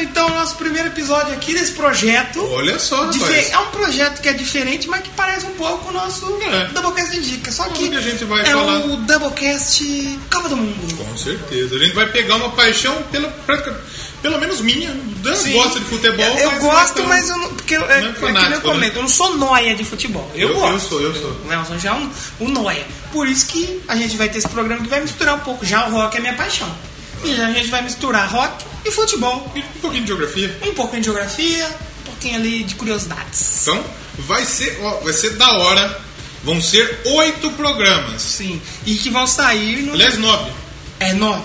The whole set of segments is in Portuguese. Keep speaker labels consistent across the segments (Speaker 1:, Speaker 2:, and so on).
Speaker 1: então, episódio aqui desse projeto.
Speaker 2: Olha só,
Speaker 1: Difer-
Speaker 2: rapaz.
Speaker 1: É um projeto que é diferente, mas que parece um pouco o nosso
Speaker 2: É.
Speaker 1: Doublecast Indica. Só que
Speaker 2: que a gente vai
Speaker 1: é
Speaker 2: falar.
Speaker 1: o Doublecast Copa do Mundo.
Speaker 2: Com certeza. A gente vai pegar uma paixão pela prática, pelo menos minha. Dan gosta de futebol.
Speaker 1: eu
Speaker 2: mas
Speaker 1: gosto,
Speaker 2: não-
Speaker 1: mas eu não. Porque eu, é, é que
Speaker 2: é
Speaker 1: nem eu
Speaker 2: fanático,
Speaker 1: comento, eu não sou noia de futebol. Eu,
Speaker 2: Eu, eu,
Speaker 1: gosto.
Speaker 2: sou, eu sou.
Speaker 1: O Nelson já é um, um noia. Por isso que a gente vai ter esse programa que vai misturar um pouco. Já o rock é minha paixão. E a gente vai misturar rock e futebol.
Speaker 2: E um pouquinho de geografia.
Speaker 1: Um pouquinho de geografia, um pouquinho ali de curiosidades.
Speaker 2: Então, vai ser, ó, vai ser da hora. Vão ser oito programas.
Speaker 1: Sim. E que vão sair no.
Speaker 2: Aliás, nove.
Speaker 1: É nove.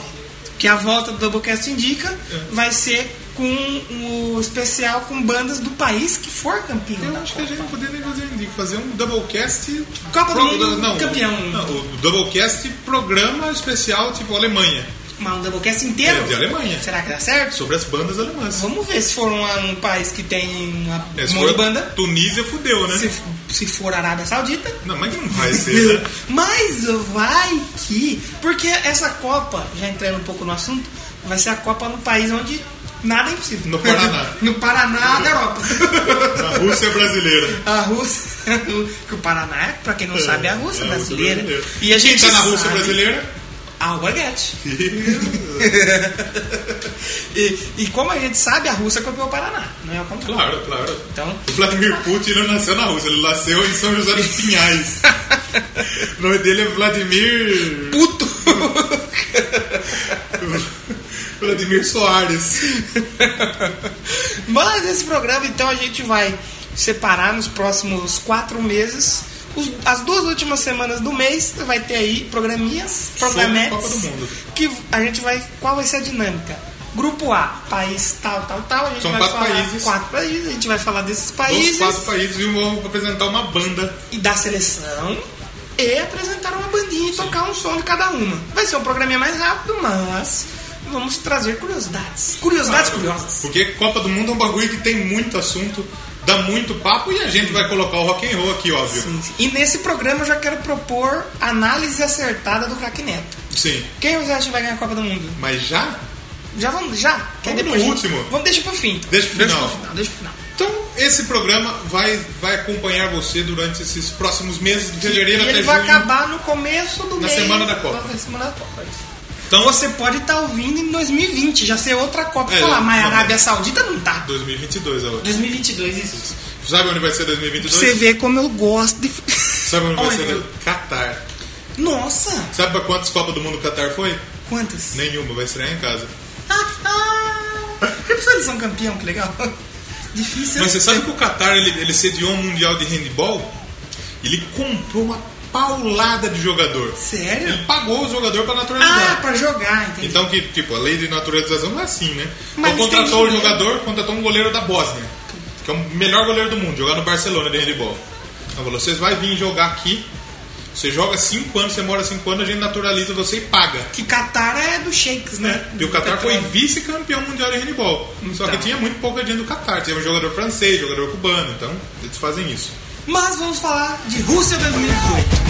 Speaker 1: Que a volta do Doublecast indica
Speaker 2: É.
Speaker 1: vai ser com o especial com bandas do país que for campeão.
Speaker 2: Eu
Speaker 1: da
Speaker 2: acho que
Speaker 1: Copa.
Speaker 2: a gente não poderia nem fazer um indico, fazer um doublecast.
Speaker 1: Copa do
Speaker 2: pro-
Speaker 1: Mundo,
Speaker 2: não,
Speaker 1: campeão.
Speaker 2: Não, o doublecast programa especial tipo Alemanha.
Speaker 1: Mas um Doublecast inteiro?
Speaker 2: É, de Alemanha.
Speaker 1: Será que dá certo?
Speaker 2: Sobre as bandas alemãs.
Speaker 1: Vamos ver se for um, um país que tem uma
Speaker 2: É,
Speaker 1: um
Speaker 2: se
Speaker 1: monte de
Speaker 2: for
Speaker 1: banda.
Speaker 2: Tunísia fudeu, né?
Speaker 1: Se, se for Arábia Saudita.
Speaker 2: Não, mas não vai ser. né?
Speaker 1: Mas vai que. Porque essa Copa, já entrando um pouco no assunto, vai ser a Copa no país onde nada é impossível.
Speaker 2: No Paraná. É.
Speaker 1: no Paraná da Europa.
Speaker 2: A Rússia é brasileira.
Speaker 1: A Rússia, que o Paraná, pra quem não sabe, é a Rússia
Speaker 2: é a Rússia
Speaker 1: brasileira.
Speaker 2: brasileira.
Speaker 1: E a
Speaker 2: Quem
Speaker 1: gente
Speaker 2: tá na
Speaker 1: sabe-
Speaker 2: Rússia brasileira?
Speaker 1: A Borghetti. e, e como a gente sabe, a Rússia copiou o Paraná, não é o contrário.
Speaker 2: Claro, claro.
Speaker 1: Então,
Speaker 2: O Vladimir Putin ele não nasceu na Rússia, ele nasceu em São José dos Pinhais. o nome dele é Vladimir.
Speaker 1: puto!
Speaker 2: Vladimir Soares.
Speaker 1: Mas esse programa, então, a gente vai separar nos próximos quatro meses. os- as duas últimas semanas do mês vai ter aí programinhas,
Speaker 2: Sobre a
Speaker 1: programetes.
Speaker 2: Copa do Mundo.
Speaker 1: Que a gente vai. Qual vai ser a dinâmica? Grupo A, país tal, tal, tal. A gente
Speaker 2: São
Speaker 1: vai
Speaker 2: quatro
Speaker 1: falar
Speaker 2: países.
Speaker 1: quatro países. A gente vai falar desses
Speaker 2: Os
Speaker 1: países
Speaker 2: quatro países e vão apresentar uma banda.
Speaker 1: e da seleção e apresentar uma bandinha e tocar um som de cada uma. Vai ser um programinha mais rápido, mas vamos trazer curiosidades. Curiosidades
Speaker 2: Ah,
Speaker 1: curiosas.
Speaker 2: Porque Copa do Mundo é um bagulho que tem muito assunto, dá muito papo e a gente vai colocar o rock and roll aqui, óbvio.
Speaker 1: Sim, sim. E nesse programa eu já quero propor análise acertada do craque Neto.
Speaker 2: Sim.
Speaker 1: Quem você acha que vai ganhar a Copa do Mundo?
Speaker 2: Mas já?
Speaker 1: Já vamos, já? Que aí
Speaker 2: Vamos
Speaker 1: depois
Speaker 2: no
Speaker 1: a gente-
Speaker 2: último.
Speaker 1: Vamos deixar pro fim.
Speaker 2: Deixa pro final.
Speaker 1: pro final, deixa pro final.
Speaker 2: Então, esse programa vai, vai acompanhar você durante esses próximos meses, de
Speaker 1: E
Speaker 2: fevereiro até
Speaker 1: ele vai
Speaker 2: junho.
Speaker 1: acabar no começo do
Speaker 2: Na
Speaker 1: mês.
Speaker 2: semana da Copa.
Speaker 1: Na semana da Copa.
Speaker 2: Então,
Speaker 1: Você pode estar ouvindo em 2020, já ser outra Copa.
Speaker 2: É,
Speaker 1: falar, mas a
Speaker 2: não.
Speaker 1: Arábia Saudita não tá.
Speaker 2: 2022 é o-
Speaker 1: 2022, isso.
Speaker 2: Sabe onde vai ser 2022?
Speaker 1: Você vê como eu gosto de.
Speaker 2: Sabe onde vai
Speaker 1: Olha,
Speaker 2: ser? Catar.
Speaker 1: Nossa!
Speaker 2: Sabe pra quantas Copas do Mundo o Catar foi?
Speaker 1: Quantas?
Speaker 2: Nenhuma, vai estrear em casa.
Speaker 1: Ah, ah! Por isso eles são campeão, que legal. Difícil.
Speaker 2: Mas você sabe que o Qatar ele, ele sediou um mundial de handball? Ele comprou uma paulada de jogador.
Speaker 1: Sério?
Speaker 2: Ele pagou o jogador pra
Speaker 1: Ah,
Speaker 2: naturalizar.
Speaker 1: pra jogar, entendi.
Speaker 2: então que tipo a lei de naturalização não é assim, né?
Speaker 1: Mas
Speaker 2: Então contratou o
Speaker 1: eles têm dinheiro.
Speaker 2: jogador, contratou um goleiro da Bósnia, que é o melhor goleiro do mundo, jogar no Barcelona de handball. Então falou: vocês vai vir jogar aqui. Você joga 5 anos, você mora 5 anos, a gente naturaliza você e paga.
Speaker 1: Que Qatar é do Shakes, né?
Speaker 2: E o Qatar foi vice-campeão mundial de handball. Só que
Speaker 1: Então.
Speaker 2: tinha muito pouca gente do Qatar. Tinha um jogador francês, jogador cubano. Então, eles fazem isso.
Speaker 1: Mas vamos falar de Rússia 2018.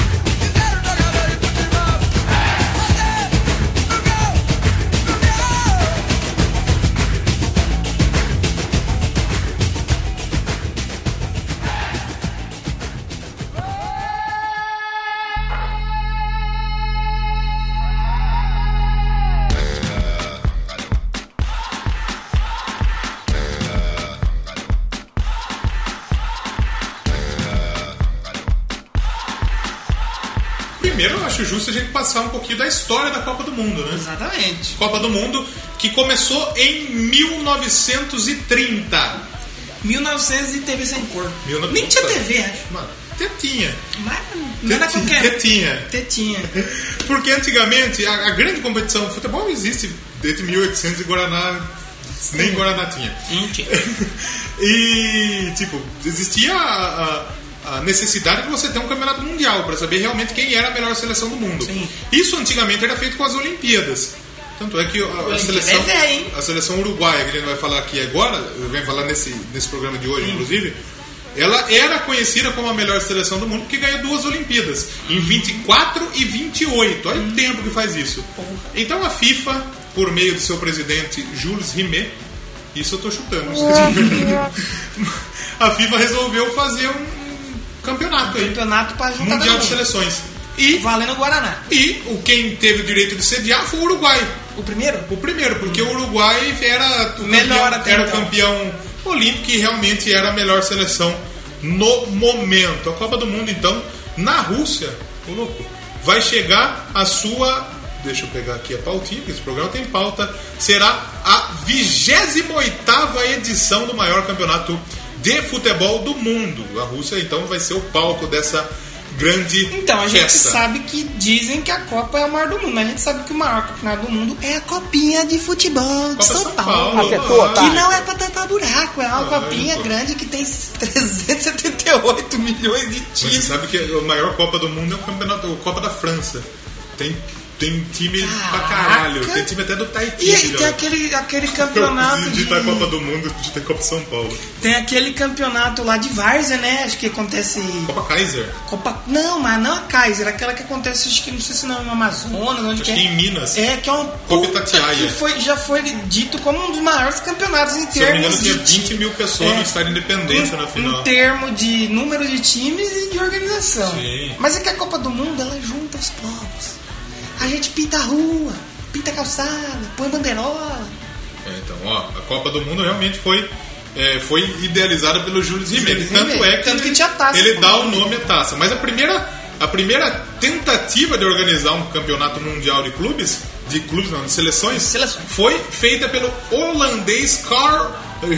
Speaker 2: Primeiro, eu acho justo a gente passar um pouquinho da história da Copa do Mundo, né?
Speaker 1: Exatamente.
Speaker 2: Copa do Mundo que começou em 1930.
Speaker 1: 1900 e TV sem cor.
Speaker 2: 1900.
Speaker 1: Nem tinha TV, acho.
Speaker 2: Mano, até tinha.
Speaker 1: Mas não era
Speaker 2: Tetinha,
Speaker 1: qualquer.
Speaker 2: tetinha.
Speaker 1: Tetinha.
Speaker 2: Porque antigamente a, a grande competição de futebol existe desde 1800 e Guaraná. Nem Guaraná tinha. e, tipo, existia a, a- a necessidade de você ter um campeonato mundial para saber realmente quem era a melhor seleção do mundo.
Speaker 1: Sim.
Speaker 2: Isso antigamente era feito com as Olimpíadas. Tanto é que a- a,
Speaker 1: Olimpíada
Speaker 2: seleção,
Speaker 1: é velha, hein?
Speaker 2: a seleção uruguaia, que a gente vai falar aqui agora, eu venho falar nesse, nesse programa de hoje, inclusive, ela era conhecida como a melhor seleção do mundo porque ganhou duas Olimpíadas, em 24 e 28. Olha o tempo que faz isso. Então a FIFA, por meio do seu presidente Jules Rimet, Isso eu tô chutando, não sei se é verdade. A FIFA resolveu fazer um um campeonato aí.
Speaker 1: Campeonato pra juntar
Speaker 2: Mundial de
Speaker 1: todo mundo.
Speaker 2: seleções. E,
Speaker 1: Valendo Guaraná.
Speaker 2: e o, quem teve o direito de sediar foi o Uruguai.
Speaker 1: O primeiro?
Speaker 2: O primeiro, porque o Uruguai era o
Speaker 1: Melhor
Speaker 2: campeão,
Speaker 1: até
Speaker 2: era o
Speaker 1: então.
Speaker 2: campeão olímpico e realmente era a melhor seleção no momento. A Copa do Mundo, então, na Rússia, ô louco, vai chegar a sua. Deixa eu pegar aqui a pautinha, porque esse programa tem pauta. Será a 28 edição do maior campeonato de futebol do mundo. A Rússia, então, vai ser o palco dessa grande
Speaker 1: Então, a gente
Speaker 2: festa.
Speaker 1: sabe que dizem que a Copa é o maior do mundo, mas a gente sabe que o maior campeonato do mundo é a Copinha de Futebol de
Speaker 2: Copa
Speaker 1: São, Paulo.
Speaker 3: Acertou,
Speaker 2: Ah,
Speaker 3: tá?
Speaker 1: Que não é pra tampar buraco, é uma
Speaker 2: Ah,
Speaker 1: copinha
Speaker 2: eu tô-
Speaker 1: grande que tem 378 milhões de
Speaker 2: Mas você
Speaker 1: times.
Speaker 2: sabe que a maior Copa do Mundo é o campeonato, a Copa da França. Tem, tem time pra
Speaker 1: Caraca.
Speaker 2: caralho. Tem time até do Tahiti.
Speaker 1: E aí
Speaker 2: já.
Speaker 1: tem aquele, aquele
Speaker 2: é Eu
Speaker 1: campeonato
Speaker 2: preciso
Speaker 1: de...
Speaker 2: digitar a tá Copa do Mundo, digitar Copa São Paulo.
Speaker 1: Tem aquele campeonato lá de Várzea, né? Acho que acontece...
Speaker 2: Copa Kaiser.
Speaker 1: Copa... Não, mas não a Kaiser. Aquela que acontece, acho que não sei se não é no Amazonas, onde
Speaker 2: Acho
Speaker 1: que
Speaker 2: que
Speaker 1: é.
Speaker 2: em Minas.
Speaker 1: É, que é um
Speaker 2: Copa
Speaker 1: puta
Speaker 2: Itatiaia.
Speaker 1: que foi, já foi dito como um dos maiores campeonatos em
Speaker 2: Se eu não me engano,
Speaker 1: termos
Speaker 2: tinha
Speaker 1: de
Speaker 2: 20 mil pessoas
Speaker 1: É.
Speaker 2: no estádio Independência na
Speaker 1: em,
Speaker 2: final.
Speaker 1: em termo de número de times e de organização.
Speaker 2: Sim.
Speaker 1: Mas é que a Copa do Mundo ela junta os povos. A gente pinta a rua, pinta a calçada, põe bandeirola.
Speaker 2: É, então, ó, a Copa do Mundo realmente foi, é, foi idealizada pelo Júlio Rimet.
Speaker 1: Júlio
Speaker 2: Tanto
Speaker 1: Rimet.
Speaker 2: é que,
Speaker 1: Tanto que tinha taça,
Speaker 2: ele
Speaker 1: pô.
Speaker 2: dá o nome à taça. Mas a primeira, a primeira tentativa de organizar um campeonato mundial de clubes, de clubes não, de seleções,
Speaker 1: Seleções.
Speaker 2: foi feita pelo holandês Karl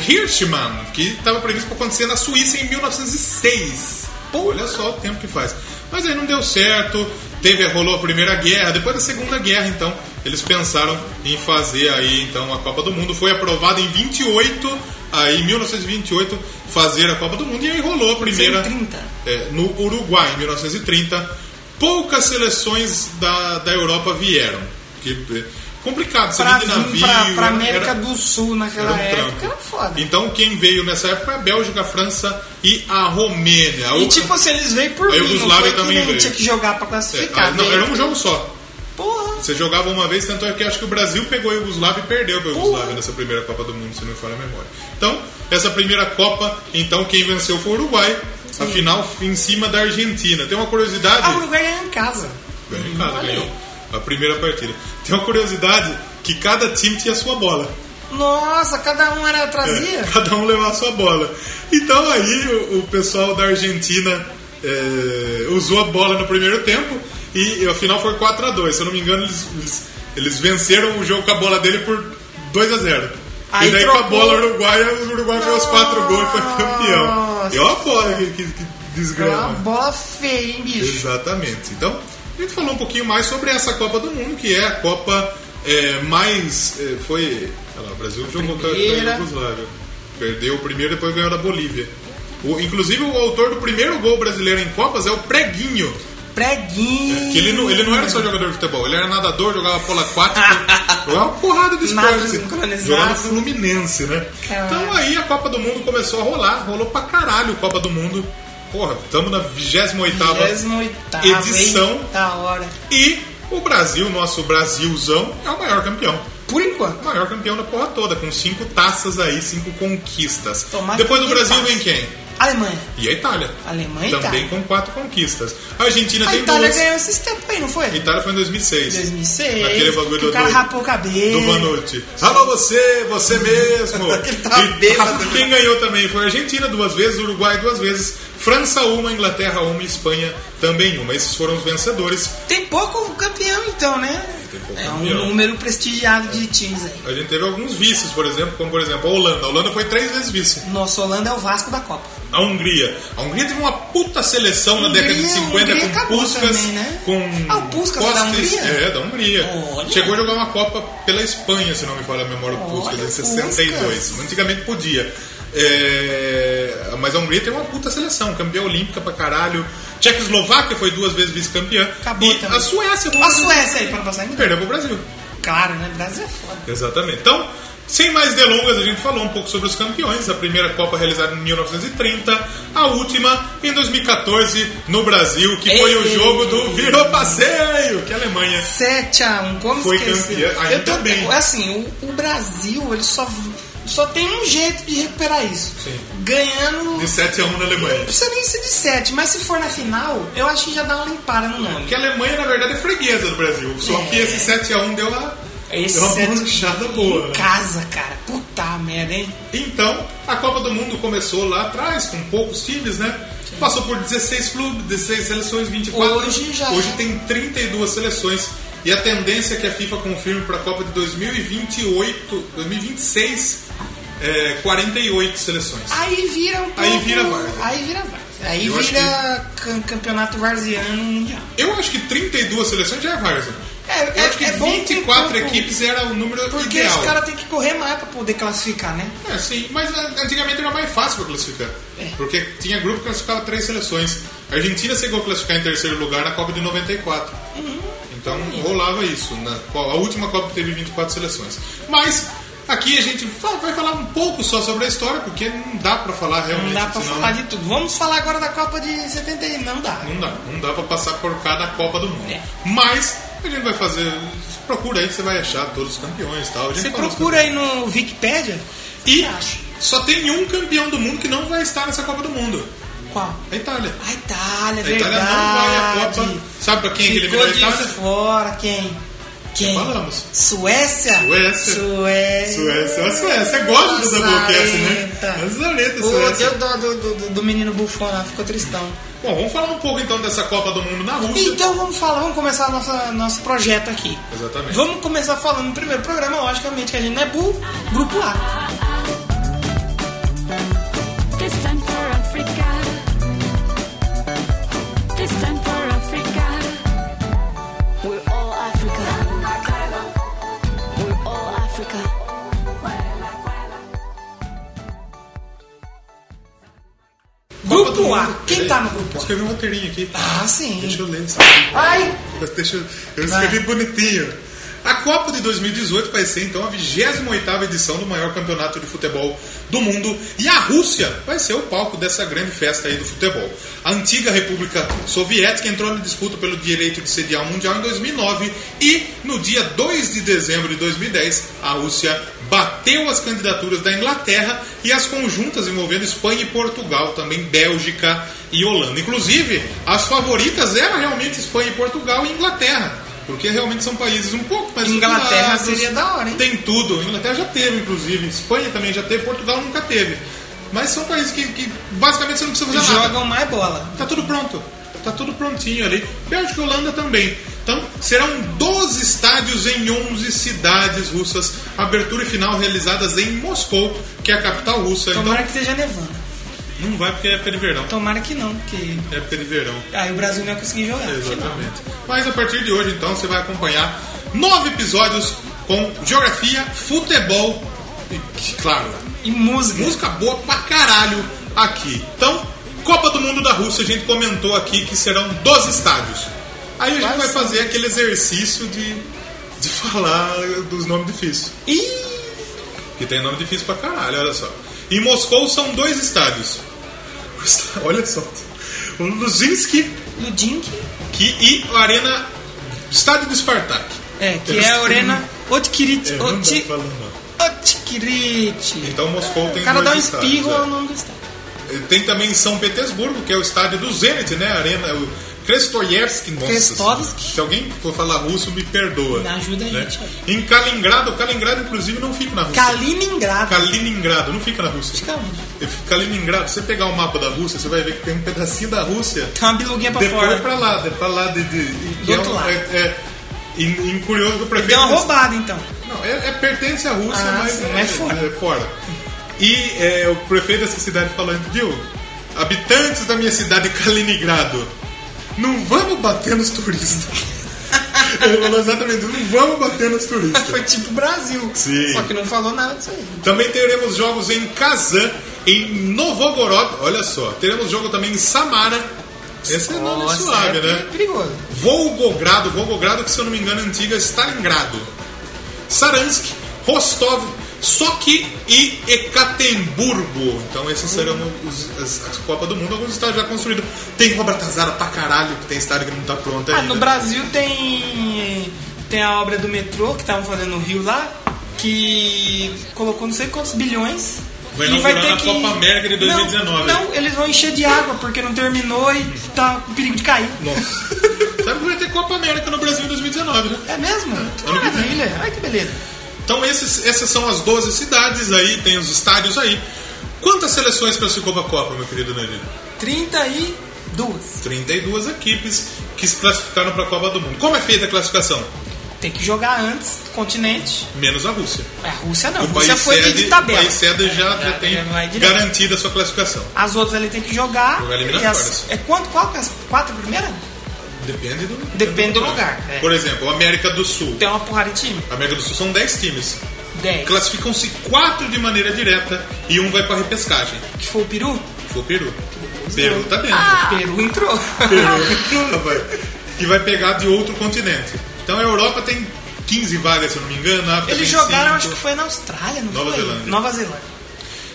Speaker 2: Hirschman, que estava previsto para acontecer na Suíça em 1906. Pô, olha só o tempo que faz. Mas aí não deu certo, teve, rolou a Primeira Guerra, depois da Segunda Guerra, então, eles pensaram em fazer aí, então, a Copa do Mundo. Foi aprovada em 28, aí, em 1928, fazer a Copa do Mundo, e aí rolou a primeira...
Speaker 1: 30.
Speaker 2: É, no Uruguai, em 1930, poucas seleções da, da Europa vieram. Que, é, complicado, você
Speaker 1: Pra
Speaker 2: vinha de
Speaker 1: vir
Speaker 2: navio.
Speaker 1: pra, pra
Speaker 2: era-
Speaker 1: América
Speaker 2: era-
Speaker 1: do Sul
Speaker 2: era
Speaker 1: naquela
Speaker 2: um
Speaker 1: época
Speaker 2: trampo.
Speaker 1: era foda. E,
Speaker 2: Então quem veio nessa época é a Bélgica, a França e a Romênia. O-
Speaker 1: tipo assim, eles veio por
Speaker 2: A
Speaker 1: mim, não
Speaker 2: Iugoslávia
Speaker 1: foi
Speaker 2: também
Speaker 1: que nem
Speaker 2: veio.
Speaker 1: tinha que jogar pra
Speaker 2: é,
Speaker 1: classificar.
Speaker 2: ah, não,
Speaker 1: veio.
Speaker 2: era um jogo só.
Speaker 1: Porra.
Speaker 2: Você jogava uma vez, tanto é que acho que o Brasil pegou a Iugoslávia e perdeu a Iugoslávia
Speaker 1: Porra.
Speaker 2: nessa primeira Copa do Mundo, se não me falha a memória. Então, essa primeira Copa, então quem venceu foi o Uruguai. A final em cima da Argentina. Tem uma curiosidade.
Speaker 1: Ah, o Uruguai ganhou em casa.
Speaker 2: Ganhou em casa, ganhou a primeira partida. Tem uma curiosidade que cada time tinha sua bola.
Speaker 1: Nossa, cada um era trazia?
Speaker 2: Cada um levava sua bola. Então aí o, o pessoal da Argentina é, usou a bola no primeiro tempo e afinal foi 4 a 2 Se eu não me engano, eles, eles, eles venceram o jogo com a bola dele por 2 a 0
Speaker 1: Aí
Speaker 2: e daí com a
Speaker 1: trocou.
Speaker 2: bola uruguaia, o Uruguai fez os quatro gols e foi campeão.
Speaker 1: Nossa.
Speaker 2: Eu apoio que,
Speaker 1: É
Speaker 2: que, que
Speaker 1: uma
Speaker 2: desgrama.
Speaker 1: bola feia, hein, bicho?
Speaker 2: Exatamente. Então, a gente falou um pouquinho mais sobre essa Copa do Mundo, que é a Copa é, mais. é, foi. Olha lá, o Brasil jogou com a- com a
Speaker 1: primeira.
Speaker 2: Iugoslávia. Perdeu o primeiro depois ganhou da Bolívia. O- inclusive, o autor do primeiro gol brasileiro em Copas é o Preguinho.
Speaker 1: Preguinho.
Speaker 2: É, Que ele não, ele não era só jogador de futebol, ele era nadador, jogava polo aquático, jogava uma porrada de
Speaker 1: Nada
Speaker 2: esporte. assim,
Speaker 1: sincronizado. É.
Speaker 2: Jogava no Fluminense, né?
Speaker 1: Caralho.
Speaker 2: Então aí a Copa do Mundo começou a rolar, rolou pra caralho a Copa do Mundo. Porra, estamos na 28
Speaker 1: 28ª
Speaker 2: edição.
Speaker 1: Da hora.
Speaker 2: E o Brasil, nosso Brasilzão, é o maior campeão.
Speaker 1: Por enquanto.
Speaker 2: O maior campeão da porra toda, com cinco taças aí, cinco conquistas.
Speaker 1: Tomara
Speaker 2: Depois do
Speaker 1: que
Speaker 2: Brasil
Speaker 1: passe.
Speaker 2: vem quem?
Speaker 1: Alemanha.
Speaker 2: E a Itália.
Speaker 1: Alemanha e
Speaker 2: Também
Speaker 1: Itália.
Speaker 2: com quatro conquistas. A Argentina
Speaker 1: A
Speaker 2: tem
Speaker 1: Itália
Speaker 2: duas.
Speaker 1: ganhou esses tempos aí, não foi?
Speaker 2: A Itália foi em 2006.
Speaker 1: 2006.
Speaker 2: Aquele bagulho
Speaker 1: que o
Speaker 2: do-
Speaker 1: cara rapou o cabelo.
Speaker 2: Do Vanucci. Alô, você, você mesmo.
Speaker 1: Ele tá
Speaker 2: E
Speaker 1: bêbado.
Speaker 2: Quem ganhou também foi a Argentina duas vezes, Uruguai duas vezes, França uma, Inglaterra uma, e Espanha também uma. Esses foram os vencedores.
Speaker 1: Tem pouco campeão, então, né?
Speaker 2: Tem pouco
Speaker 1: é
Speaker 2: campeão.
Speaker 1: um número prestigiado de times aí.
Speaker 2: A gente teve alguns vices, por exemplo, como por exemplo a Holanda. A Holanda foi três vezes vice.
Speaker 1: Nossa, Holanda é o Vasco da Copa.
Speaker 2: A Hungria. A Hungria teve uma puta seleção na década de
Speaker 1: Hungria,
Speaker 2: 50
Speaker 1: Hungria
Speaker 2: com
Speaker 1: acabou
Speaker 2: Puskas,
Speaker 1: também, né?
Speaker 2: com
Speaker 1: Ah, o Puskas é da
Speaker 2: Kostis.
Speaker 1: Hungria?
Speaker 2: É, da Hungria.
Speaker 1: Olha.
Speaker 2: Chegou a jogar uma Copa pela Espanha, se não me falha a memória, o Puskas,
Speaker 1: Olha,
Speaker 2: em 62.
Speaker 1: Puskas.
Speaker 2: Antigamente podia. É, Mas a Hungria teve uma puta seleção, campeã olímpica pra caralho. Tchecoslováquia foi duas vezes vice-campeã.
Speaker 1: Acabou
Speaker 2: e
Speaker 1: também.
Speaker 2: a Suécia
Speaker 1: A Suécia aí, pra não passar em
Speaker 2: perdeu pro Brasil.
Speaker 1: Claro, né? O Brasil é foda.
Speaker 2: Exatamente. Então, sem mais delongas, a gente falou um pouco sobre os campeões. A primeira Copa realizada em 1930, a última em 2014 no Brasil, que foi o
Speaker 1: Ei.
Speaker 2: jogo do Virou Passeio, que é a Alemanha.
Speaker 1: 7 a 1 como
Speaker 2: Foi
Speaker 1: esquecer?
Speaker 2: campeã, ainda
Speaker 1: eu tô, é
Speaker 2: bem.
Speaker 1: Assim, o, o Brasil, ele só. Só tem um jeito de recuperar isso.
Speaker 2: Sim.
Speaker 1: Ganhando.
Speaker 2: De 7 a 1 na Alemanha.
Speaker 1: Não precisa nem ser de 7, mas se for na final, eu acho que já dá uma limpada no nome.
Speaker 2: Porque a Alemanha, na verdade, é freguesa do Brasil. Só
Speaker 1: É.
Speaker 2: que esse 7 a 1 deu uma,
Speaker 1: Esse
Speaker 2: deu uma
Speaker 1: 7
Speaker 2: manchada boa. né?
Speaker 1: Casa, cara. Puta merda, hein?
Speaker 2: Então, a Copa do Mundo começou lá atrás, com poucos times, né? Passou por 16 clubes, 16 seleções, 24.
Speaker 1: Hoje já
Speaker 2: Hoje
Speaker 1: é.
Speaker 2: tem 32 seleções. E a tendência é que a FIFA confirme para a Copa de 2028, 2026, é, 48 seleções.
Speaker 1: Aí vira um pouco...
Speaker 2: Aí vira várzea.
Speaker 1: Aí vira várzea. Aí
Speaker 2: Eu acho
Speaker 1: vira cam- campeonato varziano mundial.
Speaker 2: Eu acho que 32 seleções já é várzea.
Speaker 1: É,
Speaker 2: Eu
Speaker 1: é,
Speaker 2: acho que
Speaker 1: é bom ter
Speaker 2: 24
Speaker 1: pouco,
Speaker 2: equipes era o número
Speaker 1: Porque
Speaker 2: ideal.
Speaker 1: os caras têm que correr mais pra poder classificar, né?
Speaker 2: É, sim, mas a- antigamente era mais fácil para classificar.
Speaker 1: É.
Speaker 2: Porque tinha grupo que classificava três seleções. A Argentina chegou a classificar em terceiro lugar na Copa de 94.
Speaker 1: Uhum.
Speaker 2: Então rolava isso. Na, co- a última Copa teve 24 seleções. Mas aqui a gente fa- vai falar um pouco só sobre a história, porque não dá para falar realmente.
Speaker 1: Não dá pra
Speaker 2: senão
Speaker 1: falar de tudo. Vamos falar agora da Copa de 71. Não dá.
Speaker 2: Não dá, não dá pra passar por cada Copa do Mundo.
Speaker 1: É.
Speaker 2: Mas a gente vai fazer. Procura aí que você vai achar todos os campeões e tal. A gente
Speaker 1: Você
Speaker 2: falou os
Speaker 1: procura aí no Wikipedia e acha.
Speaker 2: Só tem um campeão do mundo que não vai estar nessa Copa do Mundo.
Speaker 1: Qual?
Speaker 2: A Itália.
Speaker 1: A Itália,
Speaker 2: A Itália
Speaker 1: verdade.
Speaker 2: não vai à Copa. Sabe pra quem é que
Speaker 1: Ficou
Speaker 2: eliminou a
Speaker 1: de
Speaker 2: Itália?
Speaker 1: fora quem? Quem?
Speaker 2: Falamos.
Speaker 1: Suécia?
Speaker 2: Suécia.
Speaker 1: Suécia.
Speaker 2: Suécia, a Suécia gosta do Doublecast, né?
Speaker 1: Lazareta.
Speaker 2: Lazareta,
Speaker 1: Pô,
Speaker 2: Suécia.
Speaker 1: deu dó do, do, do- do menino bufão lá, ficou tristão.
Speaker 2: Bom, vamos falar um pouco então dessa Copa do Mundo na Rússia.
Speaker 1: Então vamos falar, vamos começar nossa, nosso projeto aqui.
Speaker 2: Exatamente.
Speaker 1: Vamos começar falando no primeiro programa, logicamente, que a gente não é burro, grupo A.
Speaker 3: This time for Africa. This time for Africa. We're all Africa. We're all Africa.
Speaker 1: grupo A.
Speaker 2: Copa do Mundo.
Speaker 1: Quem
Speaker 2: Peraí,
Speaker 1: tá no grupo
Speaker 2: Eu
Speaker 1: A?
Speaker 2: escrevi um roteirinho aqui.
Speaker 1: Ah, sim.
Speaker 2: Deixa eu ler isso.
Speaker 1: Ai!
Speaker 2: Eu, deixa, eu- eu escrevi bonitinho. A Copa de 2018 vai ser então a 28ª edição do maior campeonato de futebol do mundo e a Rússia vai ser o palco dessa grande festa aí do futebol. A antiga República Soviética entrou na disputa pelo direito de sediar o Mundial em 2009 e no dia 2 de dezembro de 2010 a Rússia bateu as candidaturas da Inglaterra e as conjuntas envolvendo Espanha e Portugal, também Bélgica e Holanda. Inclusive, as favoritas eram realmente Espanha e Portugal e Inglaterra. Porque realmente são países um pouco mais
Speaker 1: Inglaterra
Speaker 2: estruturados,
Speaker 1: seria da hora, hein?
Speaker 2: Tem tudo. Inglaterra já teve, inclusive. Espanha também já teve. Portugal nunca teve. Mas são países que, que basicamente você não precisa fazer nada.
Speaker 1: Jogam mais bola.
Speaker 2: Tá tudo pronto. Tá tudo prontinho ali. Bélgica e Holanda também. Então, serão 12 estádios em 11 cidades russas. Abertura e final realizadas em Moscou, que é a capital russa.
Speaker 1: Tomara que esteja nevando.
Speaker 2: Então, não vai porque é época de verão.
Speaker 1: Tomara que não, porque
Speaker 2: É época de verão.
Speaker 1: aí o Brasil não ia conseguir jogar.
Speaker 2: Exatamente. Mas a partir de hoje, então, você vai acompanhar nove episódios com geografia, futebol e, claro,
Speaker 1: E música.
Speaker 2: música boa pra caralho aqui. Então, Copa do Mundo da Rússia, a gente comentou aqui que serão 12 estádios. Aí a gente
Speaker 1: Quais
Speaker 2: vai
Speaker 1: são?
Speaker 2: fazer aquele exercício de, de falar dos nomes difíceis.
Speaker 1: Ih,
Speaker 2: Que tem nome difícil pra caralho, olha só. Em Moscou são dois estádios. Olha só. O Luzinski
Speaker 1: Ludink.
Speaker 2: que e a Arena Estádio do Spartak.
Speaker 1: É, que é a Arena Otkirit.
Speaker 2: É, não dá
Speaker 1: Oti-
Speaker 2: pra falar, não.
Speaker 1: Otkirit.
Speaker 2: Então Moscou tem
Speaker 1: O cara dá um
Speaker 2: dois estádios,
Speaker 1: espirro
Speaker 2: é.
Speaker 1: ao nome do estado.
Speaker 2: Tem também em São Petersburgo, que é o estádio do Zenit, né? A Arena o Krestoyevsk, nossa.
Speaker 1: Krestoyevsk.
Speaker 2: Se alguém for falar russo, me perdoa.
Speaker 1: Me ajuda a
Speaker 2: né?
Speaker 1: gente,
Speaker 2: Em Kaliningrado, Kaliningrado inclusive não fica na Rússia.
Speaker 1: Kaliningrado.
Speaker 2: Kaliningrado, não fica na Rússia.
Speaker 1: Fica onde?
Speaker 2: Kaliningrado, se você pegar o mapa da Rússia, você vai ver que tem um pedacinho da Rússia
Speaker 1: Tem uma biluguinha pra
Speaker 2: Depois é
Speaker 1: fora.
Speaker 2: pra lá, de- pra lá de. de- e
Speaker 1: Do
Speaker 2: que
Speaker 1: outro
Speaker 2: é um-
Speaker 1: lado.
Speaker 2: É, é, e, e curioso que o prefeito.
Speaker 1: Deu uma roubada então.
Speaker 2: Não, é, é- pertence à Rússia,
Speaker 1: Ah,
Speaker 2: mas
Speaker 1: sim, mas fora.
Speaker 2: é E é, o prefeito dessa cidade falando, viu? Habitantes da minha cidade Kaliningrado, não vamos bater nos turistas. Ele falou exatamente, não vamos bater nos turistas.
Speaker 1: Foi tipo Brasil.
Speaker 2: Sim.
Speaker 1: Só que não falou nada disso aí.
Speaker 2: Também teremos jogos em Kazan, em Novogorod, olha só. Teremos jogo também em Samara. Esse é nome
Speaker 1: Nossa,
Speaker 2: suave,
Speaker 1: é
Speaker 2: né?
Speaker 1: perigoso.
Speaker 2: Volgogrado, Volgogrado que se eu não me engano é a antiga Stalingrado, Saransk, Rostov, Sochi e Ekatemburgo. Então esses serão os, as, as Copas do Mundo, alguns estádios já construídos. Tem uma bratazada pra caralho, que tem estádio que não tá pronto
Speaker 1: Ah,
Speaker 2: ainda.
Speaker 1: no Brasil tem. Tem a obra do metrô que estavam fazendo no Rio lá. que colocou não sei quantos bilhões.
Speaker 2: Vai
Speaker 1: e vai ter
Speaker 2: inaugurar
Speaker 1: que...
Speaker 2: a Copa América de 2019.
Speaker 1: Não, não, eles vão encher de água porque não terminou e tá com perigo de cair.
Speaker 2: Nossa. Sabe é que vai ter Copa América no Brasil em 2019, né?
Speaker 1: É mesmo? Que
Speaker 2: ano que vem.
Speaker 1: maravilha. Ai, que beleza.
Speaker 2: Então esses- essas são as 12 cidades aí, tem os estádios aí. Quantas seleções classificou para a Copa, meu querido Danilo?
Speaker 1: 32.
Speaker 2: 32 equipes que se classificaram para a Copa do Mundo. Como é feita a classificação?
Speaker 1: Tem que jogar antes do continente.
Speaker 2: Menos a Rússia.
Speaker 1: É, a Rússia não. A
Speaker 2: O
Speaker 1: Rússia
Speaker 2: país
Speaker 1: foi de-
Speaker 2: sede,
Speaker 1: de
Speaker 2: o
Speaker 1: tabela. É,
Speaker 2: país sede já, já tem
Speaker 1: vai direto.
Speaker 2: garantida a sua classificação.
Speaker 1: As outras ele tem que jogar.
Speaker 2: Jogar
Speaker 1: e as,
Speaker 2: eliminatórias.
Speaker 1: é quanto? Qual que é as quatro primeiras?
Speaker 2: Depende do,
Speaker 1: Depende do lugar, é.
Speaker 2: Por exemplo, a América do Sul.
Speaker 1: Tem É. uma porrada de time.
Speaker 2: A América do Sul são 10 times.
Speaker 1: 10.
Speaker 2: Classificam-se quatro de maneira direta e um vai para a repescagem.
Speaker 1: Que foi o Peru?
Speaker 2: Foi o Peru. Peru tá dentro.
Speaker 1: O Peru entrou.
Speaker 2: que vai pegar de outro continente. Então a Europa tem 15 vagas, se eu não me engano. A África
Speaker 1: Eles
Speaker 2: tem
Speaker 1: jogaram, acho
Speaker 2: cinco.
Speaker 1: que foi na Austrália, não
Speaker 2: Nova
Speaker 1: foi?
Speaker 2: Zelândia.
Speaker 1: Nova Zelândia.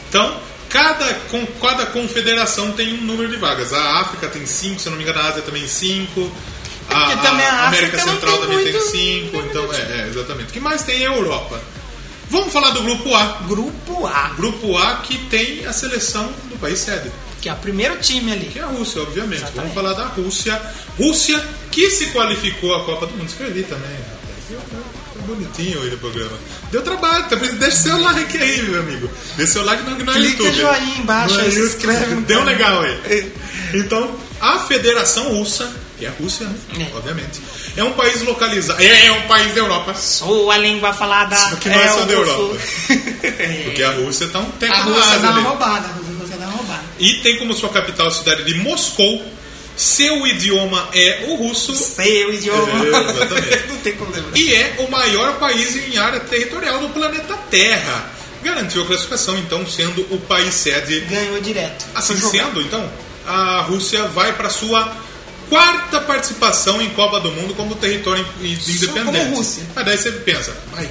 Speaker 2: Então, cada, com, cada confederação tem um número de vagas. A África tem 5, se eu não me engano, a Ásia também 5.
Speaker 1: É porque também a
Speaker 2: América
Speaker 1: África não
Speaker 2: Central
Speaker 1: tem
Speaker 2: também tem
Speaker 1: muito-
Speaker 2: 5. Então, é, é, exatamente. O que mais tem é a Europa. Vamos falar do grupo A.
Speaker 1: Grupo A,
Speaker 2: Grupo A que tem a seleção do país sede,
Speaker 1: que é o primeiro time ali.
Speaker 2: que é a Rússia, obviamente.
Speaker 1: Exatamente.
Speaker 2: Vamos falar da Rússia. Rússia que se qualificou à Copa do Mundo. Escrevi também. rapaz. Eu- eu- Bonitinho hoje o programa. Deu trabalho, também deixa seu like aí, meu amigo. Deixa seu like no, no
Speaker 1: Clica
Speaker 2: YouTube.
Speaker 1: joinha embaixo
Speaker 2: No
Speaker 1: aí, se
Speaker 2: YouTube.
Speaker 1: inscreve no
Speaker 2: Deu um
Speaker 1: canal.
Speaker 2: legal aí. Então, a Federação Russa, que é a Rússia, né?
Speaker 1: É.
Speaker 2: Obviamente. É um país localizado. É, é um país da Europa.
Speaker 1: Sou a língua falada.
Speaker 2: Só que não é só
Speaker 1: o
Speaker 2: da Europa.
Speaker 1: russo. É.
Speaker 2: Porque a Rússia tá um tempo
Speaker 1: a
Speaker 2: atrás
Speaker 1: Rússia dá
Speaker 2: ali.
Speaker 1: uma roubada. A Rússia dá uma roubada.
Speaker 2: E tem como sua capital a cidade de Moscou. Seu idioma é o russo
Speaker 1: Sei o idioma.
Speaker 2: É, exatamente.
Speaker 1: não tem como lembrar.
Speaker 2: e é o maior país em área territorial do planeta Terra. Garantiu a classificação, então, sendo o país sede.
Speaker 1: Ganhou direto.
Speaker 2: Assim
Speaker 1: Jogou.
Speaker 2: sendo, então, a Rússia vai para sua quarta participação em Copa do Mundo como território in- independente.
Speaker 1: como Rússia.
Speaker 2: Mas daí você pensa, mas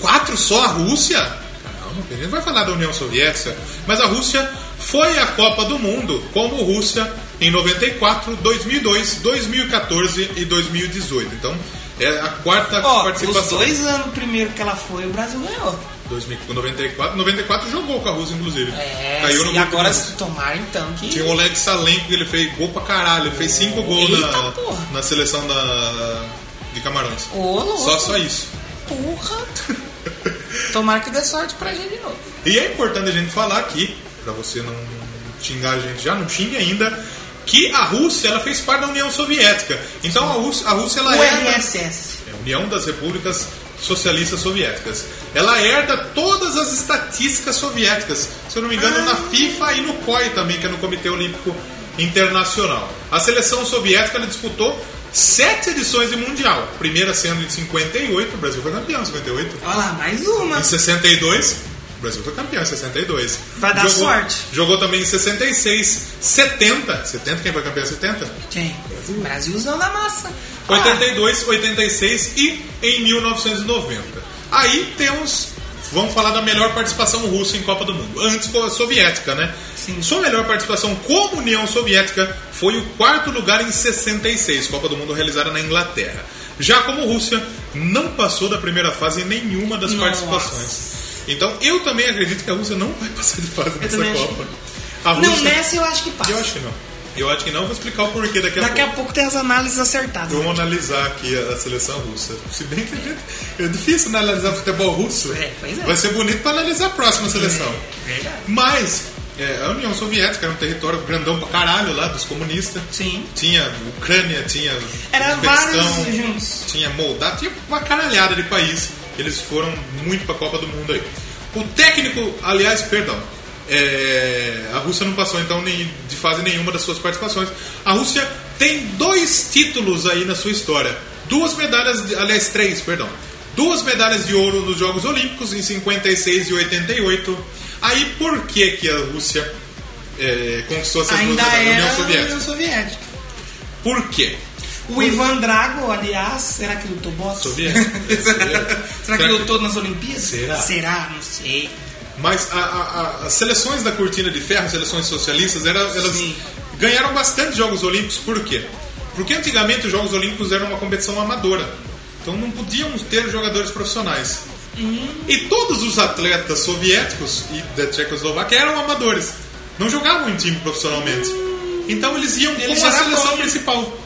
Speaker 2: quatro só a Rússia? Calma, a gente vai falar da União Soviética. Mas a Rússia foi à Copa do Mundo como Rússia em 94, 2002, 2014 e 2018. Então, é a quarta
Speaker 1: Ó, os
Speaker 2: participação.
Speaker 1: dois anos primeiro que ela foi, o Brasil ganhou.
Speaker 2: 2094, 94 jogou com a Rússia, inclusive.
Speaker 1: É,
Speaker 2: Caiu no
Speaker 1: e
Speaker 2: grupo
Speaker 1: agora
Speaker 2: de-
Speaker 1: se tomar então que...
Speaker 2: tinha o Oleg Salenko um que ele fez gol pra caralho. Ele fez cinco gols
Speaker 1: Eita,
Speaker 2: na,
Speaker 1: porra.
Speaker 2: na seleção da, de Camarões.
Speaker 1: Ô, louco.
Speaker 2: um Só, só isso.
Speaker 1: Porra. Tomara que dê sorte pra gente de novo.
Speaker 2: E é importante a gente falar aqui, pra você não xingar a gente já, não xingue ainda, que a Rússia ela fez parte da União Soviética. Então a Rússia, a Rússia ela
Speaker 1: O
Speaker 2: herda-
Speaker 1: RSS.
Speaker 2: É a União das Repúblicas Socialistas Soviéticas. Ela herda todas as estatísticas soviéticas, se eu não me engano, na
Speaker 1: Ah.
Speaker 2: FIFA e no COI também, que é no Comitê Olímpico Internacional. A seleção soviética ela disputou sete edições de Mundial. Primeira sendo em 58, o Brasil foi campeão em 58.
Speaker 1: Olha lá, mais uma.
Speaker 2: Em 62, o Brasil foi campeão em 62.
Speaker 1: Vai dar
Speaker 2: Jogou-
Speaker 1: sorte.
Speaker 2: Jogou também em 66, 70. 70, quem foi campeão em 70?
Speaker 1: Quem? Brasilzão da massa. Olha lá.
Speaker 2: 82, 86 e em 1990. Aí temos. Vamos falar da melhor participação russa em Copa do Mundo. Antes foi a soviética, né?
Speaker 1: Sim.
Speaker 2: Sua melhor participação como União Soviética foi o quarto lugar em 66, Copa do Mundo realizada na Inglaterra. Já como Rússia, não passou da primeira fase em nenhuma das
Speaker 1: Nossa.
Speaker 2: participações. Então eu também acredito que a Rússia não vai passar de fase nessa
Speaker 1: também acho.
Speaker 2: Copa. A
Speaker 1: Não, né? nessa eu acho que passa.
Speaker 2: um, Eu acho que é não. Eu acho que não, vou explicar o porquê daqui a
Speaker 1: Daqui a
Speaker 2: pouco.
Speaker 1: pouco tem as análises acertadas.
Speaker 2: Eu vou analisar aqui a a seleção russa. Se bem que a gente- é difícil analisar futebol russo.
Speaker 1: É, pois é.
Speaker 2: Vai ser bonito para analisar a próxima seleção. Mas é, a União Soviética era um território grandão pra caralho lá dos comunistas.
Speaker 1: Sim.
Speaker 2: Tinha Ucrânia, tinha
Speaker 1: Era
Speaker 2: Uzbequistão,
Speaker 1: vários juntos.
Speaker 2: tinha Moldávia, tinha uma caralhada de país. Eles foram muito pra Copa do Mundo aí. O técnico, aliás, perdão, é, a Rússia não passou então nem de fase nenhuma das suas participações. A Rússia tem dois títulos aí na sua história. Duas medalhas, de- aliás, três, perdão. Duas medalhas de ouro nos Jogos Olímpicos em 56 e 88. Aí por que, que a Rússia é, conquistou essas duas
Speaker 1: Ainda
Speaker 2: medalhas?
Speaker 1: era
Speaker 2: União Soviética.
Speaker 1: Soviética.
Speaker 2: Por quê?
Speaker 1: O Ivan Drago, aliás, será que lutou boxe?
Speaker 2: Soviético. É, soviético.
Speaker 1: será que lutou nas Olimpíadas?
Speaker 2: Será?
Speaker 1: Será? Não sei.
Speaker 2: Mas a- a- a- as seleções da cortina de ferro, as seleções socialistas, era- elas
Speaker 1: Sim.
Speaker 2: ganharam bastante Jogos Olímpicos. Por quê? Porque antigamente os Jogos Olímpicos eram uma competição amadora. Então não podíamos ter jogadores profissionais.
Speaker 1: Uhum.
Speaker 2: E todos os atletas soviéticos e da Tchecoslováquia eram amadores. Não jogavam em time profissionalmente. Então eles iam
Speaker 1: Hum. Eles
Speaker 2: com a
Speaker 1: já
Speaker 2: seleção
Speaker 1: estavam-
Speaker 2: principal.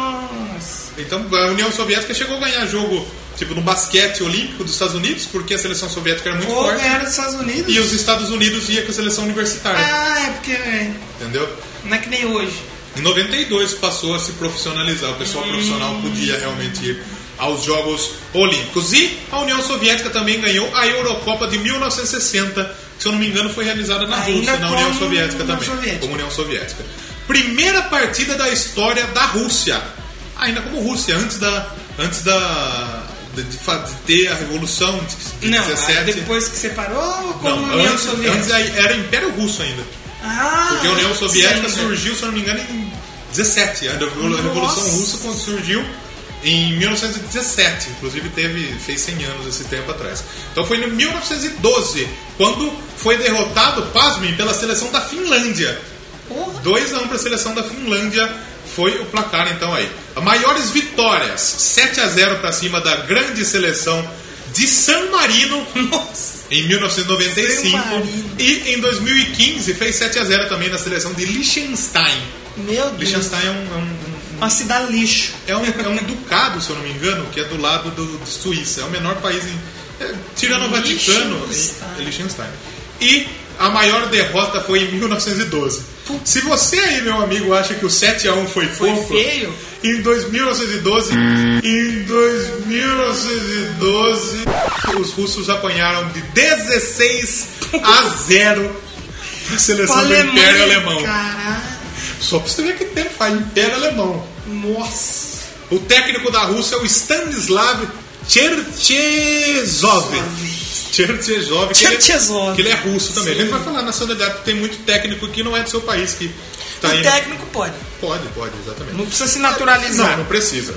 Speaker 1: Nossa.
Speaker 2: Então a União Soviética chegou a ganhar jogo tipo no basquete olímpico dos Estados Unidos, porque a seleção soviética era muito
Speaker 1: Ou
Speaker 2: forte.
Speaker 1: ganharam dos Estados Unidos.
Speaker 2: E os Estados Unidos ia com a seleção universitária,
Speaker 1: Ah, é porque é,
Speaker 2: entendeu?
Speaker 1: não é que nem hoje.
Speaker 2: Em 92 passou a se profissionalizar, o pessoal profissional podia realmente ir aos Jogos Olímpicos. E a União Soviética também ganhou a Eurocopa de 1960, que se eu não me engano foi realizada na
Speaker 1: Ainda
Speaker 2: Rússia, na União
Speaker 1: como
Speaker 2: Soviética
Speaker 1: União
Speaker 2: também,
Speaker 1: Soviética.
Speaker 2: como União Soviética. Primeira partida da história da Rússia, ainda como Rússia, antes da antes da de, de fa- de ter a revolução de, de
Speaker 1: Não,
Speaker 2: 17.
Speaker 1: aí depois que separou, como
Speaker 2: Não,
Speaker 1: União
Speaker 2: antes,
Speaker 1: Soviética.
Speaker 2: antes aí era Império Russo ainda.
Speaker 1: Ah,
Speaker 2: Porque a União Soviética
Speaker 1: sim. né?
Speaker 2: surgiu, se eu não me engano, em 17. A Revolu- a Revolução
Speaker 1: Nossa.
Speaker 2: Russa quando surgiu em 1917. Inclusive teve, fez 100 anos esse tempo atrás. Então foi em 1912, quando foi derrotado, pasmem, pela seleção da Finlândia. 2 a 1 para a seleção da Finlândia foi o placar então aí. Maiores vitórias, 7 a 0 para cima da grande seleção de San Marino
Speaker 1: Nossa.
Speaker 2: em 1995
Speaker 1: San Marino.
Speaker 2: e em 2015 fez 7 a 0 também na seleção de Liechtenstein.
Speaker 1: Meu Deus.
Speaker 2: Liechtenstein é um, é um-
Speaker 1: Uma cidade lixo.
Speaker 2: é um, é um ducado, se eu não me engano, que é do lado do, de Suíça. É o menor país em. é, tirando o Vaticano.
Speaker 1: Liechtenstein.
Speaker 2: E, Liechtenstein. E a maior derrota foi em 1912.
Speaker 1: Putz.
Speaker 2: Se você aí, meu amigo, acha que o 7x1 foi
Speaker 1: Foi
Speaker 2: fofo,
Speaker 1: feio.
Speaker 2: em 1912, em 2012, os russos apanharam de 16 a 0 a seleção do
Speaker 1: né?
Speaker 2: Império Alemão.
Speaker 1: Caralho.
Speaker 2: Só pra você ver que tempo faz Império Alemão.
Speaker 1: Nossa.
Speaker 2: O técnico da Rússia é o Stanislav Cherchezov. Cherchezov, que, ele-
Speaker 1: Cherchezov.
Speaker 2: que ele é russo também.
Speaker 1: Sim.
Speaker 2: Ele vai falar nacionalidade, porque tem muito técnico que não é do seu país que tá
Speaker 1: o
Speaker 2: indo.
Speaker 1: técnico pode.
Speaker 2: Pode, pode, exatamente.
Speaker 1: Não precisa se naturalizar.
Speaker 2: Não, não precisa.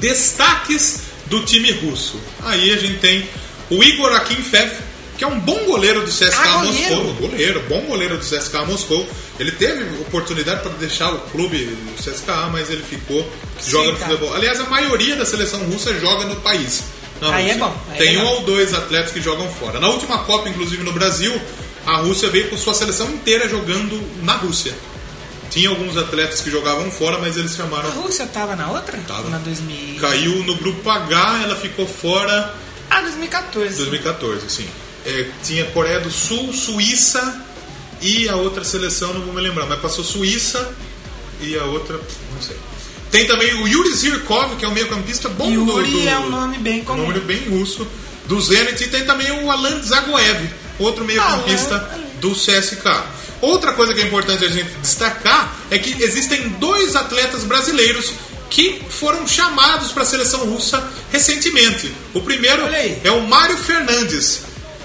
Speaker 2: Destaques do time russo. Aí a gente tem o Igor Akinfev, que é um bom goleiro do CSKA
Speaker 1: Ah, goleiro.
Speaker 2: Moscou. um Goleiro, bom goleiro do CSKA Moscou. Ele teve oportunidade para deixar o clube do CSKA, mas ele ficou, joga no
Speaker 1: cara.
Speaker 2: futebol. Aliás, a maioria da seleção russa joga no país. na
Speaker 1: Aí é
Speaker 2: Rússia.
Speaker 1: bom, aí
Speaker 2: Tem
Speaker 1: é
Speaker 2: um
Speaker 1: legal.
Speaker 2: ou dois atletas que jogam fora. Na última Copa, inclusive no Brasil, a Rússia veio com sua seleção inteira jogando na Rússia. Tinha alguns atletas que jogavam fora, mas eles chamaram
Speaker 1: A Rússia tava na outra?
Speaker 2: Tava.
Speaker 1: Na 2000.
Speaker 2: Caiu no grupo H, ela ficou fora
Speaker 1: Ah,
Speaker 2: em
Speaker 1: 2014.
Speaker 2: 2014, sim. É, tinha Coreia do Sul, Suíça e a outra seleção, não vou me lembrar, mas passou Suíça e a outra, não sei. Tem também o Yuri Zirkov, que é um meio-campista bom do-
Speaker 1: Yuri
Speaker 2: do-
Speaker 1: é um nome bem comum.
Speaker 2: número bem russo, do Zenit. E tem também o Alan Zagoev, outro meio-campista
Speaker 1: Alan.
Speaker 2: do CSK. Outra coisa que é importante a gente destacar é que existem dois atletas brasileiros que foram chamados para a seleção russa recentemente. O primeiro
Speaker 1: Olha aí.
Speaker 2: é o Mário Fernandes.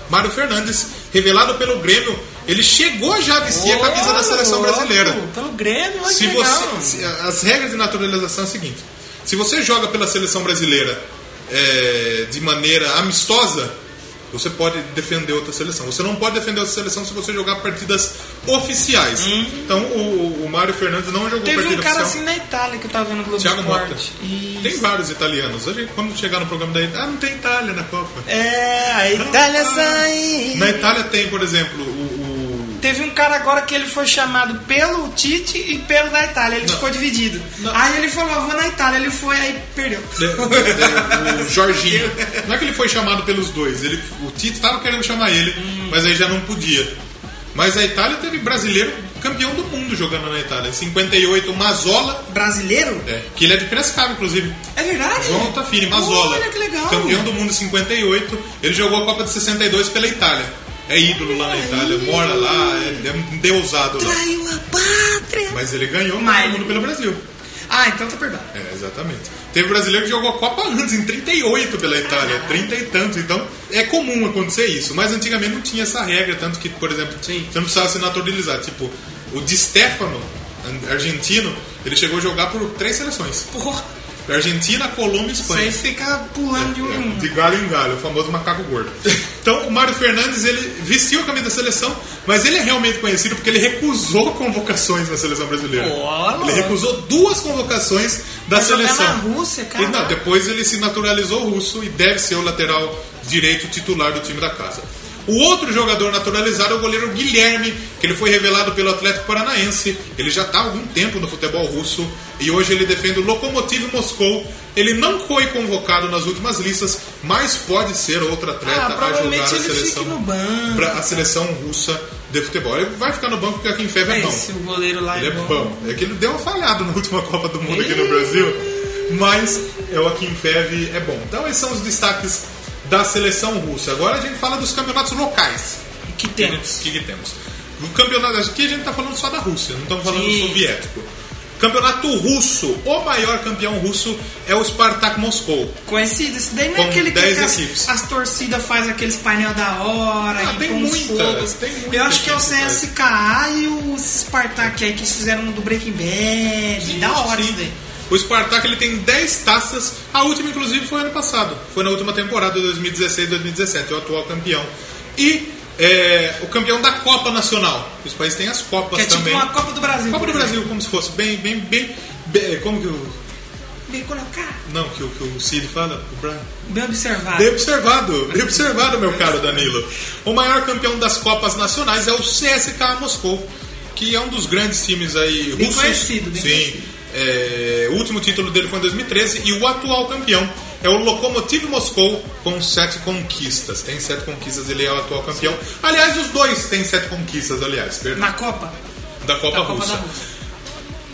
Speaker 2: Mário Fernandes, revelado pelo Grêmio, ele chegou já a vestir a camisa da seleção
Speaker 1: louco,
Speaker 2: brasileira.
Speaker 1: Pelo Grêmio, olha
Speaker 2: Se
Speaker 1: que é legal.
Speaker 2: você, se- as regras de naturalização é o seguinte: se você joga pela seleção brasileira é, de maneira amistosa, você pode defender outra seleção. Você não pode defender outra seleção se você jogar partidas oficiais. Então o, o- o Mário Fernandes não jogou
Speaker 1: Uhum. Teve
Speaker 2: partida
Speaker 1: um cara assim
Speaker 2: oficial.
Speaker 1: na Itália que eu tava vendo no Globo
Speaker 2: Thiago Mota.
Speaker 1: Esporte. E-
Speaker 2: Tem vários italianos. Hoje, quando chegar no programa da Itália, ah, não tem Itália na Copa.
Speaker 1: É, a Itália
Speaker 2: Ah.
Speaker 1: sai.
Speaker 2: Na Itália tem, por exemplo, o. o-
Speaker 1: Teve um cara agora que ele foi chamado pelo Tite e pelo da Itália. Ele
Speaker 2: Não.
Speaker 1: ficou dividido.
Speaker 2: Não.
Speaker 1: Aí ele falou, "Ah, vou na Itália. Ele foi, aí perdeu.
Speaker 2: de- de- o Jorginho. Não é que ele foi chamado pelos dois. Ele, o Tite estava querendo chamar ele, mas aí já não podia. Mas a Itália teve brasileiro campeão do mundo jogando na Itália. Em 58, o Mazola,
Speaker 1: Brasileiro?
Speaker 2: é, que ele é de Piracicaba, inclusive.
Speaker 1: É verdade?
Speaker 2: João tá Tafini, Mazola.
Speaker 1: Olha que legal.
Speaker 2: Campeão do mundo em 58. Ele jogou a Copa de 62 pela Itália. É ídolo lá na Itália, mora lá, é, é um deusado lá.
Speaker 1: Traiu a pátria.
Speaker 2: Mas ele ganhou
Speaker 1: Mas-
Speaker 2: o mundo pelo Brasil.
Speaker 1: Ah, então tá perdoado.
Speaker 2: É, exatamente. Teve brasileiro que jogou a Copa antes, em 38 pela Itália, 30 e tanto. Então é comum acontecer isso, mas antigamente não tinha essa regra. Tanto que, por exemplo, você não precisava se naturalizar. Tipo, o Di Stefano, an- argentino, ele chegou a jogar por três seleções:
Speaker 1: Porra.
Speaker 2: Argentina, Colômbia e
Speaker 1: Isso aí
Speaker 2: Espanha.
Speaker 1: fica pulando de um em um.
Speaker 2: De galho em galho, o famoso macaco gordo. Então o Mário Fernandes ele vestiu a camisa da seleção, mas ele é realmente conhecido porque ele recusou convocações na seleção brasileira.
Speaker 1: Olha.
Speaker 2: Ele recusou duas convocações da
Speaker 1: Mas jogar
Speaker 2: seleção.
Speaker 1: na Rússia, cara.
Speaker 2: E não, depois ele se naturalizou russo e deve ser o lateral direito titular do time da casa. O outro jogador naturalizado é o goleiro Guilherme, que ele foi revelado pelo Atlético Paranaense. Ele já está há algum tempo no futebol russo e hoje ele defende o Lokomotiv Moscou. Ele não foi convocado nas últimas listas, mas pode ser outro atleta
Speaker 1: Ah,
Speaker 2: a jogar a
Speaker 1: provavelmente ele
Speaker 2: seleção,
Speaker 1: fique no banco.
Speaker 2: pra- a seleção russa de futebol. Ele vai ficar no banco porque aqui em Febre é bom.
Speaker 1: Esse, o goleiro lá
Speaker 2: Ele é
Speaker 1: é bom.
Speaker 2: bom. É que ele deu uma falhada na última Copa do Mundo aqui no Brasil. Mas é o Akin Fev é bom. Então esses são os destaques da seleção russa. Agora a gente fala dos campeonatos locais.
Speaker 1: Que
Speaker 2: que
Speaker 1: temos.
Speaker 2: Que, que temos. O campeonato aqui a gente está falando só da Rússia, não estamos falando
Speaker 1: Sim.
Speaker 2: soviético. Campeonato russo, o maior campeão russo é o Spartak Moscou.
Speaker 1: Conhecido, esse daí não
Speaker 2: Com
Speaker 1: é aquele que
Speaker 2: 10
Speaker 1: as,
Speaker 2: equipes.
Speaker 1: as torcidas fazem aqueles painel da hora
Speaker 2: Ah,
Speaker 1: e
Speaker 2: tem
Speaker 1: põe uns
Speaker 2: muitas,
Speaker 1: fogos.
Speaker 2: tem muitas
Speaker 1: Eu acho que é o
Speaker 2: que faz.
Speaker 1: CSKA e o Spartak aí que eles fizeram no do Breaking Bad. da hora
Speaker 2: Sim.
Speaker 1: isso daí.
Speaker 2: O Spartak ele tem 10 taças, a última inclusive foi ano passado, foi na última temporada de 2016-2017, o atual campeão. E é, o campeão da Copa Nacional. Os países têm as Copas
Speaker 1: Que é tipo
Speaker 2: também.
Speaker 1: uma Copa do Brasil.
Speaker 2: Copa do Brasil, como se fosse bem, bem, bem, bem- como que o
Speaker 1: Bem colocado,
Speaker 2: não que o, que o Cid fala, o Brian.
Speaker 1: bem observado.
Speaker 2: Bem observado, bem observado, meu caro Danilo. O maior campeão das Copas Nacionais é o CSKA Moscou, que é um dos grandes times aí
Speaker 1: Bem
Speaker 2: russos.
Speaker 1: conhecido, bem
Speaker 2: Sim.
Speaker 1: conhecido.
Speaker 2: É, o último título dele foi em 2013 e o atual campeão é o Lokomotiv Moscou com sete conquistas. Tem sete conquistas, ele é o atual campeão. Aliás, os dois têm sete conquistas, aliás, perdão,
Speaker 1: Na Copa?
Speaker 2: da Copa
Speaker 1: da Copa
Speaker 2: Russa.
Speaker 1: da Rússia.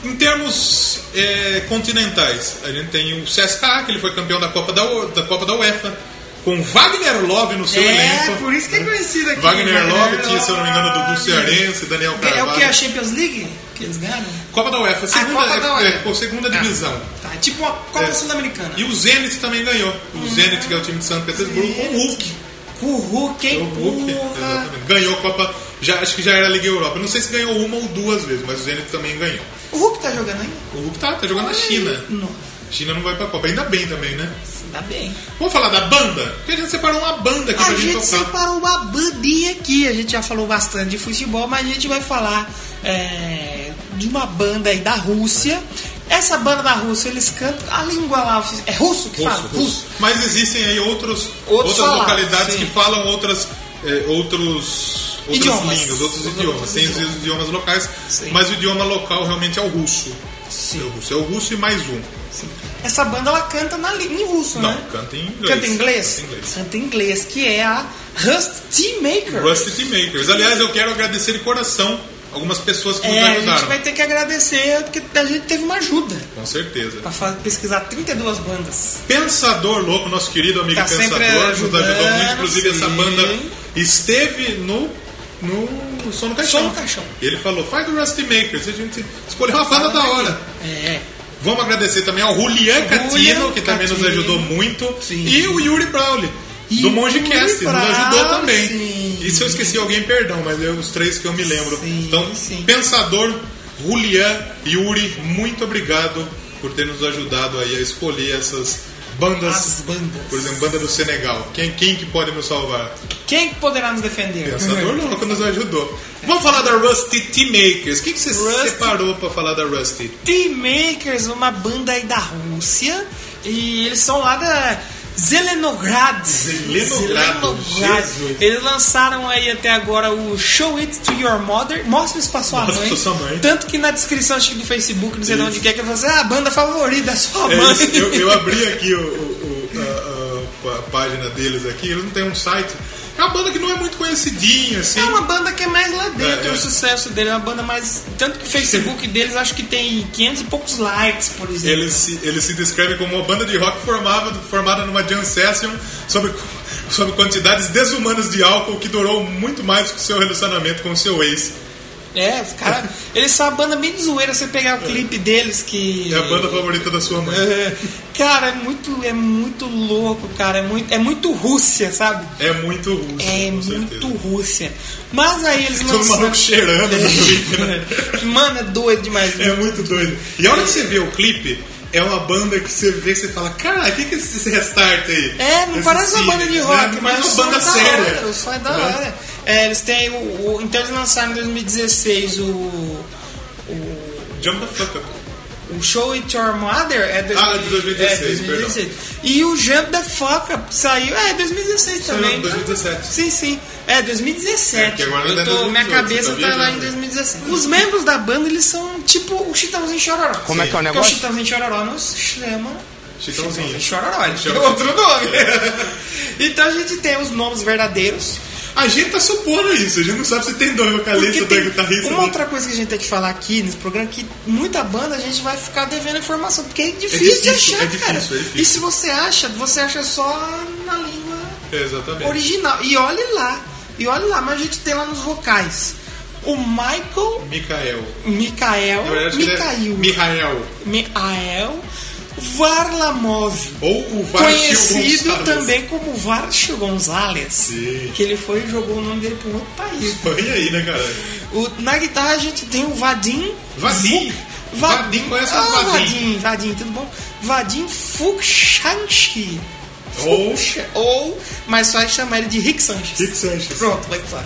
Speaker 2: Em termos eh, continentais, a gente tem o CSKA, que ele foi campeão da Copa da, U- da Copa da UEFA, com Wagner Love no seu
Speaker 1: É,
Speaker 2: elenco.
Speaker 1: por isso que é conhecido aqui.
Speaker 2: Wagner Love tinha, se eu não me engano, do, do Cearense, Daniel
Speaker 1: É,
Speaker 2: Carvalho.
Speaker 1: é o que? A Champions League? Que eles ganharam?
Speaker 2: Copa da UEFA, segunda,
Speaker 1: Copa da
Speaker 2: é,
Speaker 1: UEFA.
Speaker 2: é, segunda divisão.
Speaker 1: Tá, é tipo uma Copa
Speaker 2: É.
Speaker 1: Sul-Americana.
Speaker 2: E o Zenit também ganhou. O
Speaker 1: Uhum.
Speaker 2: Zenit, que é o time de São Petersburgo, com o Hulk.
Speaker 1: Com o Hulk,
Speaker 2: O
Speaker 1: hein?
Speaker 2: Hulk,
Speaker 1: Porra.
Speaker 2: exatamente. Ganhou a Copa, já, acho que já era a Liga Europa. Não sei se ganhou uma ou duas vezes, mas o Zenit também ganhou.
Speaker 1: O Hulk tá jogando ainda?
Speaker 2: O Hulk tá, tá jogando na China.
Speaker 1: Nossa,
Speaker 2: China não vai pra Copa. Ainda bem também, né?
Speaker 1: ainda bem.
Speaker 2: Vamos falar da banda? Porque a gente separou uma banda aqui
Speaker 1: A
Speaker 2: pra gente,
Speaker 1: gente
Speaker 2: tocar.
Speaker 1: separou uma bandinha aqui. A gente já falou bastante de futebol, mas a gente vai falar é, de uma banda aí da Rússia. Essa banda da Rússia, eles cantam a língua lá. É russo que fala? Russo.
Speaker 2: Mas existem aí outros,
Speaker 1: Outros
Speaker 2: outras
Speaker 1: falados,
Speaker 2: localidades
Speaker 1: sim.
Speaker 2: que falam outras, eh, outros, outras
Speaker 1: Idiomas.
Speaker 2: línguas, outros
Speaker 1: Outros
Speaker 2: idiomas. Tem os
Speaker 1: idiomas.
Speaker 2: idiomas locais,
Speaker 1: Sim.
Speaker 2: mas o idioma local realmente é o russo. É o
Speaker 1: Sim.
Speaker 2: russo, é o russo e mais um.
Speaker 1: Essa banda ela canta na, li- em russo,
Speaker 2: Não,
Speaker 1: né?
Speaker 2: canta em inglês.
Speaker 1: Canta em inglês?
Speaker 2: Canta em inglês.
Speaker 1: Canta em inglês, que é a Rust Tea Maker.
Speaker 2: Rusty Tea Makers. Aliás, eu quero agradecer de coração algumas pessoas que nos
Speaker 1: É, a gente
Speaker 2: ajudaram.
Speaker 1: vai ter que agradecer, porque a gente teve uma ajuda
Speaker 2: Com certeza.
Speaker 1: pra fa- pesquisar 32 bandas.
Speaker 2: Pensador Louco, nosso querido amigo
Speaker 1: Tá sempre
Speaker 2: Pensador, nos
Speaker 1: ajudando,
Speaker 2: ajudou muito. Inclusive,
Speaker 1: sim.
Speaker 2: essa banda esteve no, no Som no Caixão.
Speaker 1: Som no Caixão.
Speaker 2: E ele falou: faz do Rusty Makers. E a gente escolheu uma banda da hora.
Speaker 1: É.
Speaker 2: Vamos agradecer também ao Julian Catino, que também nos
Speaker 1: Catino.
Speaker 2: ajudou muito.
Speaker 1: Sim.
Speaker 2: E o Yuri Brawley.
Speaker 1: E
Speaker 2: do
Speaker 1: o
Speaker 2: Mongecast,
Speaker 1: Yuri
Speaker 2: nos ajudou
Speaker 1: Brawley,
Speaker 2: também.
Speaker 1: sim.
Speaker 2: E se eu esqueci alguém, perdão, mas eu, os três que eu me lembro.
Speaker 1: Sim,
Speaker 2: então,
Speaker 1: sim.
Speaker 2: Pensador, Julian, Yuri, muito obrigado por ter nos ajudado aí a escolher essas bandas.
Speaker 1: As bandas.
Speaker 2: Por exemplo, banda do Senegal. Quem, quem que pode nos salvar?
Speaker 1: Quem é poderá nos defender?
Speaker 2: Pensador Louco nos ajudou. Vamos falar da Rusty Tea Makers. O que, que você
Speaker 1: Rusty-
Speaker 2: separou pra falar da Rusty?
Speaker 1: Tea Makers, uma banda aí da Rússia. E eles são lá da Zelenograd.
Speaker 2: Zelenograd,
Speaker 1: Zelenograd.
Speaker 2: Jesus.
Speaker 1: Eles lançaram aí até agora o Show It to Your Mother. Mostra isso pra sua
Speaker 2: Mostra
Speaker 1: mãe.
Speaker 2: pra sua mãe.
Speaker 1: Tanto que na descrição acho que do Facebook, não sei de onde que é, que eu falo assim, ah, a banda favorita da sua
Speaker 2: É
Speaker 1: mãe.
Speaker 2: isso, eu, eu abri aqui o, o- o- a, a- a página deles aqui, eles não têm um site. É uma banda que não é muito conhecidinha, assim.
Speaker 1: É uma banda que é mais lá dentro,
Speaker 2: É, é.
Speaker 1: o sucesso dele é uma banda mais. Tanto que o Facebook deles acho que tem 500 e poucos likes, por exemplo.
Speaker 2: Eles se, eles se descrevem como uma banda de rock formava, formada numa jam session sobre, sobre quantidades desumanas de álcool que durou muito mais que o seu relacionamento com o seu ex.
Speaker 1: É, os caras. Eles são uma banda bem de zoeira, você pegar o clipe deles que.
Speaker 2: É a banda favorita da sua mãe.
Speaker 1: É, Cara, é muito, é muito louco, cara. É muito, é muito Rússia, sabe?
Speaker 2: É muito russo.
Speaker 1: É
Speaker 2: com
Speaker 1: muito
Speaker 2: certeza.
Speaker 1: Rússia. Mas é aí eles
Speaker 2: Todo maluco cheirando. assim, né?
Speaker 1: Mano, é doido demais.
Speaker 2: É muito doido. E a hora que você vê o clipe, é uma banda que você vê e você fala, cara, o que, que é esse restart aí?
Speaker 1: É, não
Speaker 2: Esse
Speaker 1: parece uma
Speaker 2: Cine,
Speaker 1: banda de
Speaker 2: né?
Speaker 1: rock,
Speaker 2: Não
Speaker 1: mas
Speaker 2: parece
Speaker 1: o
Speaker 2: uma banda
Speaker 1: som é da
Speaker 2: séria.
Speaker 1: hora, o som é da
Speaker 2: Né?
Speaker 1: hora. É, eles têm o, o- Então eles lançaram em 2016 o. o
Speaker 2: Jump the fuck up.
Speaker 1: O Show It Your Mother é, dois,
Speaker 2: Ah, de 2016,
Speaker 1: é 2016. E o Jump the Foca saiu. É, 2016
Speaker 2: Saiu
Speaker 1: também.
Speaker 2: em 2017.
Speaker 1: Sim, sim. É,
Speaker 2: É,
Speaker 1: 2017.
Speaker 2: que agora ainda
Speaker 1: Eu
Speaker 2: é
Speaker 1: tô, minha
Speaker 2: 2018,
Speaker 1: cabeça
Speaker 2: tá
Speaker 1: tá lá em
Speaker 2: viajando.
Speaker 1: 2017. Os membros da banda, eles são tipo o Chitãozinho e Chororó.
Speaker 4: Como é que é
Speaker 1: Porque
Speaker 4: o negócio?
Speaker 1: o Chitãozinho e Chororó não se chama
Speaker 2: Chitãozinho.
Speaker 1: Chororó, ele tem
Speaker 2: Chororó.
Speaker 1: outro nome. então a gente tem os nomes verdadeiros.
Speaker 2: A gente tá supondo isso, a gente não sabe se tem dois vocalistas,
Speaker 1: Porque
Speaker 2: dois
Speaker 1: tem
Speaker 2: guitarristas.
Speaker 1: uma
Speaker 2: né?
Speaker 1: outra coisa que a gente tem que falar aqui nesse programa é que muita banda a gente vai ficar devendo informação, porque é difícil, de
Speaker 2: difícil,
Speaker 1: achar,
Speaker 2: é difícil,
Speaker 1: cara.
Speaker 2: é difícil.
Speaker 1: E se você acha, você acha só na língua
Speaker 2: É, Exatamente.
Speaker 1: original. E olhe lá, e olhe lá, mas a gente tem lá nos vocais. O Michael,
Speaker 2: Mikael.
Speaker 1: Mikael,
Speaker 2: Na verdade, ele é
Speaker 1: Mikael,
Speaker 2: Mihael.
Speaker 1: Michael Varlamov.
Speaker 2: Ou o Varchio
Speaker 1: Conhecido
Speaker 2: Gonçalves.
Speaker 1: também como Varchio Gonzalez,
Speaker 2: Sim.
Speaker 1: que ele foi e jogou o nome dele para um outro país.
Speaker 2: Olha aí, né, cara?
Speaker 1: O- na guitarra a gente tem o Vadim.
Speaker 2: Vadim.
Speaker 1: Vuk-
Speaker 2: Vadim, conhece o
Speaker 1: Ah,
Speaker 2: Vadim.
Speaker 1: Vadim, Vadim, tudo bom? Vadim Fukshansky.
Speaker 2: Ou-
Speaker 1: Fuksha- Ou, mas só é chamar ele de Rick Sanchez.
Speaker 2: Rick Sanchez.
Speaker 1: Pronto, vai claro.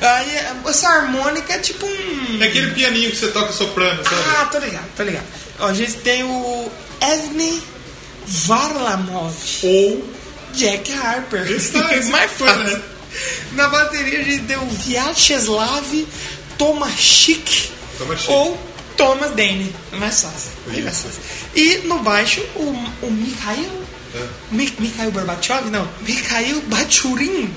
Speaker 1: Aí, essa harmônica é tipo um.
Speaker 2: É aquele pianinho que você toca soprano, sabe?
Speaker 1: Ah, tô ligado, tô ligado. Ó, a gente tem o Evne Varlamov.
Speaker 2: Ou
Speaker 1: Jack Harper. é
Speaker 2: Está, esse é
Speaker 1: mais
Speaker 2: foi,
Speaker 1: fácil.
Speaker 2: né?
Speaker 1: Na bateria a gente deu Vyacheslav Tomaszczyk
Speaker 2: Tomaszczyk.
Speaker 1: ou Thomas Dane. É Mais fácil. bem mais
Speaker 2: Isso.
Speaker 1: fácil. E no baixo o, o Mikhail.
Speaker 2: É.
Speaker 1: Mi- Mikhail Gorbachev? Não. Mikhail Bachurin.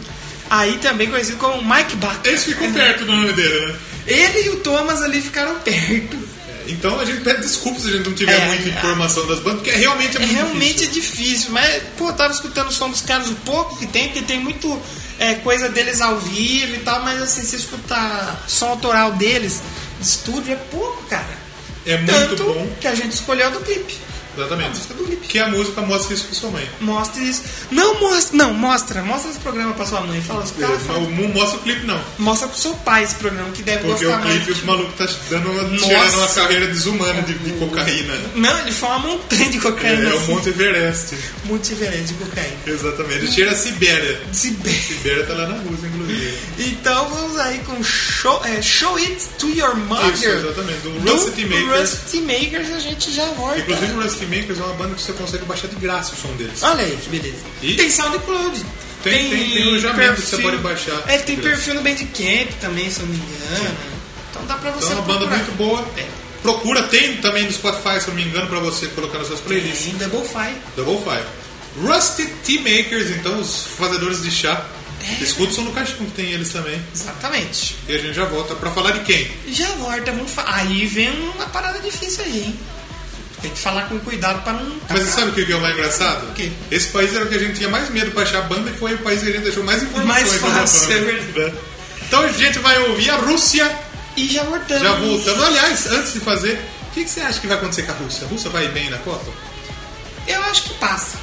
Speaker 1: Aí também conhecido como Mike Bach.
Speaker 2: Eles ficam perto do nome dele, né?
Speaker 1: Ele e o Thomas ali ficaram perto.
Speaker 2: Então a gente pede desculpas se a gente não tiver
Speaker 1: É,
Speaker 2: muita
Speaker 1: é.
Speaker 2: informação das bandas, porque realmente é
Speaker 1: É
Speaker 2: muito
Speaker 1: realmente
Speaker 2: difícil.
Speaker 1: difícil, mas, pô, eu tava escutando o som dos caras o pouco que tem, porque tem muito é, coisa deles ao vivo e tal, mas assim, se escutar som autoral deles, de estúdio, é pouco, cara.
Speaker 2: É muito
Speaker 1: Tanto
Speaker 2: bom.
Speaker 1: que a gente escolheu do clipe.
Speaker 2: Exatamente.
Speaker 1: música é do clipe.
Speaker 2: Que a música mostra isso pra sua mãe.
Speaker 1: Mostra isso. Não mostra, não, mostra. Mostra esse programa pra sua mãe. Fala, os caras falam.
Speaker 2: É, Não, não mostra Tá, o clipe, não.
Speaker 1: Mostra pro seu pai esse programa, que deve
Speaker 2: Porque
Speaker 1: É gostar
Speaker 2: o
Speaker 1: mais.
Speaker 2: clipe, os malucos tá dando uma,
Speaker 1: Nossa. É
Speaker 2: tirando uma carreira desumana de, de cocaína.
Speaker 1: Não, ele fala uma montanha de
Speaker 2: É,
Speaker 1: cocaína.
Speaker 2: é o
Speaker 1: assim,
Speaker 2: Monte Everest.
Speaker 1: Muito diferente de cocaína.
Speaker 2: Exatamente. Ele tira a Sibéria.
Speaker 1: Sibéria.
Speaker 2: Sibéria tá lá na Rússia, inclusive.
Speaker 1: Então vamos aí com show, é, show It to Your Mother.
Speaker 2: Isso, exatamente, do Rusty Makers.
Speaker 1: Rusty Makers a gente já volta.
Speaker 2: Inclusive, o Rusty Makers é uma banda que você consegue baixar de graça o som deles.
Speaker 1: Olha aí, que beleza.
Speaker 2: E?
Speaker 1: Tem SoundCloud.
Speaker 2: Tem- tem- tem alojamento que você pode baixar.
Speaker 1: É, tem
Speaker 2: Beleza.
Speaker 1: perfil no Bandcamp também, se eu não me engano. Então dá pra
Speaker 2: Então
Speaker 1: você
Speaker 2: é uma banda
Speaker 1: procurar.
Speaker 2: muito boa.
Speaker 1: É.
Speaker 2: Procura, tem também no Spotify, se eu não me engano, pra você colocar nas suas playlists.
Speaker 1: Tem Double Fire.
Speaker 2: Double Five. Rusty Tea Makers, então, os fazedores de chá.
Speaker 1: É?
Speaker 2: Escuta o som do caixão que tem eles também.
Speaker 1: Exatamente.
Speaker 2: E a gente já volta pra falar de quem?
Speaker 1: E Já volta, vamos fa- Aí vem uma parada difícil aí, hein? Tem que falar com cuidado pra não.
Speaker 2: Mas você sabe o que que é o mais engraçado?
Speaker 1: O quê?
Speaker 2: Esse país era o que a gente tinha mais medo pra achar banda e foi o país que a gente achou mais informações.
Speaker 1: Mais
Speaker 2: pra uma
Speaker 1: fácil,
Speaker 2: banda.
Speaker 1: é verdade.
Speaker 2: Então a gente vai ouvir a Rússia
Speaker 1: E já voltamos.
Speaker 2: já voltando. Aliás, antes de fazer, o que, que você acha que vai acontecer com a Rússia? A Rússia vai bem na Copa?
Speaker 1: Eu acho que passa.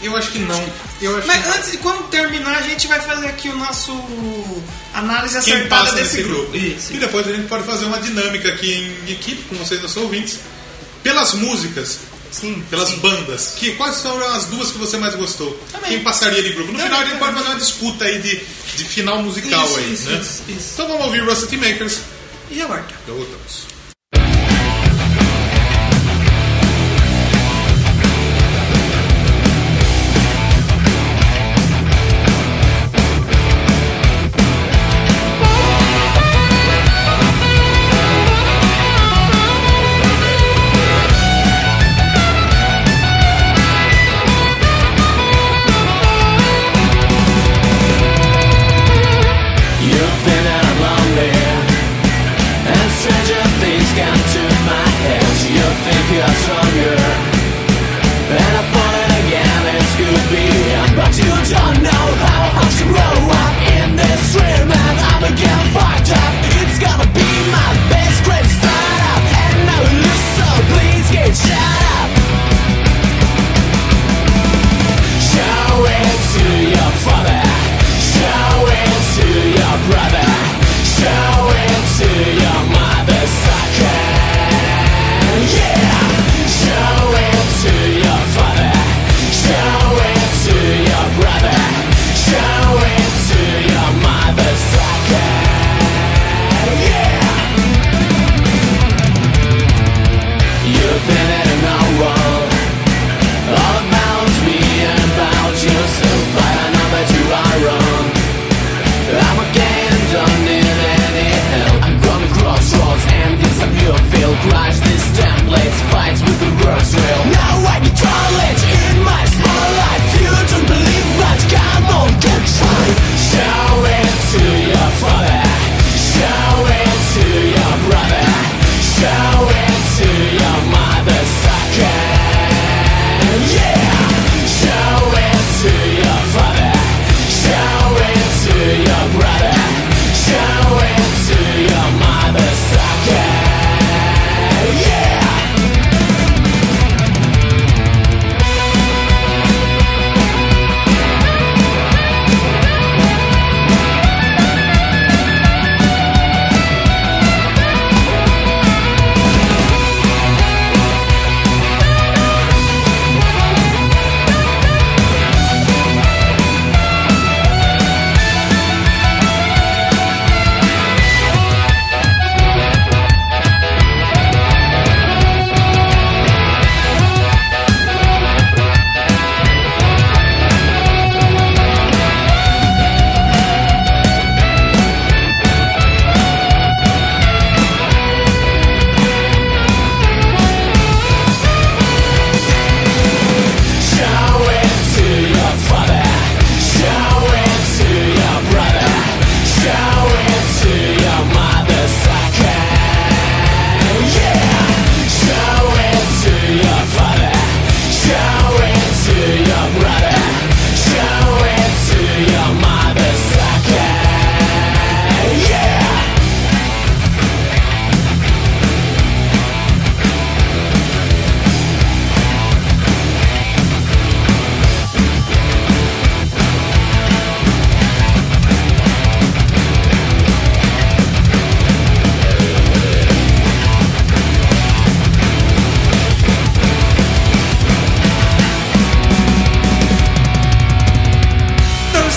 Speaker 2: Eu acho que não. Eu acho
Speaker 1: Mas
Speaker 2: que
Speaker 1: antes de quando terminar, a gente vai fazer aqui o nosso análise
Speaker 2: quem
Speaker 1: acertada
Speaker 2: passa
Speaker 1: desse
Speaker 2: nesse
Speaker 1: grupo.
Speaker 2: grupo. E depois a gente pode fazer uma dinâmica aqui em equipe com vocês, nossos ouvintes, pelas músicas,
Speaker 1: Sim.
Speaker 2: pelas
Speaker 1: sim.
Speaker 2: bandas. Que, quais foram as duas que você mais gostou?
Speaker 1: Também.
Speaker 2: Quem passaria de grupo? No
Speaker 1: Também,
Speaker 2: final a gente
Speaker 1: também.
Speaker 2: pode fazer uma disputa aí de, de final musical
Speaker 1: Isso,
Speaker 2: aí,
Speaker 1: isso,
Speaker 2: né?
Speaker 1: isso, isso.
Speaker 2: Então vamos ouvir Rusty Makers. Então,
Speaker 1: E agora? tá?
Speaker 2: Já voltamos.
Speaker 5: You've been out lonely, and stranger things.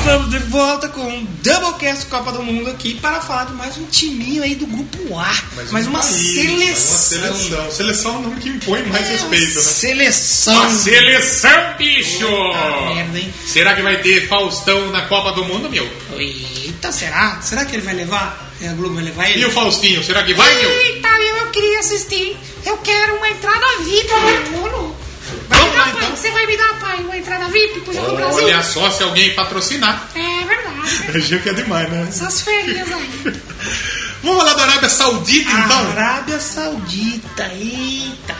Speaker 1: Então, volta com um Doublecast Copa do Mundo aqui para falar de mais um timinho aí do Grupo A. Mais,
Speaker 2: um
Speaker 1: uma,
Speaker 2: país,
Speaker 1: seleção.
Speaker 2: Uma seleção. Seleção é o nome que impõe mais respeito, né?
Speaker 1: Seleção.
Speaker 2: Uma seleção, bicho!
Speaker 1: Puta merda, hein?
Speaker 2: Será que vai ter Faustão na Copa do Mundo, meu?
Speaker 1: Eita, será? Será que ele vai levar? É, A Globo vai levar ele?
Speaker 2: E o Faustinho, será que vai, meu?
Speaker 1: Eita, eu, eu queria assistir. Eu quero uma entrada VIP, Marcolo. Vai
Speaker 2: Vamos
Speaker 1: me dar,
Speaker 2: lá,
Speaker 1: pai.
Speaker 2: então.
Speaker 1: Você vai me dar, pai, uma entrada VIP pro Jogo do Brasil?
Speaker 2: Olha só se alguém patrocinar.
Speaker 1: É verdade.
Speaker 2: Achei que é demais, né?
Speaker 1: Essas férias aí.
Speaker 2: Vamos falar da Arábia Saudita, então?
Speaker 1: Arábia Saudita, eita.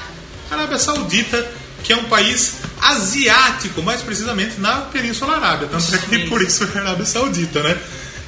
Speaker 2: Arábia Saudita, que é um país asiático, mais precisamente na Península Arábia. Tanto é que
Speaker 1: Sim.
Speaker 2: por isso é Arábia Saudita, né?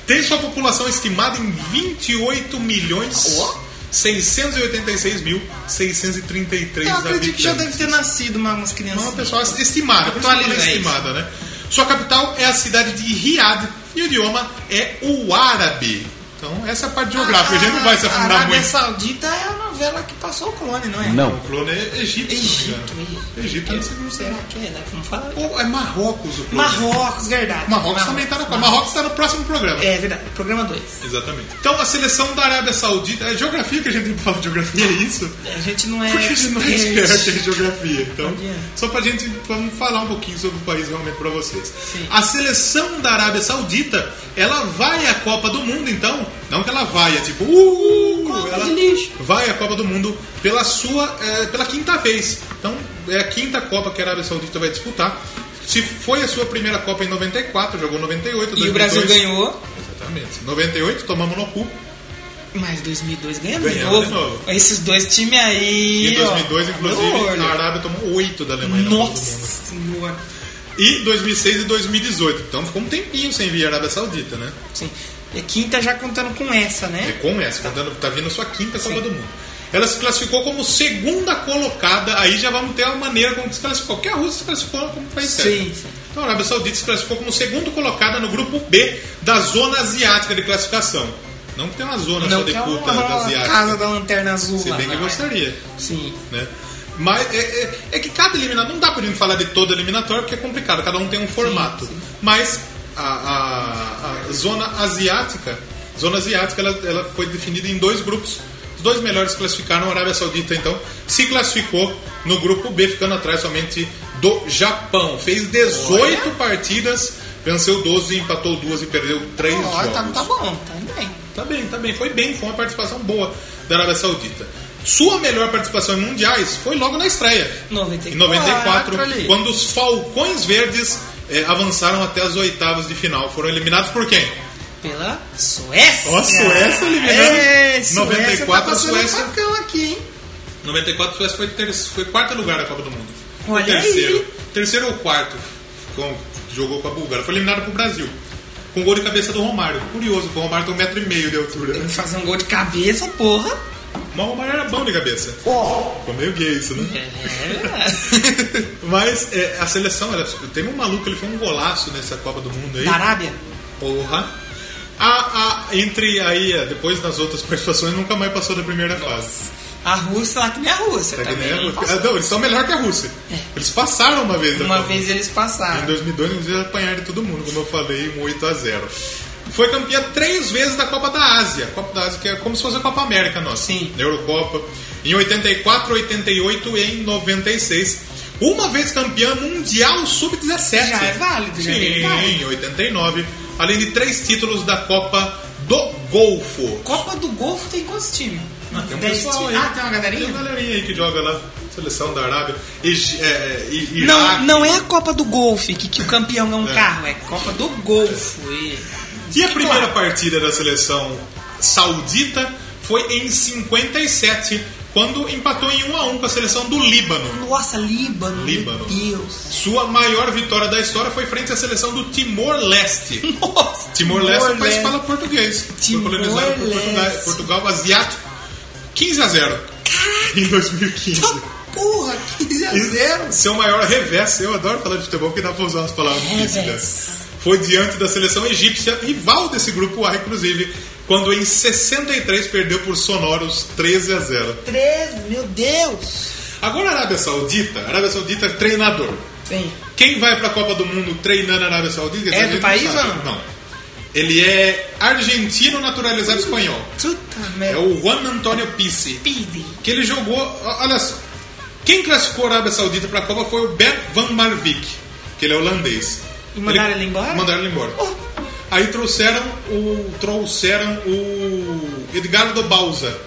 Speaker 2: Tem sua população estimada em 28 milhões.
Speaker 1: Ó.
Speaker 2: 686.633
Speaker 1: Eu acredito que já
Speaker 2: habitantes.
Speaker 1: deve ter nascido uma- umas crianças.
Speaker 2: Então, é Uma pessoa estimada, por isso que eu falei
Speaker 1: Atualiza isso.
Speaker 2: estimada, né? Sua capital é a cidade de Riad e o idioma é o árabe. Então, essa é a parte geográfica, a gente não vai se
Speaker 1: A
Speaker 2: afundar
Speaker 1: Arábia
Speaker 2: muito.
Speaker 1: Saudita é a novela que passou o clone, não é?
Speaker 2: O clone é né? Egito, se não me
Speaker 1: Egito.
Speaker 2: engano.
Speaker 1: Egito.
Speaker 2: Egito,
Speaker 1: Eu
Speaker 2: Egito.
Speaker 1: não sei lá que é, né? Como fala?
Speaker 2: Ou é Marrocos o clone.
Speaker 1: Marrocos, verdade.
Speaker 2: Marrocos também está no, Marrocos está no próximo programa.
Speaker 1: É verdade, programa 2.
Speaker 2: Exatamente. Então, a seleção da Arábia Saudita... É geografia que a gente tem que falar de geografia, é isso?
Speaker 1: A gente não é.
Speaker 2: Porque a gente não é
Speaker 1: expert.
Speaker 2: esperto em geografia. Então,
Speaker 1: Onde é?
Speaker 2: só pra gente vamos falar um pouquinho sobre o país realmente pra vocês.
Speaker 1: Sim.
Speaker 2: A seleção da Arábia Saudita, ela vai à Copa do Mundo, então. Não que ela vai, é tipo, uh,
Speaker 1: Copa
Speaker 2: ela
Speaker 1: de lixo.
Speaker 2: vai à Copa do Mundo pela sua, eh, pela quinta vez. Então, é a quinta Copa que a Arábia Saudita vai disputar. Se foi a sua primeira Copa em 94, jogou 98,
Speaker 1: E o Brasil
Speaker 2: 2002.
Speaker 1: ganhou,
Speaker 2: Exatamente. 98, tomamos no cu.
Speaker 1: mas 2002 ganhou de
Speaker 2: Ganhamos
Speaker 1: novo.
Speaker 2: de novo.
Speaker 1: Esses dois times
Speaker 2: E
Speaker 1: aí.
Speaker 2: em 2002,
Speaker 1: ó, abre o
Speaker 2: inclusive,
Speaker 1: olho.
Speaker 2: a Arábia tomou 8 da Alemanha na Copa do Mundo.
Speaker 1: Nossa senhora.
Speaker 2: E 2006 e 2018. Então ficou um tempinho sem vir a Arábia Saudita, né?
Speaker 1: Sim. E a quinta já contando com essa,
Speaker 2: É
Speaker 1: né?
Speaker 2: com essa, contando, tá vindo a sua quinta Copa do Mundo. Ela se classificou como segunda colocada, aí já vamos ter a maneira como que se classificou. Porque a Rússia se classificou como país
Speaker 1: Sim,
Speaker 2: sério.
Speaker 1: sim.
Speaker 2: Então a Arábia Saudita se classificou como segundo colocada no grupo B da zona asiática de classificação. Não que tem uma zona só de
Speaker 1: que é uma,
Speaker 2: puta da
Speaker 1: uma
Speaker 2: asiática.
Speaker 1: casa da lanterna azul.
Speaker 2: se
Speaker 1: lá,
Speaker 2: bem que eu
Speaker 1: né?
Speaker 2: gostaria.
Speaker 1: Sim.
Speaker 2: né? Mas é, é- é que cada eliminatório, não dá pra gente falar de toda eliminatória porque é complicado, cada um tem um formato. Mas a, a- a zona asiática, zona asiática ela, ela foi definida em dois grupos. Os dois melhores classificaram, a Arábia Saudita então se classificou no grupo B, ficando atrás somente do Japão. Fez 18 partidas, venceu 12, empatou duas e perdeu 3
Speaker 1: Ó,
Speaker 2: jogos.
Speaker 1: tá, tá bom, tá indo bem.
Speaker 2: Tá bem, tá bem. Foi bem, foi uma participação boa da Arábia Saudita. Sua melhor participação em mundiais foi logo na estreia.
Speaker 1: 94
Speaker 2: em 94,
Speaker 1: ali.
Speaker 2: quando os Falcões Verdes eh, avançaram até as oitavas de final. Foram eliminados por quem?
Speaker 1: Pela Suécia.
Speaker 2: Ó, a Suécia eliminando.
Speaker 1: É, Suécia
Speaker 2: 94
Speaker 1: tá passando
Speaker 2: a Suécia.
Speaker 1: facão aqui, hein?
Speaker 2: 94, a Suécia foi, ter... foi quarto lugar da Copa do Mundo. Foi
Speaker 1: Olha aí.
Speaker 2: terceiro. Terceiro ou quarto. Com... Jogou com a Bulgária. Foi eliminado pro Brasil. Com gol de cabeça do Romário. Curioso, porque o Romário tem um metro e meio de altura. né?
Speaker 1: Fazer um gol de cabeça, porra.
Speaker 2: Mas o Romário era bom de cabeça. Ficou meio gay isso, né?
Speaker 1: É.
Speaker 2: Mas é, a seleção, ela, teve um maluco, ele foi um golaço nessa Copa do Mundo aí.
Speaker 1: da Arábia?
Speaker 2: Porra. A, a, entre aí, é, depois das outras participações, nunca mais passou da primeira fase.
Speaker 1: A Rússia lá que nem a Rússia.
Speaker 2: Tá que
Speaker 1: também
Speaker 2: nem a Rússia.
Speaker 1: passou.
Speaker 2: Ah, não, eles são melhor que a Rússia. Eles passaram uma vez da
Speaker 1: Uma
Speaker 2: Copa.
Speaker 1: vez eles
Speaker 2: Em
Speaker 1: passaram.
Speaker 2: 2002, eles apanharam de todo mundo, como eu falei, um 8 a 0 Foi campeã três vezes da Copa da Ásia. Copa da Ásia, que é como se fosse a Copa América nossa.
Speaker 1: Sim.
Speaker 2: Na Eurocopa. Em 84, 88 e em 96. Uma vez campeã mundial sub-17.
Speaker 1: Já é válido, já é
Speaker 2: Sim,
Speaker 1: bem válido.
Speaker 2: em 89. Além de três títulos da Copa do Golfo.
Speaker 1: Copa do Golfo tem quantos times?
Speaker 2: Tem um
Speaker 1: Dez
Speaker 2: pessoal
Speaker 1: times.
Speaker 2: aí.
Speaker 1: Ah, tem uma
Speaker 2: Tem uma
Speaker 1: galerinha?
Speaker 2: galerinha aí que joga lá. Seleção da Arábia. Egi- é, é, I- Iraque.
Speaker 1: Não, não é a Copa do Golfe, que, que o campeão é um
Speaker 2: É.
Speaker 1: carro, é Copa do Golfo. E...
Speaker 2: E a primeira partida da seleção saudita foi em 57, quando empatou em 1 a 1 com a seleção do Líbano.
Speaker 1: Nossa, Líbano.
Speaker 2: Líbano.
Speaker 1: Meu Deus.
Speaker 2: Sua maior vitória da história foi frente à seleção do Timor-Leste.
Speaker 1: Nossa.
Speaker 2: Timor-Leste é um país que
Speaker 1: Timor-Leste.
Speaker 2: fala português. Foi colonizado por Portugal,
Speaker 1: Timor-Leste.
Speaker 2: Portugal asiático. 15 a 0 em 2015.
Speaker 1: Porra, 15 a 0.
Speaker 2: Seu maior revés, eu adoro falar de futebol porque dá pra usar umas palavras
Speaker 1: Revés.
Speaker 2: difíceis. né? Foi diante da seleção egípcia, rival desse grupo A, inclusive, quando em 63 perdeu por sonoros 13 a 0.
Speaker 1: 13, meu Deus.
Speaker 2: Agora a Arábia Saudita, a Arábia Saudita é treinador.
Speaker 1: Sim.
Speaker 2: Quem vai pra Copa do Mundo treinando a Arábia Saudita?
Speaker 1: É do
Speaker 2: A gente
Speaker 1: país
Speaker 2: sabe.
Speaker 1: ou não?
Speaker 2: Não. Ele é argentino naturalizado espanhol.
Speaker 1: Puta
Speaker 2: É
Speaker 1: merda.
Speaker 2: o Juan Antonio Pizzi.
Speaker 1: Pide.
Speaker 2: Que ele jogou. ó, Olha só. Quem classificou a Arábia Saudita para a Copa foi o Bert Van Marwijk, que ele é holandês.
Speaker 1: E mandaram ele embora? Oh.
Speaker 2: Mandaram ele embora. Aí trouxeram o. Trouxeram o. Edgardo Bausa,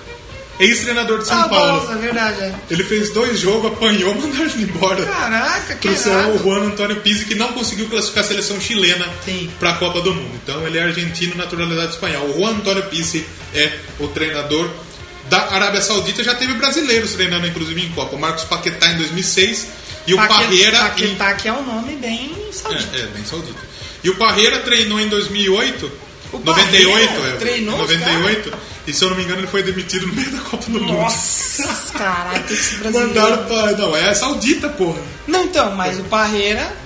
Speaker 2: ex-treinador de São
Speaker 1: Ah,
Speaker 2: Paulo.
Speaker 1: Paulo, é verdade. é.
Speaker 2: Ele fez dois jogos, apanhou, mandaram ele
Speaker 1: Ah,
Speaker 2: embora.
Speaker 1: Caraca, que
Speaker 2: Trouxeram o
Speaker 1: errado.
Speaker 2: Juan Antônio Pizzi, que não conseguiu classificar a seleção chilena
Speaker 1: Sim.
Speaker 2: para a Copa do Mundo. Então ele é argentino, naturalizado espanhol. O Juan Antônio Pizzi é o treinador da Arábia Saudita. Já teve brasileiros treinando, inclusive, em Copa. O Marcos Paquetá em 2006 e o
Speaker 1: Paque-
Speaker 2: Parreira em...
Speaker 1: Paquetá, que é um nome bem saudita.
Speaker 2: É, é, bem saudita. E o Parreira treinou em 2008...
Speaker 1: O
Speaker 2: 98,
Speaker 1: Parreira
Speaker 2: é,
Speaker 1: treinou os
Speaker 2: 98, e se eu não me engano ele foi demitido no meio da Copa do
Speaker 1: Nossa, caraca, esse
Speaker 2: Mundo.
Speaker 1: brasileiro.
Speaker 2: É. Mandaram pra... Não, é saudita, porra.
Speaker 1: Não, então, mas o Parreira.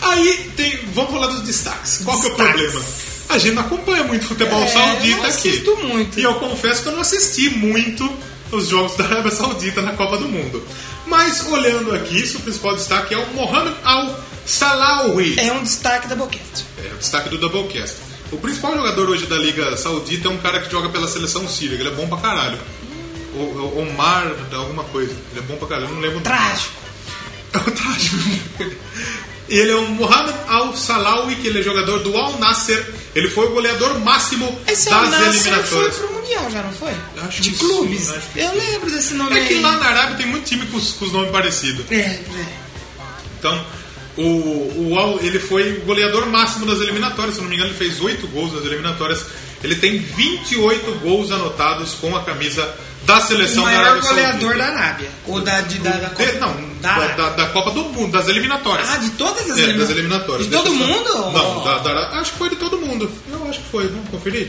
Speaker 2: Aí tem. Vamos falar dos destaques. Qual que é o
Speaker 1: Destaques.
Speaker 2: problema? A gente não acompanha muito futebol
Speaker 1: É,
Speaker 2: saudita
Speaker 1: não
Speaker 2: aqui.
Speaker 1: assisto muito.
Speaker 2: E eu confesso que eu não assisti muito os jogos da Arábia Saudita na Copa do Mundo. Mas olhando aqui, isso, o principal destaque é o Mohamed Al Salawi.
Speaker 1: É um destaque da Boquete.
Speaker 2: É o destaque do Doublecast. O principal jogador hoje da Liga Saudita é um cara que joga pela seleção síria, que ele é bom pra caralho. O, o Omar, alguma coisa. Ele é bom pra caralho, eu não lembro. o nome.
Speaker 1: Trágico.
Speaker 2: É o trágico. Ele é o Mohamed Al-Salawi, que ele é jogador do Al-Nasser. Ele foi o goleador máximo
Speaker 1: Esse é o
Speaker 2: das
Speaker 1: Nasser foi
Speaker 2: eliminatórias.
Speaker 1: pro Mundial, já não foi?
Speaker 2: Acho
Speaker 1: De
Speaker 2: que
Speaker 1: clubes.
Speaker 2: sim, acho que
Speaker 1: Eu lembro desse nome
Speaker 2: É que
Speaker 1: aí.
Speaker 2: lá na Arábia tem muito time com os, com os nomes parecidos.
Speaker 1: É, é.
Speaker 2: Então, o, o Al, ele foi o goleador máximo das eliminatórias. Se não me engano, ele fez 8 gols nas eliminatórias. Ele tem 28 gols anotados com a camisa da
Speaker 1: O
Speaker 2: seleção da
Speaker 1: maior
Speaker 2: é Arábia
Speaker 1: goleador da
Speaker 2: Saudita.
Speaker 1: Arábia. Ou da, de, da, da Copa.
Speaker 2: De- não,
Speaker 1: da,
Speaker 2: da,
Speaker 1: Arábia.
Speaker 2: da- da Copa do Mundo, das eliminatórias.
Speaker 1: Ah, de todas as
Speaker 2: É,
Speaker 1: elimina-
Speaker 2: das eliminatórias.
Speaker 1: De todo
Speaker 2: Deixa eu
Speaker 1: mundo? Oh.
Speaker 2: só- Não, tá.
Speaker 1: Ó.
Speaker 2: da- da- acho que foi de todo mundo. Eu acho que foi, vamos conferir?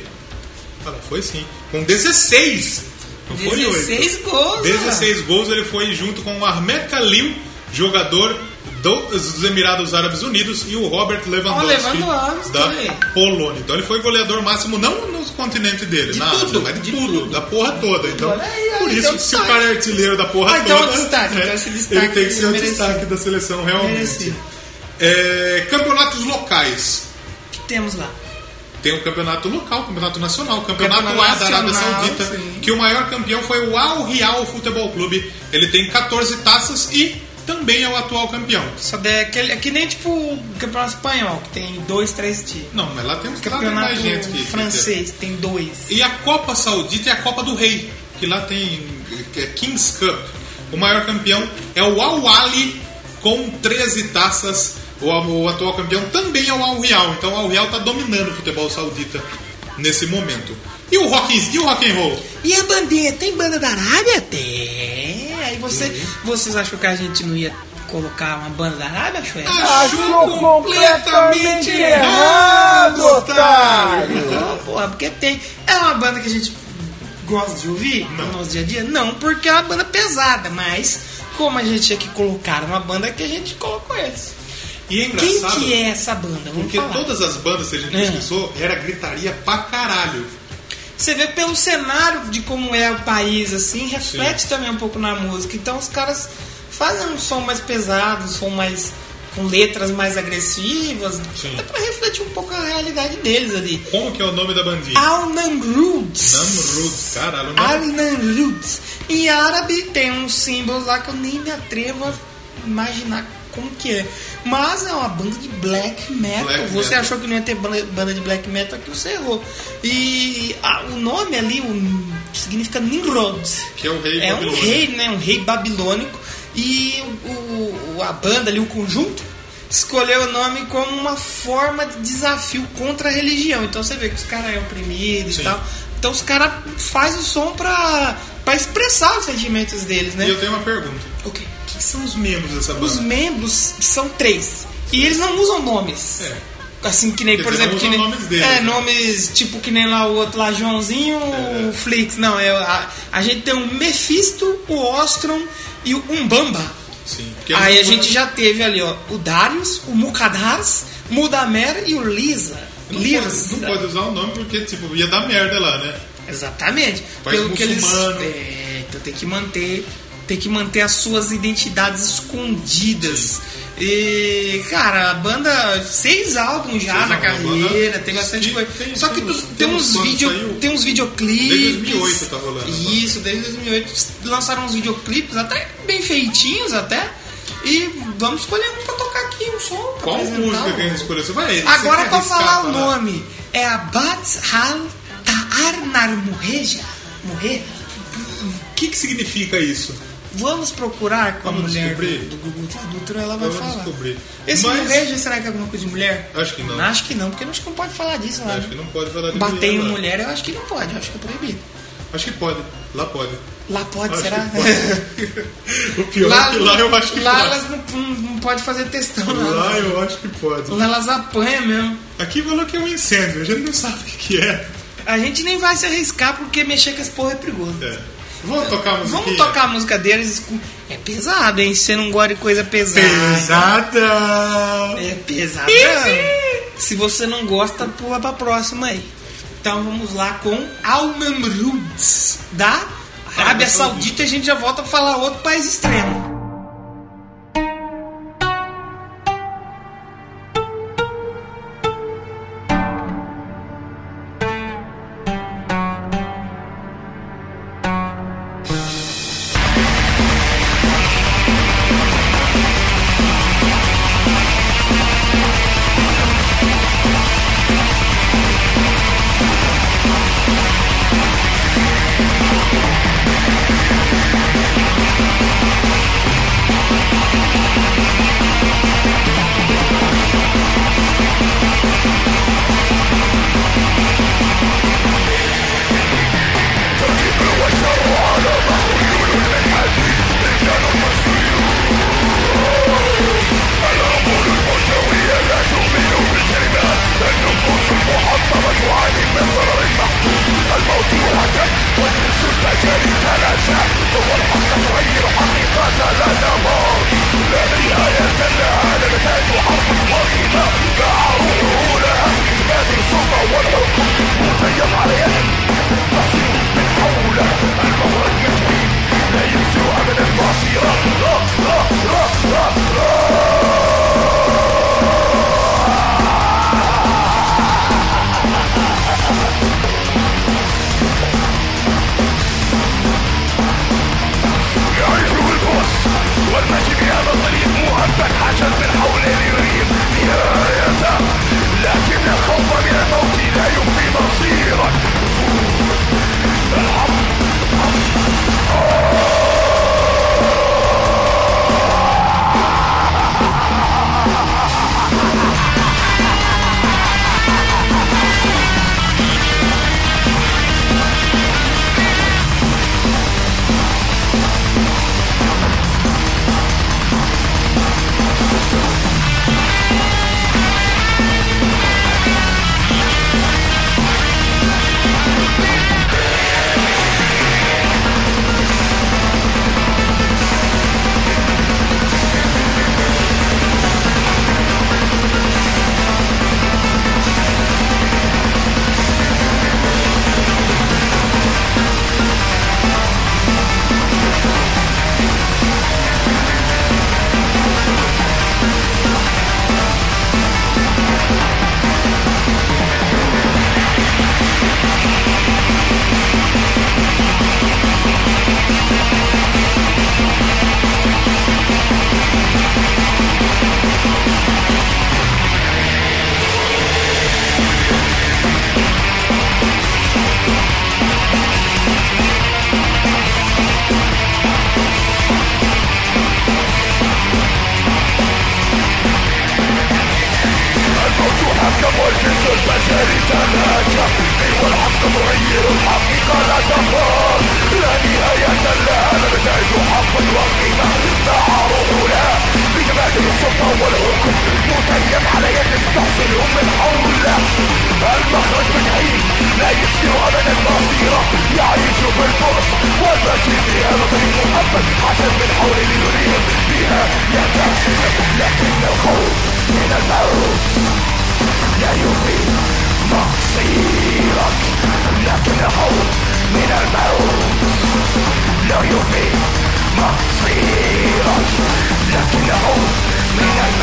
Speaker 2: Ah, não, foi sim. Com 16. Não foi 8.
Speaker 1: 16 gols. ah,
Speaker 2: 16 gols ele foi junto com o Ahmed Khalil, jogador do- dos Emirados Árabes Unidos, e o Robert Lewandowski,
Speaker 1: Lewandowski,
Speaker 2: da
Speaker 1: olha aí.
Speaker 2: Polônia. Então ele foi goleador máximo, não no continente dele,
Speaker 1: De
Speaker 2: na Ásia,
Speaker 1: tudo,
Speaker 2: mas de,
Speaker 1: de
Speaker 2: tudo,
Speaker 1: tudo.
Speaker 2: da porra toda. Então,
Speaker 1: Olha aí, olha,
Speaker 2: por isso,
Speaker 1: então
Speaker 2: se o
Speaker 1: destaque.
Speaker 2: cara é artilheiro da porra
Speaker 1: Ah, então é
Speaker 2: toda,
Speaker 1: um destaque,
Speaker 2: né,
Speaker 1: então esse destaque
Speaker 2: ele tem que ser o
Speaker 1: merecido.
Speaker 2: destaque da seleção, realmente.
Speaker 1: Merecido.
Speaker 2: É, campeonatos locais.
Speaker 1: que temos lá?
Speaker 2: Tem o campeonato local, o campeonato nacional, o campeonato,
Speaker 1: Campeonato
Speaker 2: A da Arábia
Speaker 1: nacional,
Speaker 2: Saudita,
Speaker 1: sim.
Speaker 2: que o maior campeão foi o Al Real Futebol Clube. Ele tem 14 taças e também é o atual campeão.
Speaker 1: Só de, é, que, é que nem tipo o campeonato espanhol, que tem dois, três times.
Speaker 2: Não, mas lá tem, uns- lá tem
Speaker 1: Campeonato
Speaker 2: mais gente que. que
Speaker 1: francês tem dois.
Speaker 2: tem. E a Copa Saudita é a Copa do Rei, que lá tem que é Kings Cup. O maior campeão é o Al Ali com 13 taças. O, o atual campeão também é o Al Real. Então o Al Real tá dominando o futebol saudita nesse momento. E o rock, e o rock and roll?
Speaker 1: E a bandeira? Tem banda da Arábia? Tem. Aí você, vocês acham que a gente não ia colocar uma banda da Arábia, Chué?
Speaker 2: Achou completamente errado, otário!
Speaker 1: Não, porra, porque tem. É uma banda que a gente gosta de ouvir no nosso dia a dia? Não, porque é uma banda pesada, mas como a gente tinha que colocar uma banda que a gente colocou esse.
Speaker 2: E é
Speaker 1: Quem
Speaker 2: engraçado,
Speaker 1: que é essa banda? Vamos
Speaker 2: porque
Speaker 1: falar.
Speaker 2: todas as bandas que a gente
Speaker 1: É.
Speaker 2: pesquisou era gritaria pra caralho.
Speaker 1: Você vê pelo cenário de como é o país, assim, reflete também um pouco na música. Então os caras fazem um som mais pesado, um som mais. com letras mais agressivas.
Speaker 2: Sim.
Speaker 1: Dá pra refletir um pouco a realidade deles ali.
Speaker 2: Como que é o nome da bandinha?
Speaker 1: Al Namruds.
Speaker 2: Namrud, caralho. o nome-
Speaker 1: Arnanruts. Em árabe tem uns símbolos lá que eu nem me atrevo a imaginar como que é. Mas é uma banda de black metal.
Speaker 2: Black
Speaker 1: você
Speaker 2: metal.
Speaker 1: achou que não ia ter banda, banda de black metal que você errou. E ah, o nome ali o, significa Nimrod.
Speaker 2: Que é o rei
Speaker 1: É um
Speaker 2: babilônico.
Speaker 1: rei, né? Um rei babilônico. E o, o- a banda ali, o conjunto, escolheu o nome como uma forma de desafio contra a religião. Então você vê que os caras é oprimido
Speaker 2: Sim.
Speaker 1: e tal. Então os caras fazem o som pra, pra expressar os sentimentos deles, né?
Speaker 2: E eu tenho uma pergunta.
Speaker 1: Ok.
Speaker 2: Quem são os membros dessa banda?
Speaker 1: Os membros são três. E eles não usam nomes.
Speaker 2: É.
Speaker 1: Assim que nem,
Speaker 2: Quer
Speaker 1: por
Speaker 2: dizer,
Speaker 1: exemplo,
Speaker 2: não
Speaker 1: que nem.
Speaker 2: usam nomes deles,
Speaker 1: é,
Speaker 2: né?
Speaker 1: nomes tipo que nem lá o outro lá, Joãozinho, o Flix. Não, é, a, a gente tem o Mephisto, o Ostrom e o Umbamba.
Speaker 2: Sim. porque é
Speaker 1: Aí
Speaker 2: uma-
Speaker 1: a gente já teve ali, ó, o Darius, o Mukadars, Mudamer e o Lisa.
Speaker 2: Não
Speaker 1: Lirs.
Speaker 2: pode, não pode usar o nome porque, tipo, ia dar merda lá, né?
Speaker 1: Exatamente.
Speaker 2: País
Speaker 1: Pelo que eles.
Speaker 2: muçulmano.
Speaker 1: É, então tem que manter. Tem que manter as suas identidades escondidas. E, cara, a banda, seis álbuns já
Speaker 2: Seis
Speaker 1: na
Speaker 2: álbuns,
Speaker 1: carreira,
Speaker 2: banda.
Speaker 1: tem bastante
Speaker 2: Sim,
Speaker 1: coisa.
Speaker 2: tem-
Speaker 1: Só que
Speaker 2: tem
Speaker 1: tu-
Speaker 2: uns-
Speaker 1: tem,
Speaker 2: tem uns
Speaker 1: uns
Speaker 2: quando
Speaker 1: vídeo,
Speaker 2: saiu.
Speaker 1: tem uns videoclipes.
Speaker 2: Desde 2008 tá rolando, né?
Speaker 1: Isso, desde 2008. Lançaram uns videoclipes, até bem feitinhos até. E vamos escolher um pra tocar aqui, um som. pra
Speaker 2: Qual
Speaker 1: apresentar,
Speaker 2: música
Speaker 1: um-
Speaker 2: que a gente escolheu? Você vai
Speaker 1: Agora
Speaker 2: você né?
Speaker 1: pra
Speaker 2: arriscar
Speaker 1: falar o nome. É a Bats Hal Taarnar Morreja. Morrer?
Speaker 2: O que, que significa isso?
Speaker 1: Vamos procurar com a
Speaker 2: Vamos
Speaker 1: mulher do,
Speaker 2: descobrir.
Speaker 1: do Gugu Dutra, ela vai
Speaker 2: Vamos
Speaker 1: falar.
Speaker 2: descobrir.
Speaker 1: Esse
Speaker 2: Mas-
Speaker 1: Morreja, será que é alguma coisa de mulher?
Speaker 2: Acho que não.
Speaker 1: Acho que não, porque acho que não pode falar disso lá.
Speaker 2: Acho
Speaker 1: né?
Speaker 2: que não pode falar de
Speaker 1: Bater em
Speaker 2: lá.
Speaker 1: um mulher, eu acho que não pode, eu acho que é proibido.
Speaker 2: Acho que pode. Lá pode.
Speaker 1: Lá pode,
Speaker 2: Acho
Speaker 1: será?
Speaker 2: que pode. o pior é que lá eu acho que
Speaker 1: lá
Speaker 2: pode.
Speaker 1: elas não, não, não pode fazer testão. Lá,
Speaker 2: Lá eu acho que pode.
Speaker 1: lá elas apanham mesmo.
Speaker 2: Aqui falou que é um incêndio, a gente não sabe o que, que é.
Speaker 1: A gente nem vai se arriscar porque mexer com esse porra é perigoso.
Speaker 2: É. Vamos tocar a musiquinha?
Speaker 1: Vamos tocar a música deles. com- É pesado, hein? Se você não gosta de coisa pesada.
Speaker 2: Pesada!
Speaker 1: É pesado. Se você não gosta, pula pra próxima aí. Então vamos lá com Al-Mamruds, da Arábia
Speaker 2: Arábia
Speaker 1: Saudita. A gente já volta pra falar outro país extremo.
Speaker 4: Looking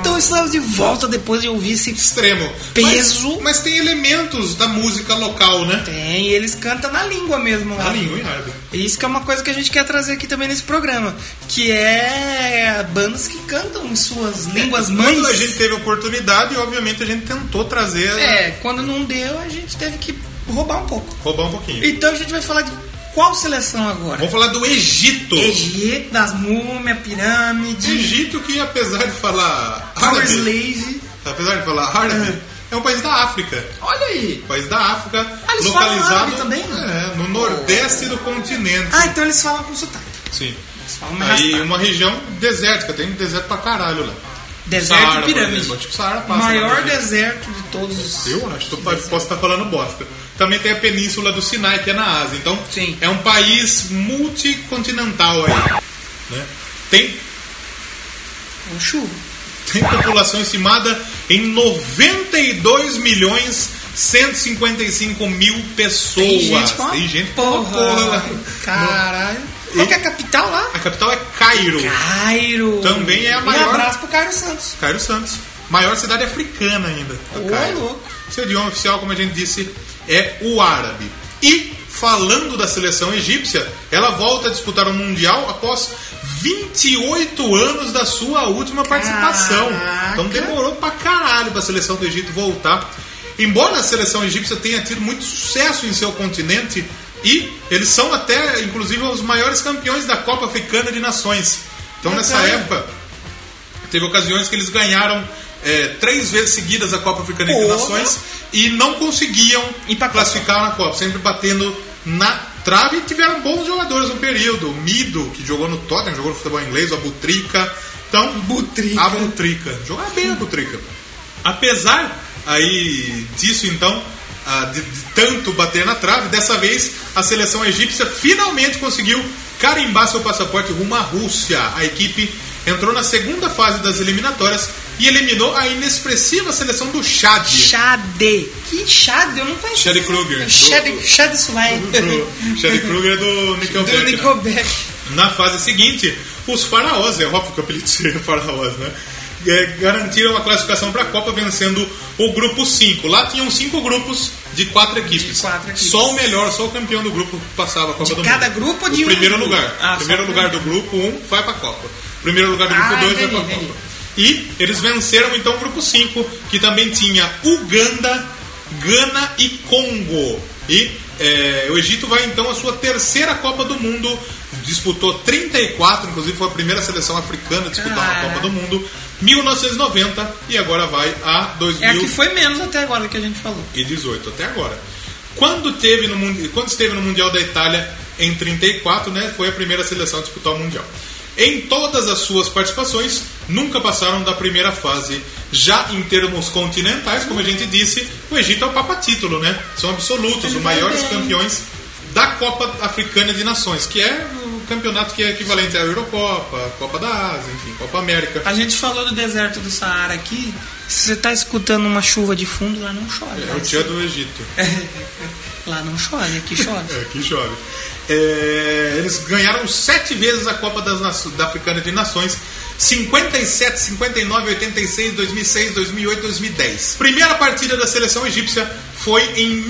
Speaker 1: Então, estamos de volta depois de ouvir esse
Speaker 2: Extremo.
Speaker 1: Peso.
Speaker 2: Mas, mas tem elementos da música local, né?
Speaker 1: Tem, e eles cantam na língua mesmo lá.
Speaker 2: Na língua em árabe.
Speaker 1: E Isso que é uma coisa que a gente quer trazer aqui também nesse programa, que é bandas que cantam em suas línguas mães.
Speaker 2: É, Quando a gente teve a oportunidade, obviamente a gente tentou trazer,
Speaker 1: É, quando não deu, a gente teve que roubar um pouco.
Speaker 2: roubar um pouquinho.
Speaker 1: Então a gente vai falar de qual seleção agora?
Speaker 2: Vamos falar do Egito.
Speaker 1: Egito, das múmias, pirâmide,
Speaker 2: Egito que, apesar de falar
Speaker 1: Power
Speaker 2: árabe,
Speaker 1: Slave.
Speaker 2: apesar de falar árabe, é um país da África.
Speaker 1: Olha aí.
Speaker 2: País da África,
Speaker 1: Ah, eles falam
Speaker 2: localizado
Speaker 1: árabe também?
Speaker 2: É, no nordeste do continente.
Speaker 1: Ah, então eles falam com sotaque.
Speaker 2: Sim.
Speaker 1: falam mais
Speaker 2: Aí um
Speaker 1: rápido.
Speaker 2: uma região desértica, tem deserto pra caralho lá.
Speaker 1: Deserto
Speaker 2: Saara,
Speaker 1: e
Speaker 2: por
Speaker 1: pirâmide.
Speaker 2: exemplo, acho que o Saara passa
Speaker 1: Maior
Speaker 2: na né? região.
Speaker 1: deserto de todos os.
Speaker 2: Eu acho, tô, posso estar falando bosta. Também tem a península do Sinai, que é na Ásia. Então,
Speaker 1: Sim.
Speaker 2: é um país multicontinental aí. né? Tem,
Speaker 1: Um chuva.
Speaker 2: tem população estimada em 92 milhões 155 mil pessoas.
Speaker 1: Tem gente com uma
Speaker 2: Tem gente com né? uma
Speaker 1: porra.
Speaker 2: lá.
Speaker 1: Caralho. Qual que é a capital lá?
Speaker 2: A capital é Cairo.
Speaker 1: Cairo.
Speaker 2: Também é a
Speaker 1: Um
Speaker 2: maior.
Speaker 1: abraço pro Cairo Santos.
Speaker 2: Cairo Santos. Maior cidade africana ainda. é
Speaker 1: Ô,
Speaker 2: Cairo.
Speaker 1: louco.
Speaker 2: Seu idioma oficial, como a gente disse, é o árabe. E, falando da seleção egípcia, ela volta a disputar o Mundial após 28 anos da sua última participação.
Speaker 1: Caraca.
Speaker 2: Então demorou pra caralho pra seleção do Egito voltar. Embora a seleção egípcia tenha tido muito sucesso em seu continente, e eles são até, inclusive, os maiores campeões da Copa Africana de Nações. Então, nessa
Speaker 1: Bacana.
Speaker 2: época, Teve ocasiões que eles ganharam é, três vezes seguidas a Copa Africana de
Speaker 1: Porra.
Speaker 2: Nações e não conseguiam
Speaker 1: Ir pra Copa.
Speaker 2: classificar na Copa, sempre batendo na trave e tiveram bons jogadores no período. O Mido, que jogou no Tottenham, jogou no futebol inglês, o Abutrica. Então,
Speaker 1: Butrica.
Speaker 2: a Butrica. Jogar bem a Butrica. Apesar aí disso, então, ah, de, de tanto bater na trave, dessa vez a seleção egípcia finalmente conseguiu carimbar seu passaporte rumo à Rússia. A equipe entrou na segunda fase das eliminatórias e eliminou a inexpressiva seleção do Chad.
Speaker 1: Xade. Que Xade? Eu não conheço.
Speaker 2: Xade Kruger.
Speaker 1: Xade, Xade Suai.
Speaker 2: Do- Chad Kruger do
Speaker 1: Do
Speaker 2: Nickelback.
Speaker 1: Nickelback.
Speaker 2: Na fase seguinte, os faraós, é óbvio que o apelido seria faraós, né? É, garantiram a classificação para a Copa vencendo o grupo 5. Lá tinham cinco grupos de quatro equipes.
Speaker 1: De quatro equipes.
Speaker 2: Só o melhor, só o campeão do grupo passava a Copa do
Speaker 1: cada
Speaker 2: Mundo.
Speaker 1: grupo ou
Speaker 2: O
Speaker 1: de um
Speaker 2: primeiro
Speaker 1: grupo?
Speaker 2: lugar.
Speaker 1: Ah, só
Speaker 2: primeiro
Speaker 1: o
Speaker 2: lugar do grupo 1 um, vai para a Copa. Primeiro lugar do grupo
Speaker 1: Ah,
Speaker 2: 2 vai
Speaker 1: entendi,
Speaker 2: para a Copa.
Speaker 1: entendi.
Speaker 2: E eles venceram então o grupo 5, que também tinha Uganda, Gana e Congo. E é, o Egito vai então à sua terceira Copa do Mundo, disputou 34, inclusive foi a primeira seleção africana a disputar
Speaker 1: Caraca.
Speaker 2: uma Copa do Mundo, 1990 e agora vai a
Speaker 1: É a que
Speaker 2: 2018
Speaker 1: foi menos até agora que a gente falou.
Speaker 2: até agora. Quando teve no mundi- quando esteve no Mundial da Itália em 34, né, foi a primeira seleção a disputar o Mundial. Em todas as suas participações, nunca passaram da primeira fase. Já em termos continentais, como a gente disse, o Egito é o papa título, né? São absolutos,
Speaker 1: É
Speaker 2: os maiores
Speaker 1: bem.
Speaker 2: campeões da Copa Africana de Nações, que é o campeonato que é equivalente à Eurocopa, Copa da Ásia, enfim, Copa América.
Speaker 1: A gente falou do deserto do Saara aqui. Se você tá escutando uma chuva de fundo, lá não chove.
Speaker 2: É
Speaker 1: lá
Speaker 2: o
Speaker 1: em
Speaker 2: dia do Egito.
Speaker 1: Lá não chove, aqui chove.
Speaker 2: É, que chove. É, eles ganharam sete vezes a Copa das Naço- da Africana de Nações. 57, 59, 86, 2006, 2008, 2010. Primeira partida da seleção egípcia foi em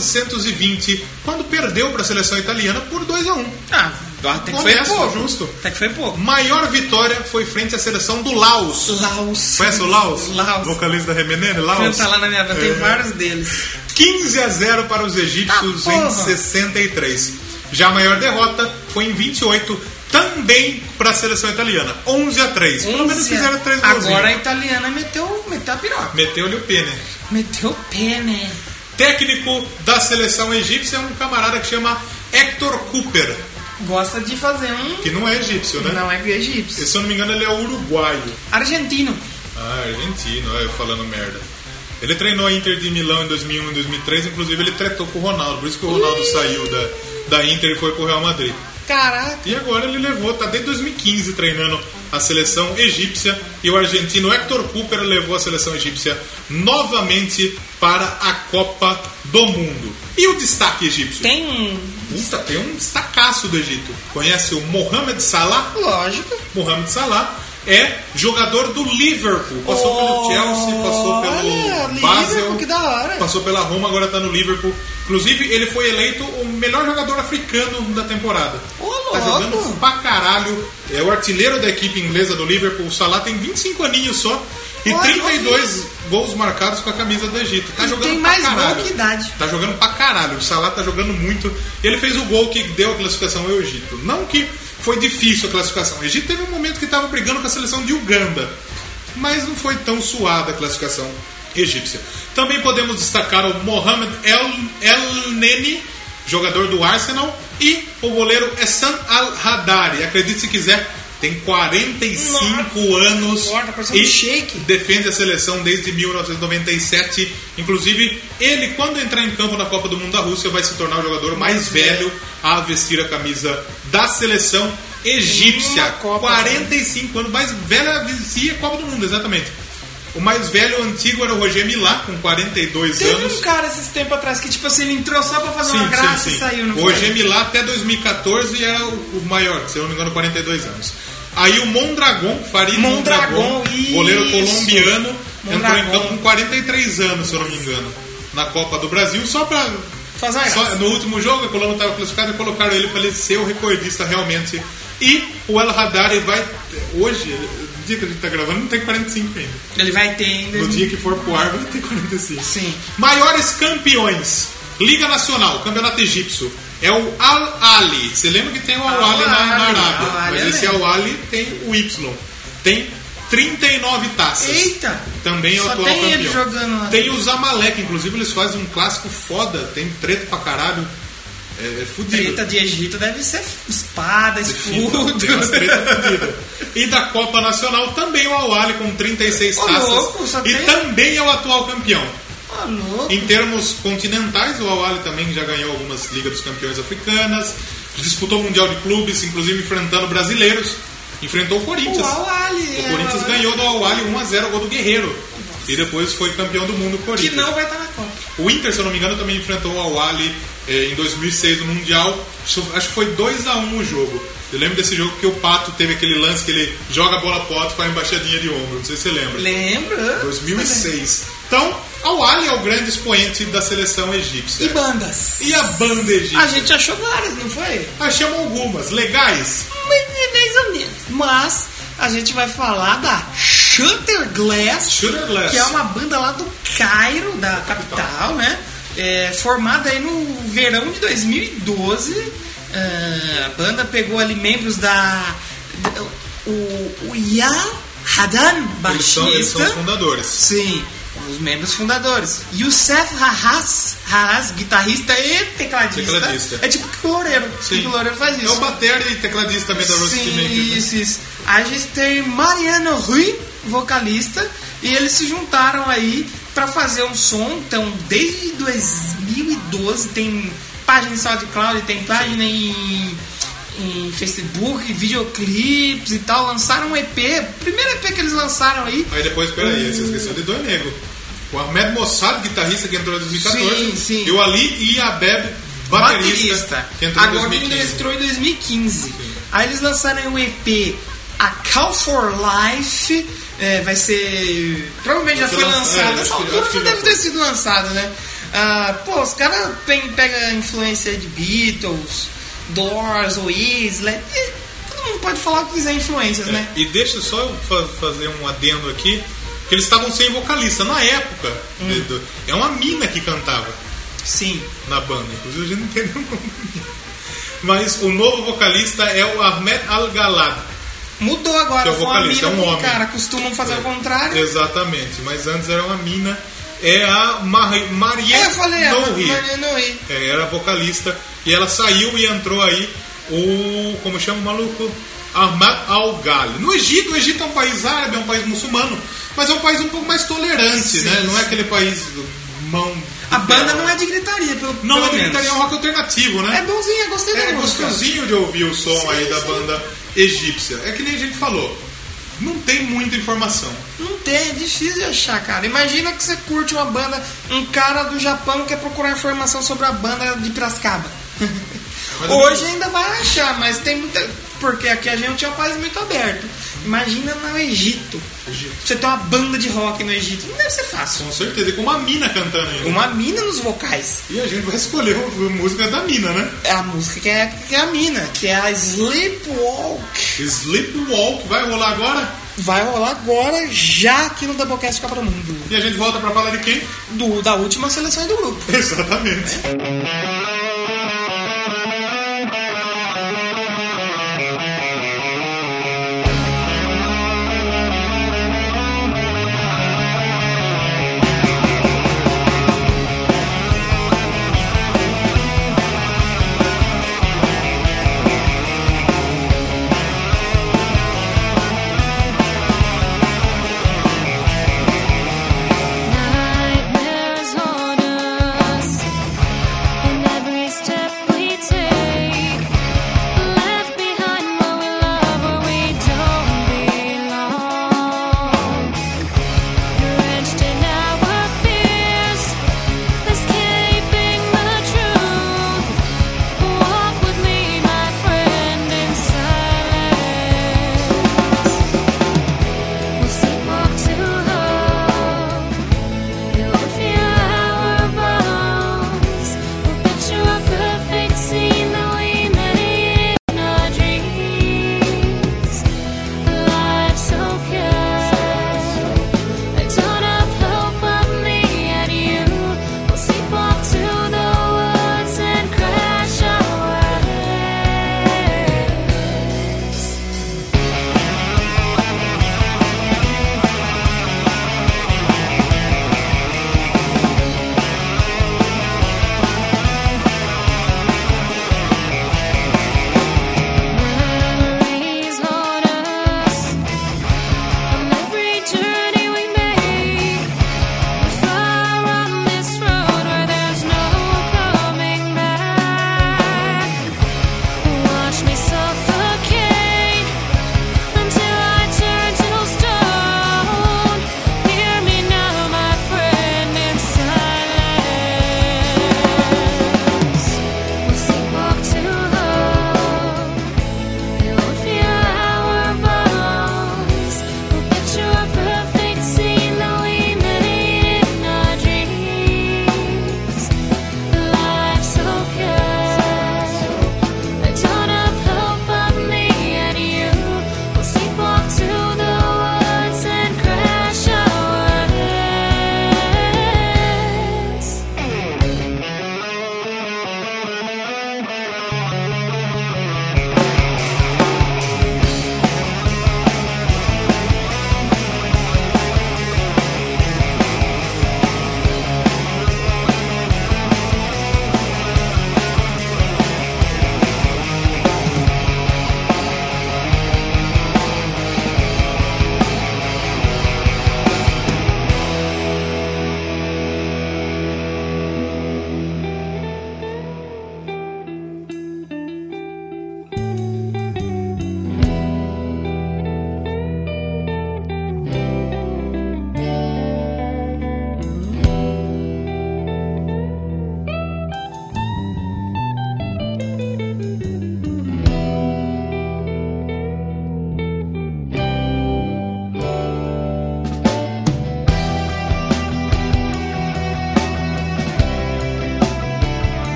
Speaker 2: 1920, quando perdeu para a seleção italiana por 2 a 1.
Speaker 1: Ah, até que foi
Speaker 2: Honesto,
Speaker 1: pouco.
Speaker 2: justo.
Speaker 1: Até que foi pouco.
Speaker 2: Maior vitória foi frente à seleção do Laos.
Speaker 1: Laos.
Speaker 2: Conhece o Laos?
Speaker 1: Laos.
Speaker 2: Vocalista da Remenene, Laos.
Speaker 1: Canta lá na minha vida, tem
Speaker 2: É.
Speaker 1: vários deles.
Speaker 2: 15 a 0 para os egípcios
Speaker 1: Ah, porra.
Speaker 2: em 63. Já a maior derrota foi em 28, também para a seleção italiana, 11 a 3. Pelo menos fizeram 3
Speaker 1: Agora é- a
Speaker 2: golzinhos.
Speaker 1: italiana meteu, meteu a piroca.
Speaker 2: Meteu-lhe o pene.
Speaker 1: Meteu o pé, né?
Speaker 2: Técnico da seleção egípcia é um camarada que chama Hector Cooper,
Speaker 1: Gosta de fazer um.
Speaker 2: que não é egípcio, né?
Speaker 1: Não é egípcio.
Speaker 2: Se eu não me engano, ele é uruguaio.
Speaker 1: Argentino.
Speaker 2: Ah, argentino, olha eu falando merda. Ele treinou a Inter de Milão em 2001 e 2003, inclusive ele tretou com o Ronaldo, por isso que o Ronaldo saiu da, da Inter e foi pro Real Madrid.
Speaker 1: Caraca.
Speaker 2: E agora ele levou, tá desde 2015 treinando a seleção egípcia e o argentino Hector Cooper levou a seleção egípcia novamente para a Copa do Mundo. E o destaque egípcio?
Speaker 1: Tem um.
Speaker 2: Puta, tem um destacaço do Egito. Conhece o Mohamed Salah?
Speaker 1: Lógico.
Speaker 2: Mohamed Salah é jogador do Liverpool. Passou pelo Chelsea, passou
Speaker 1: Oh, Olha,
Speaker 2: pelo
Speaker 1: Liverpool,
Speaker 2: Basel,
Speaker 1: que da hora.
Speaker 2: passou pela Roma, agora tá no Liverpool. Inclusive, ele foi eleito o melhor jogador africano da temporada.
Speaker 1: Ô,
Speaker 2: tá
Speaker 1: louco.
Speaker 2: jogando pra caralho. É o artilheiro da equipe inglesa do Liverpool. O Salah tem 25 aninhos só. E
Speaker 1: Olha,
Speaker 2: 32 gols marcados com a camisa do Egito. Tá
Speaker 1: é E
Speaker 2: jogando
Speaker 1: tem
Speaker 2: pra
Speaker 1: mais gol
Speaker 2: caralho.
Speaker 1: que idade.
Speaker 2: Tá jogando pra caralho. O Salah tá jogando muito. Ele fez o gol que deu a classificação ao Egito. Não que foi difícil a classificação. O Egito teve um momento que tava brigando com a seleção de Uganda. Mas não foi tão suada a classificação egípcia. Também podemos destacar o Mohamed El, El Neni, jogador do Arsenal, e o goleiro Essan Al Haddari. Acredite se quiser, tem 45 anos
Speaker 1: Nossa, parecendo
Speaker 2: e
Speaker 1: um shake.
Speaker 2: defende a seleção desde 1997. Inclusive, ele, quando entrar em campo na Copa do Mundo da Rússia, vai se tornar o jogador mais velho a vestir a camisa da seleção egípcia.
Speaker 1: Uma Copa,
Speaker 2: 45 anos, mais velho a vestir a Copa do Mundo, exatamente. O mais velho antigo era o Roger Milá, com 42
Speaker 1: Teve
Speaker 2: anos.
Speaker 1: um cara esses tempos atrás que, tipo assim, ele entrou só pra fazer uma
Speaker 2: Sim,
Speaker 1: graça
Speaker 2: sim, sim.
Speaker 1: e saiu, não
Speaker 2: O
Speaker 1: foi?
Speaker 2: Gemilá até 2014 era o o maior, se eu não me engano, 42 anos. Aí o Mondragon, Farid
Speaker 1: Mondragon,
Speaker 2: Mondragon,
Speaker 1: isso.
Speaker 2: goleiro colombiano, entrou
Speaker 1: Mondragon.
Speaker 2: em campo com 43 anos, se eu não me engano, na Copa do Brasil, só pra.
Speaker 1: Faz uma
Speaker 2: só-
Speaker 1: graça.
Speaker 2: no último jogo, a Colômbia estava classificada e colocaram ele para ele ser o recordista realmente. E o El Haddari vai. Hoje, no dia que a gente tá gravando, não tem 45 ainda.
Speaker 1: Ele vai ter ainda.
Speaker 2: No dia que for pro ar, vai ter 45.
Speaker 1: Sim.
Speaker 2: Maiores campeões. Liga Nacional, Campeonato Egípcio. É o Al Ali. Você lembra que tem o Al Ali na, na
Speaker 1: Al-Ali,
Speaker 2: Arábia?
Speaker 1: Al-Ali
Speaker 2: mas
Speaker 1: eu
Speaker 2: esse
Speaker 1: lembro.
Speaker 2: Al Ali tem o Y. Tem 39 taças.
Speaker 1: Eita!
Speaker 2: Também é o
Speaker 1: Só
Speaker 2: atual
Speaker 1: tem
Speaker 2: campeão.
Speaker 1: ele jogando lá.
Speaker 2: Tem os Amalek, inclusive eles fazem um clássico foda. Tem treta pra caralho. É, é fudido.
Speaker 1: Treta de Egito deve ser espada, escudo.
Speaker 2: Tem umas treta fudida. E da Copa Nacional também o Al Ali com 36
Speaker 1: Ô,
Speaker 2: taças.
Speaker 1: louco, só
Speaker 2: e
Speaker 1: tem-
Speaker 2: também é o atual campeão.
Speaker 1: Ô, louco.
Speaker 2: Em termos continentais, o Awali também já ganhou algumas Ligas dos Campeões Africanas, disputou o Mundial de Clubes, inclusive enfrentando brasileiros, enfrentou o
Speaker 1: O é
Speaker 2: Corinthians.
Speaker 1: Awali.
Speaker 2: O Corinthians ganhou do Awali 1 a 0 gol do Guerreiro. E depois foi campeão do mundo o
Speaker 1: Que
Speaker 2: Corinthians.
Speaker 1: não vai estar na Copa.
Speaker 2: O Inter, se eu não me engano, também enfrentou o Awali eh, em 2006 no Mundial. Acho acho que foi 2 a 1 o jogo. Eu lembro desse jogo que o Pato teve aquele lance que ele joga a bola pro alto e faz uma embaixadinha de ombro. Não sei se você lembra.
Speaker 1: Lembra? é.
Speaker 2: 2006. Então, Al Ali é o grande expoente da seleção
Speaker 1: E
Speaker 2: egípcia.
Speaker 1: bandas?
Speaker 2: E a banda
Speaker 1: A
Speaker 2: egípcia?
Speaker 1: gente achou várias, não foi?
Speaker 2: Achamos algumas legais.
Speaker 1: Mais é mais ou menos. Mas a gente vai falar da Shutter Glass.
Speaker 2: Shudderless.
Speaker 1: que é uma banda lá do Cairo, da capital, né? É, formada aí no verão de 2012. Ah, a banda pegou ali membros da. da- o, o Yal Hadan,
Speaker 2: Eles são, eles são os
Speaker 1: baixista.
Speaker 2: fundadores.
Speaker 1: Sim, os membros fundadores. Youssef Haras, Haras guitarrista e tecladista.
Speaker 2: Tecladista.
Speaker 1: É tipo que o Loureiro.
Speaker 2: Sim.
Speaker 1: Que o Loureiro faz
Speaker 2: É
Speaker 1: isso.
Speaker 2: o batera e tecladista também da né? Rusty
Speaker 1: Sim, isso, isso. A gente tem Mariano Rui, vocalista, e eles se juntaram aí pra fazer um som. Então, desde 2012 tem página em SoundCloud, tem página em, em Facebook, videoclipes e tal. Lançaram um EP, primeiro EP que eles lançaram aí.
Speaker 2: Aí depois, peraí, você esqueceu de dois negros. O Ahmed Mossad, guitarrista, que entrou em 2014.
Speaker 1: Sim, sim.
Speaker 2: E o Ali Iabeb, baterista,
Speaker 1: baterista.
Speaker 2: que entrou em
Speaker 1: Agora ele
Speaker 2: 2015.
Speaker 1: entrou em 2015. Aí eles lançaram aí o EP A Call for Life. é, vai ser. Provavelmente já
Speaker 2: Vai
Speaker 1: foi
Speaker 2: ser lançado,
Speaker 1: lançado.
Speaker 2: é,
Speaker 1: Essa
Speaker 2: acho que-
Speaker 1: altura
Speaker 2: acho que
Speaker 1: já
Speaker 2: já
Speaker 1: deve
Speaker 2: foi.
Speaker 1: ter sido lançado, né? Ah, pô, os caras pegam influência de Beatles, Doors, Oasis, né? E todo mundo pode falar o que quiser influências, né?
Speaker 2: E deixa só eu fa- fazer um adendo aqui, que eles estavam sem vocalista na época.
Speaker 1: Hum.
Speaker 2: de- do- É uma mina que cantava
Speaker 1: Sim.
Speaker 2: na banda, inclusive a gente não entendeu o nome. Mas o novo vocalista é o Ahmed Al-Galad.
Speaker 1: Mudou agora,
Speaker 2: Que é o
Speaker 1: foi uma mina
Speaker 2: vocalista, é um
Speaker 1: com
Speaker 2: homem. É.
Speaker 1: cara. Costumam fazer o contrário.
Speaker 2: Exatamente, mas antes era uma mina. É a Mar Maria
Speaker 1: É, eu falei, é,
Speaker 2: Nouri.
Speaker 1: Mariano Rui.
Speaker 2: É, era vocalista. E ela saiu e entrou aí o. Como chama o maluco? Ahmad Al-Ghali. No Egito, o Egito é um país árabe, é um país muçulmano, mas é um país um pouco mais tolerante,
Speaker 1: Sim,
Speaker 2: né? Não é
Speaker 1: sim.
Speaker 2: aquele país mão.
Speaker 1: A banda não é de gritaria, pelo
Speaker 2: Não,
Speaker 1: pelo
Speaker 2: é gritaria, é um
Speaker 1: menos.
Speaker 2: rock alternativo, né?
Speaker 1: É bonzinha, gostei da
Speaker 2: É
Speaker 1: música.
Speaker 2: gostosinho de ouvir o som
Speaker 1: Sim,
Speaker 2: aí da
Speaker 1: sim.
Speaker 2: banda egípcia. É que nem a gente falou. Não tem muita informação.
Speaker 1: Não tem, é difícil de achar, cara. Imagina que você curte uma banda, um cara do Japão quer procurar informação sobre a banda de Piracicaba.
Speaker 2: Mas eu
Speaker 1: Hoje ainda vai achar, mas tem muita. Porque aqui a gente é um país muito aberto. Imagina no Egito.
Speaker 2: Egito.
Speaker 1: Você tem uma banda de rock no Egito. Não deve ser fácil.
Speaker 2: Com certeza, e com uma mina cantando ainda.
Speaker 1: Uma mina nos vocais.
Speaker 2: E a gente vai escolher o- a música da mina, né?
Speaker 1: É a música que é, que é a mina, que é a Sleepwalk.
Speaker 2: Sleepwalk vai rolar agora.
Speaker 1: Vai rolar agora, já aqui no Doublecast Copa do Mundo.
Speaker 2: E a gente volta pra falar de quem?
Speaker 1: Do, da última seleção e do grupo.
Speaker 2: Exatamente.
Speaker 3: Nightmares on us, and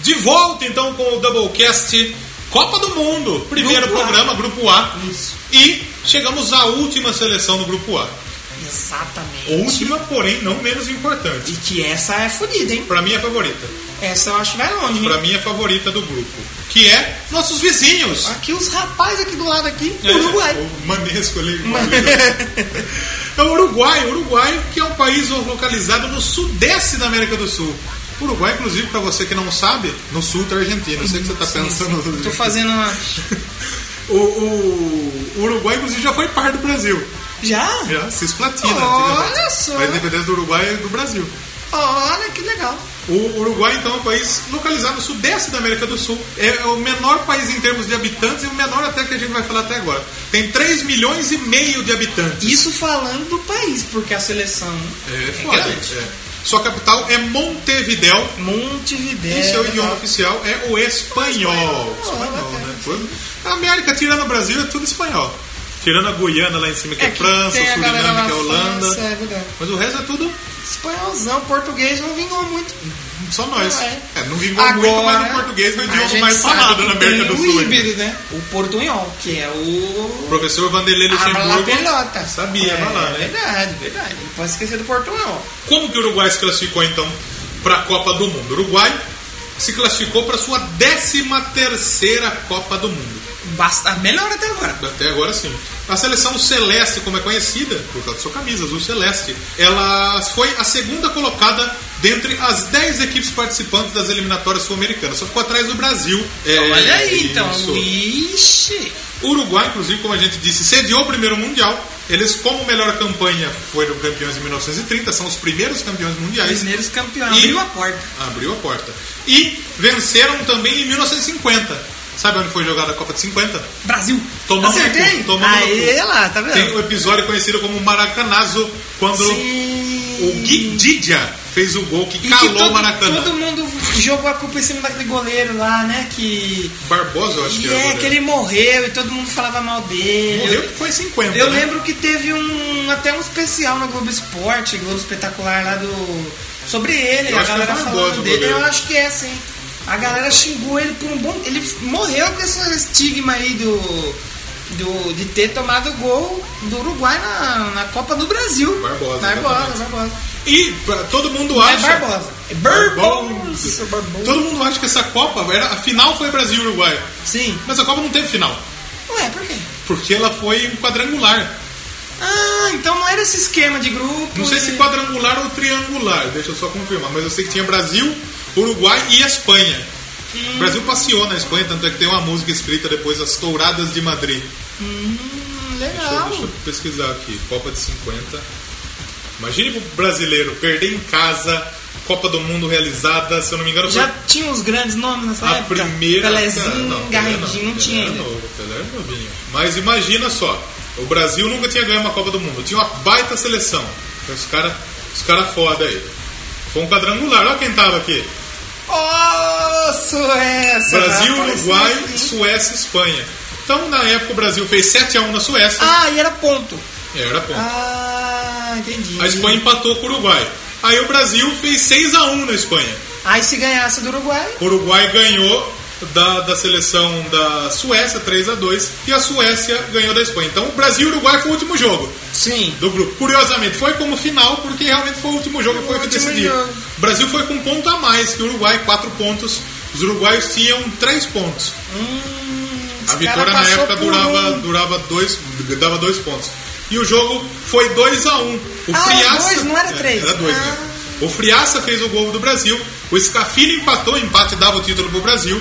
Speaker 2: De volta então com o Doublecast Copa do Mundo, primeiro
Speaker 1: Grupo A.
Speaker 2: programa, Grupo A.
Speaker 1: Isso.
Speaker 2: E chegamos à última seleção do Grupo A.
Speaker 1: Exatamente.
Speaker 2: Última, porém, não menos
Speaker 1: E
Speaker 2: importante.
Speaker 1: que essa é fodida, hein?
Speaker 2: Pra mim, a favorita.
Speaker 1: Essa eu acho que vai longe, hein?
Speaker 2: Pra mim, a favorita do grupo. Que é nossos vizinhos.
Speaker 1: Aqui os rapazes aqui do lado aqui,
Speaker 2: É,
Speaker 1: Uruguai.
Speaker 2: O Manesco ali. É o Uruguai, o Uruguai, que é um país localizado no sudeste da América do Sul. O Uruguai, inclusive, pra você que não sabe, no sul da Argentina. Eu sei que você tá pensando.
Speaker 1: Tô fazendo uma...
Speaker 2: O, o- o Uruguai, inclusive, já foi par do Brasil.
Speaker 1: Já?
Speaker 2: Já se esplatina.
Speaker 1: Olha
Speaker 2: entendeu?
Speaker 1: só.
Speaker 2: A independência do Uruguai é do Brasil.
Speaker 1: Olha que legal.
Speaker 2: O Uruguai, então, é um país localizado no sudeste da América do Sul. É o menor país em termos de habitantes e o menor até que a gente vai falar até agora. Tem 3 milhões e meio de habitantes.
Speaker 1: Isso falando do país, porque a seleção
Speaker 2: É, foda.
Speaker 1: grande.
Speaker 2: é. Sua capital é Montevideo.
Speaker 1: Montevideo.
Speaker 2: E seu idioma oficial é o espanhol.
Speaker 1: Espanhol,
Speaker 2: Espanhol,
Speaker 1: bacana.
Speaker 2: né? Quando- A América, tirando o Brasil, é tudo espanhol. Tirando a Guiana lá em cima, que é,
Speaker 1: que
Speaker 2: França,
Speaker 1: tem a galera
Speaker 2: Suriname,
Speaker 1: na
Speaker 2: que é Holanda.
Speaker 1: França, é verdade.
Speaker 2: Mas o resto é tudo
Speaker 1: Espanholzão, português não vingou muito.
Speaker 2: só nós.
Speaker 1: É.
Speaker 2: É, não vingou muito, mas o português é o
Speaker 1: a
Speaker 2: idioma
Speaker 1: gente
Speaker 2: mais
Speaker 1: sabe
Speaker 2: falado
Speaker 1: que
Speaker 2: na América
Speaker 1: tem
Speaker 2: do
Speaker 1: o
Speaker 2: Sul. ainda.
Speaker 1: híbrido, né? O portunhol, que é
Speaker 2: O
Speaker 1: o...
Speaker 2: professor Vanderlei
Speaker 1: Abra a
Speaker 2: Luxemburgo.
Speaker 1: pelota.
Speaker 2: Sabia,
Speaker 1: é,
Speaker 2: vai lá, né?
Speaker 1: Verdade, verdade. Não pode esquecer do portunhol.
Speaker 2: Como que o Uruguai se classificou então para a Copa do Mundo? O Uruguai se classificou para sua 13 terceira Copa do Mundo.
Speaker 1: Basta... Melhor até agora.
Speaker 2: Até agora sim. A seleção celeste, como é conhecida, por causa da sua camisa azul celeste, ela foi a segunda colocada dentre as 10 equipes participantes das eliminatórias sul-americanas. Só ficou atrás do Brasil. É,
Speaker 1: Olha aí, então.
Speaker 2: isso.
Speaker 1: Ixi.
Speaker 2: O Uruguai, inclusive, como a gente disse, sediou o primeiro Mundial. Eles, como melhor campanha, foram campeões em 1930, são os primeiros campeões mundiais.
Speaker 1: Primeiros campeões.
Speaker 2: E-
Speaker 1: Abriu a porta.
Speaker 2: Abriu a porta. E venceram também em 1950. Sabe onde foi jogada a Copa de 50?
Speaker 1: Brasil.
Speaker 2: Tomamos no
Speaker 1: Acertei.
Speaker 2: cu, tomamos no
Speaker 1: Aê,
Speaker 2: cu.
Speaker 1: lá, tá vendo?
Speaker 2: Tem um episódio conhecido como Maracanazo, quando
Speaker 1: Sim.
Speaker 2: o Gui Didia fez o gol que
Speaker 1: E
Speaker 2: calou
Speaker 1: que todo,
Speaker 2: o Maracanã.
Speaker 1: todo mundo jogou a culpa em cima daquele goleiro lá, né? Que.
Speaker 2: Barbosa, eu acho
Speaker 1: E
Speaker 2: que era. o
Speaker 1: é,
Speaker 2: goleiro.
Speaker 1: que ele morreu e todo mundo falava mal dele.
Speaker 2: Morreu que foi em 50.
Speaker 1: Eu
Speaker 2: né?
Speaker 1: lembro que teve um até um especial na Globo Esporte, Globo Espetacular lá do. Sobre ele, a
Speaker 2: Eu acho que
Speaker 1: galera
Speaker 2: é
Speaker 1: falando
Speaker 2: Barbosa o
Speaker 1: dele,
Speaker 2: goleiro.
Speaker 1: eu acho que é sim. A galera xingou ele por um bom. Ele morreu com esse estigma aí do. Do, de ter tomado gol do Uruguai na, na Copa do Brasil.
Speaker 2: Barbosa,
Speaker 1: Barbosa,
Speaker 2: exatamente.
Speaker 1: Barbosa.
Speaker 2: E pra- todo mundo
Speaker 1: Não é
Speaker 2: acha.
Speaker 1: Barbosa. É Barbosa. Barbosa.
Speaker 2: Todo mundo acha que essa Copa era. A final foi Brasil e Uruguai.
Speaker 1: Sim.
Speaker 2: Mas a Copa não teve final.
Speaker 1: Ué, por quê?
Speaker 2: Porque ela foi um quadrangular.
Speaker 1: Ah, então não era esse esquema de grupo.
Speaker 2: Não sei se quadrangular ou triangular, deixa eu só confirmar, mas eu sei que tinha Brasil, Uruguai e Espanha. O Brasil passeou na Espanha, tanto é que tem uma música escrita depois, As Touradas de Madrid. Deixa eu,
Speaker 1: Legal.
Speaker 2: deixa eu pesquisar aqui, Copa de 50. Imagine pro brasileiro perder em casa, Copa do Mundo realizada, se eu não me engano,
Speaker 1: Já
Speaker 2: foi
Speaker 1: tinha uns grandes nomes nessa
Speaker 2: a
Speaker 1: época?
Speaker 2: primeira. Cara,
Speaker 1: Pelezinho,
Speaker 2: Pelé
Speaker 1: Garredinho, não
Speaker 2: Pelé
Speaker 1: tinha
Speaker 2: era
Speaker 1: ainda.
Speaker 2: é novo, Pelé era novinho. Mas imagina só, o Brasil nunca tinha ganho uma Copa do Mundo. Tinha uma baita seleção. Então, os caras os cara foda aí. Foi um quadrangular, olha quem tava aqui.
Speaker 1: Ô, Suécia!
Speaker 2: Brasil,
Speaker 1: rapaz,
Speaker 2: Uruguai,
Speaker 1: sim.
Speaker 2: Suécia e Espanha. Então, na época, o Brasil fez 7x1 na Suécia.
Speaker 1: Ah, e era ponto.
Speaker 2: É, Era ponto.
Speaker 1: Ah, entendi.
Speaker 2: A Espanha empatou com o Uruguai. Aí o Brasil fez 6x1 na Espanha.
Speaker 1: Aí se ganhasse do Uruguai,
Speaker 2: O Uruguai ganhou da, da seleção da Suécia 3 a 2 e a Suécia ganhou da Espanha. Então o Brasil e o Uruguai foi o último jogo
Speaker 1: sim.
Speaker 2: do grupo. Curiosamente, foi como final porque realmente foi o último jogo e foi o que
Speaker 1: Último
Speaker 2: decidiu.
Speaker 1: jogo.
Speaker 2: O Brasil foi com um ponto a mais que o Uruguai, quatro pontos. Os uruguaios tinham três pontos.
Speaker 1: Hum,
Speaker 2: A
Speaker 1: esse cara
Speaker 2: vitória na
Speaker 1: passou
Speaker 2: época
Speaker 1: por
Speaker 2: durava,
Speaker 1: um.
Speaker 2: durava dois, dava dois pontos. E o jogo foi 2 a 1 um. O
Speaker 1: Ah, era
Speaker 2: Friaça.
Speaker 1: dois, não era três. Ah.
Speaker 2: Era dois, né? O Friaça fez o gol do Brasil. O Scafini empatou, empate dava o título pro Brasil.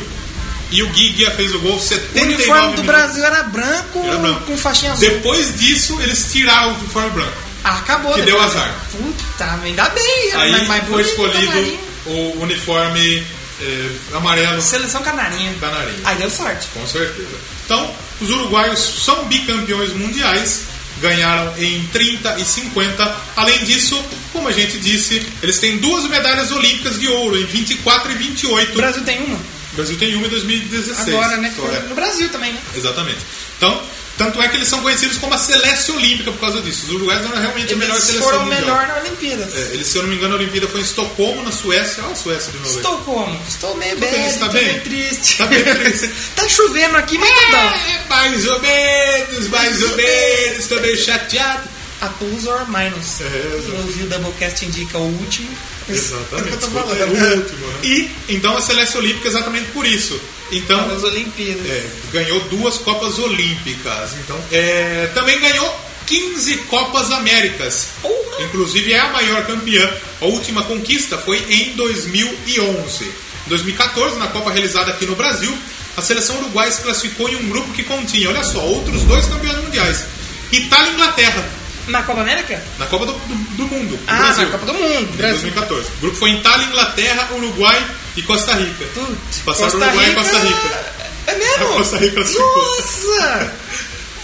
Speaker 2: E o Guiguia fez o gol
Speaker 1: O
Speaker 2: 79
Speaker 1: uniforme do
Speaker 2: minutos.
Speaker 1: Brasil era branco,
Speaker 2: Era branco.
Speaker 1: com faixinha azul.
Speaker 2: Depois disso, eles tiraram o uniforme branco.
Speaker 1: Ah, acabou.
Speaker 2: Que
Speaker 1: depois.
Speaker 2: deu azar.
Speaker 1: Puta, mas ainda bem. era
Speaker 2: Aí
Speaker 1: mais, mais
Speaker 2: foi
Speaker 1: bonito,
Speaker 2: escolhido
Speaker 1: canarinho.
Speaker 2: o uniforme eh, amarelo
Speaker 1: Seleção canarinha.
Speaker 2: canarinho.
Speaker 1: Aí deu sorte.
Speaker 2: Com certeza. Então, os uruguaios são bicampeões mundiais, ganharam em 30 e 50. Além disso, como a gente disse, eles têm duas medalhas olímpicas de ouro, em 24 e 28.
Speaker 1: O Brasil tem uma.
Speaker 2: O Brasil tem uma em 2016.
Speaker 1: Agora, né? que
Speaker 2: Só,
Speaker 1: foi
Speaker 2: é.
Speaker 1: No Brasil também, né?
Speaker 2: Exatamente. Então, Tanto é que eles são conhecidos como a Celeste Olímpica por causa disso. Os uruguaios eram realmente a melhor
Speaker 1: Eles
Speaker 2: seleção
Speaker 1: foram
Speaker 2: mundial.
Speaker 1: melhor na Olimpíadas.
Speaker 2: É, eles, se eu não me engano, a Olimpíada foi em Estocolmo, na Suécia. Olha a Suécia de novo. aí.
Speaker 1: Estou como? Estou meio
Speaker 2: bem,
Speaker 1: bem,
Speaker 2: está
Speaker 1: estou
Speaker 2: bem?
Speaker 1: meio triste.
Speaker 2: Tá bem triste.
Speaker 1: Tá chovendo aqui, mas tá bom.
Speaker 2: É, mais ou menos, mais ou menos, tô meio chateado.
Speaker 1: A plus or minus.
Speaker 2: É,
Speaker 1: Eu
Speaker 2: exato.
Speaker 1: ouvi o Doublecast indica o último.
Speaker 2: Exatamente.
Speaker 1: É o que eu tô
Speaker 2: É
Speaker 1: falando.
Speaker 2: o último, né? E então a Celeste Olímpica é exatamente por isso. Então,
Speaker 1: Nas Olimpíadas.
Speaker 2: é, ganhou duas Copas Olímpicas. Então, é, também ganhou 15 Copas Américas.
Speaker 1: Porra!
Speaker 2: Inclusive é a maior campeã. A última conquista foi em 2011. Em 2014, na Copa realizada aqui no Brasil, a seleção uruguaia se classificou em um grupo que continha, olha só, outros dois campeões mundiais: Itália e Inglaterra,
Speaker 1: Na Copa América?
Speaker 2: na Copa do, do- do Mundo. do
Speaker 1: Ah,
Speaker 2: Brasil.
Speaker 1: na Copa do Mundo.
Speaker 2: Em
Speaker 1: Brasil.
Speaker 2: 2014. O grupo foi Itália, Inglaterra, Uruguai e Costa Rica.
Speaker 1: Putz,
Speaker 2: Passaram Uruguai e Costa Rica.
Speaker 1: É mesmo?
Speaker 2: A Costa Rica classificou.
Speaker 1: Nossa!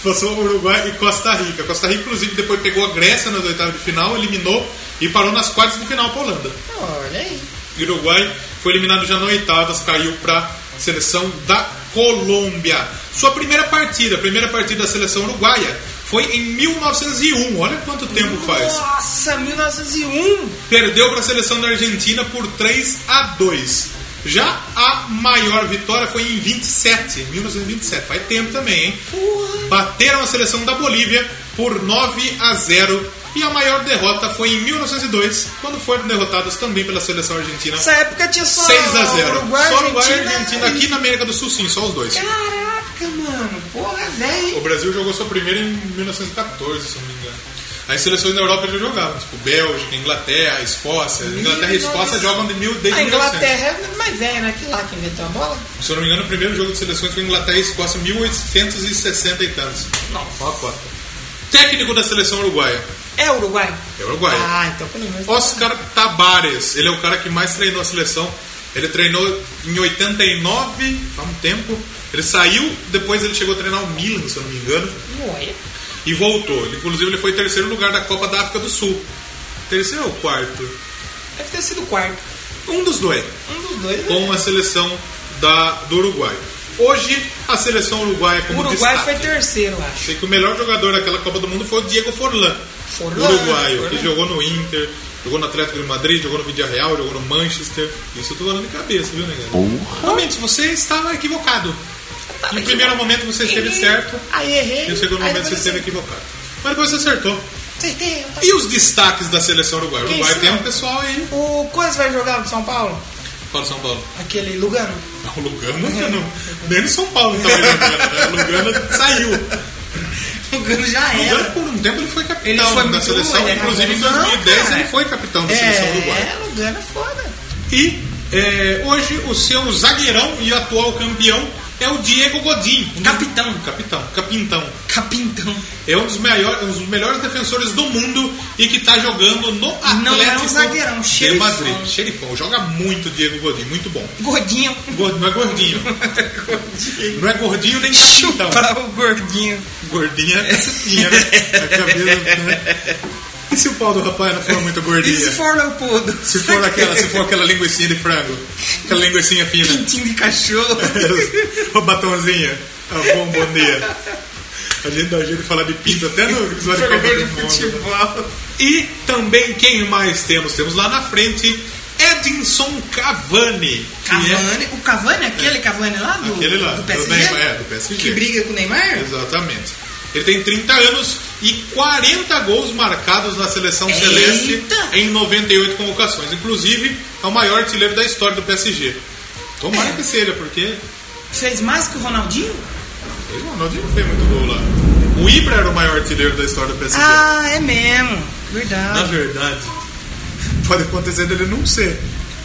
Speaker 2: Passou Uruguai e Costa Rica. Costa Rica, inclusive, depois pegou a Grécia nas oitavas de final, eliminou e parou nas quartas de final para a Holanda.
Speaker 1: Olha aí.
Speaker 2: O Uruguai foi eliminado já na oitavas, caiu para seleção da Colômbia. Sua primeira partida, a primeira partida da seleção uruguaia, foi em 1901. Olha quanto tempo faz.
Speaker 1: Nossa, 1901.
Speaker 2: Perdeu para a seleção da Argentina por 3 a 2. Já a maior vitória foi em 27, 1927. Faz tempo também, hein?
Speaker 1: Porra.
Speaker 2: Bateram a seleção da Bolívia por 9 a 0. E a maior derrota foi em 1902, quando foram derrotados também pela seleção argentina
Speaker 1: Nessa época tinha só
Speaker 2: 6 a 0.
Speaker 1: Uruguai,
Speaker 2: só Uruguai e
Speaker 1: Argentina.
Speaker 2: Argentina aqui na América do Sul, sim, só os dois.
Speaker 1: Caraca, mano. Porra, é velho.
Speaker 2: O Brasil jogou sua primeira em 1914, se não me engano. As seleções da Europa já jogavam, tipo Bélgica, Inglaterra, Escócia. Inglaterra e Escócia
Speaker 1: 1900.
Speaker 2: jogam de mil desde
Speaker 1: A
Speaker 2: 1900.
Speaker 1: Inglaterra é mais velha, né? Que lá que inventou a bola.
Speaker 2: Se eu não me engano, o primeiro jogo de seleções foi Inglaterra e Escócia em 1860 e tantos.
Speaker 1: Nossa.
Speaker 2: Ó a cota. Técnico da seleção uruguaia.
Speaker 1: É Uruguai?
Speaker 2: É Uruguai.
Speaker 1: Ah, então pelo menos.
Speaker 2: Oscar Tabares, ele é o cara que mais treinou a seleção. Ele treinou em 89, há um tempo. Ele saiu, depois ele chegou a treinar o Milan, se eu não me engano,
Speaker 1: Ué.
Speaker 2: e voltou. Ele, Inclusive, ele foi terceiro lugar da Copa da África do Sul. Terceiro ou quarto?
Speaker 1: Deve ter sido o quarto.
Speaker 2: Um dos dois,
Speaker 1: Um dos dois. né?
Speaker 2: com a seleção da, do Uruguai. Hoje, a seleção uruguaia é
Speaker 1: O
Speaker 2: como
Speaker 1: Uruguai
Speaker 2: destaque.
Speaker 1: foi terceiro, eu acho.
Speaker 2: Sei que o melhor jogador daquela Copa do Mundo foi o Diego Forlan,
Speaker 1: Forlan, né?
Speaker 2: uruguaio,
Speaker 1: Forlan.
Speaker 2: que jogou no Inter, jogou no Atlético de Madrid, jogou no Villarreal, jogou no Manchester. Isso eu tô falando de cabeça, viu, negão? Realmente, você estava equivocado.
Speaker 1: Tava
Speaker 2: No
Speaker 1: aqui.
Speaker 2: primeiro momento você esteve
Speaker 1: Errei.
Speaker 2: certo,
Speaker 1: Aí errei.
Speaker 2: e no segundo
Speaker 1: Aí
Speaker 2: momento você
Speaker 1: depois assim,
Speaker 2: esteve equivocado. Mas depois você acertou.
Speaker 1: Acertei. eu tava-
Speaker 2: E os destaques da seleção uruguaia? O
Speaker 1: Quem
Speaker 2: Uruguai
Speaker 1: são?
Speaker 2: tem um pessoal aí.
Speaker 1: O Coisa vai jogar no São Paulo?
Speaker 2: Fala São Paulo.
Speaker 1: Aquele Lugano.
Speaker 2: Não, o Lugano, não. nem no São Paulo estava jogando, né? O Lugano saiu.
Speaker 1: Lugano já
Speaker 2: Lugano,
Speaker 1: era.
Speaker 2: por um tempo, ele foi
Speaker 1: Ele
Speaker 2: capitão
Speaker 1: foi
Speaker 2: da
Speaker 1: muito
Speaker 2: seleção.
Speaker 1: bom, ele é era
Speaker 2: Inclusive, em
Speaker 1: bom. Não,
Speaker 2: 2010,
Speaker 1: cara.
Speaker 2: ele foi capitão da seleção uruguaia.
Speaker 1: É, Lugano é foda.
Speaker 2: E é, hoje, o seu zagueirão e atual campeão é o Diego Godin.
Speaker 1: Capitão.
Speaker 2: Capitão. Capintão.
Speaker 1: Capintão.
Speaker 2: É um dos, maiores, um dos melhores defensores do mundo e que está jogando no Atlético
Speaker 1: Não é um zagueirão,
Speaker 2: de
Speaker 1: xerifão.
Speaker 2: Madrid. Xerifão. Joga muito o Diego Godin. Muito bom.
Speaker 1: Gordinho.
Speaker 2: Gordo- não é gordinho. não é gordinho nem capitão.
Speaker 1: Chupa o gordinho.
Speaker 2: Gordinha é cacetinha, né? A cabeça, né? E se o pau do rapaz não for muito
Speaker 1: E
Speaker 2: gordinha?
Speaker 1: se for Leopoldo?
Speaker 2: Se for aquela, se for aquela linguicinha de frango, aquela linguicinha fina,
Speaker 1: Pintinho de cachorro.
Speaker 2: o batonzinho, Ah, a bomboneira. A gente dá um jeito de falar de pinto até no episódio de Copa
Speaker 1: Jogador de
Speaker 2: do Mundo. né?
Speaker 1: futebol.
Speaker 2: E também quem mais temos? Temos lá na frente Edinson Cavani. que é-
Speaker 1: Cavani, o Cavani, aquele Cavani lá do,
Speaker 2: Aquele lá,
Speaker 1: do
Speaker 2: do
Speaker 1: PSG?
Speaker 2: Neymar, é, do PSG.
Speaker 1: Que briga com o Neymar?
Speaker 2: É. Exatamente. Ele tem 30 anos e 40 gols marcados na seleção
Speaker 1: Eita!
Speaker 2: celeste em 98 convocações. Inclusive, é o maior artilheiro da história do PSG. Tomara
Speaker 1: É.
Speaker 2: que seja, porque
Speaker 1: Fez mais que o Ronaldinho?
Speaker 2: ele, o Ronaldinho não fez muito gol lá. O Ibra era o maior artilheiro da história do PSG.
Speaker 1: Ah, é mesmo. Verdade.
Speaker 2: Na verdade, pode acontecer dele não ser.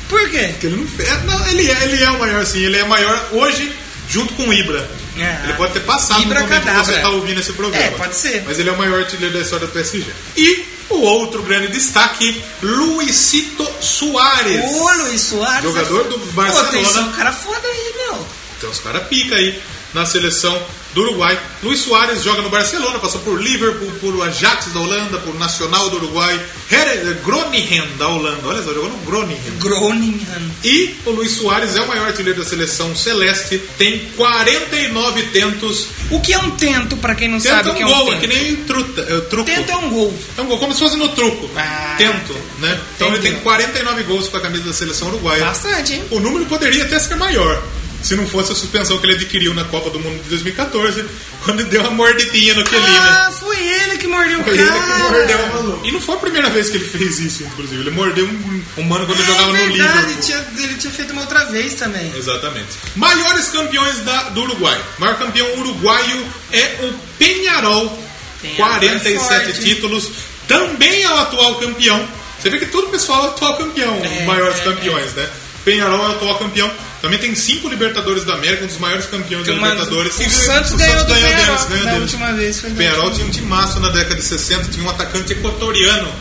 Speaker 1: Por quê?
Speaker 2: Porque ele não fez. é, Não, ele é, ele é o maior, sim. Ele é maior hoje junto com o Ibra.
Speaker 1: É.
Speaker 2: Ele pode ter passado
Speaker 1: Ibra
Speaker 2: no momento que
Speaker 1: cadabra.
Speaker 2: você está ouvindo esse programa.
Speaker 1: É, pode ser.
Speaker 2: Mas ele é o maior artilheiro da história do PSG. E o outro grande destaque, Luisito Soares.
Speaker 1: Ô, Luiz Soares. é
Speaker 2: Jogador do
Speaker 1: Pô,
Speaker 2: Barcelona.
Speaker 1: tem só um cara foda aí, meu.
Speaker 2: Então os caras pica aí na seleção do Uruguai. Luiz Soares joga no Barcelona, passou por Liverpool, por Ajax da Holanda, por Nacional do Uruguai, Here- Groningen da Holanda. Olha só, jogou no Groningen.
Speaker 1: Groningen.
Speaker 2: E o Luiz Soares é o maior artilheiro da seleção celeste, tem 49 tentos.
Speaker 1: O que é um tento, pra quem não sabe
Speaker 2: Tenta
Speaker 1: o que é
Speaker 2: um
Speaker 1: um
Speaker 2: gol, é
Speaker 1: tento?
Speaker 2: que nem truta, é, truco.
Speaker 1: Tento é um gol.
Speaker 2: É um gol, como se fosse no truco.
Speaker 1: Ah,
Speaker 2: Tento, né? Então ele
Speaker 1: Entendi.
Speaker 2: tem 49 gols com a camisa da seleção uruguaia.
Speaker 1: Bastante, hein?
Speaker 2: O número poderia até ser maior. Se não fosse a suspensão que ele adquiriu na Copa do Mundo de 2014, quando deu uma mordidinha no Kelina.
Speaker 1: Ah, foi ele que mordeu o
Speaker 2: né? Foi
Speaker 1: Ah, cara.
Speaker 2: ele que mordeu o maluco. E não foi a primeira vez que ele fez isso, inclusive. Ele mordeu um, um mano quando ele
Speaker 1: É
Speaker 2: jogava no
Speaker 1: verdade,
Speaker 2: Liverpool.
Speaker 1: ele tinha, ele tinha feito uma outra vez também.
Speaker 2: Exatamente. Maiores campeões da- do Uruguai. O maior campeão uruguaio é o Penharol.
Speaker 1: Penharol é
Speaker 2: 47
Speaker 1: forte, hein?
Speaker 2: títulos. Também é o atual campeão. Você vê que todo o pessoal é o atual campeão, os maiores
Speaker 1: é,
Speaker 2: campeões, né? Penharol é o atual campeão. Também tem cinco Libertadores da América, um dos maiores campeões da
Speaker 1: Então, mano,
Speaker 2: Libertadores.
Speaker 1: o Santos ganhou do né, Penharol
Speaker 2: deles,
Speaker 1: da
Speaker 2: deles.
Speaker 1: última vez, foi
Speaker 2: O
Speaker 1: da
Speaker 2: Penharol
Speaker 1: última
Speaker 2: tinha um timaço na década de 60, tinha um atacante equatoriano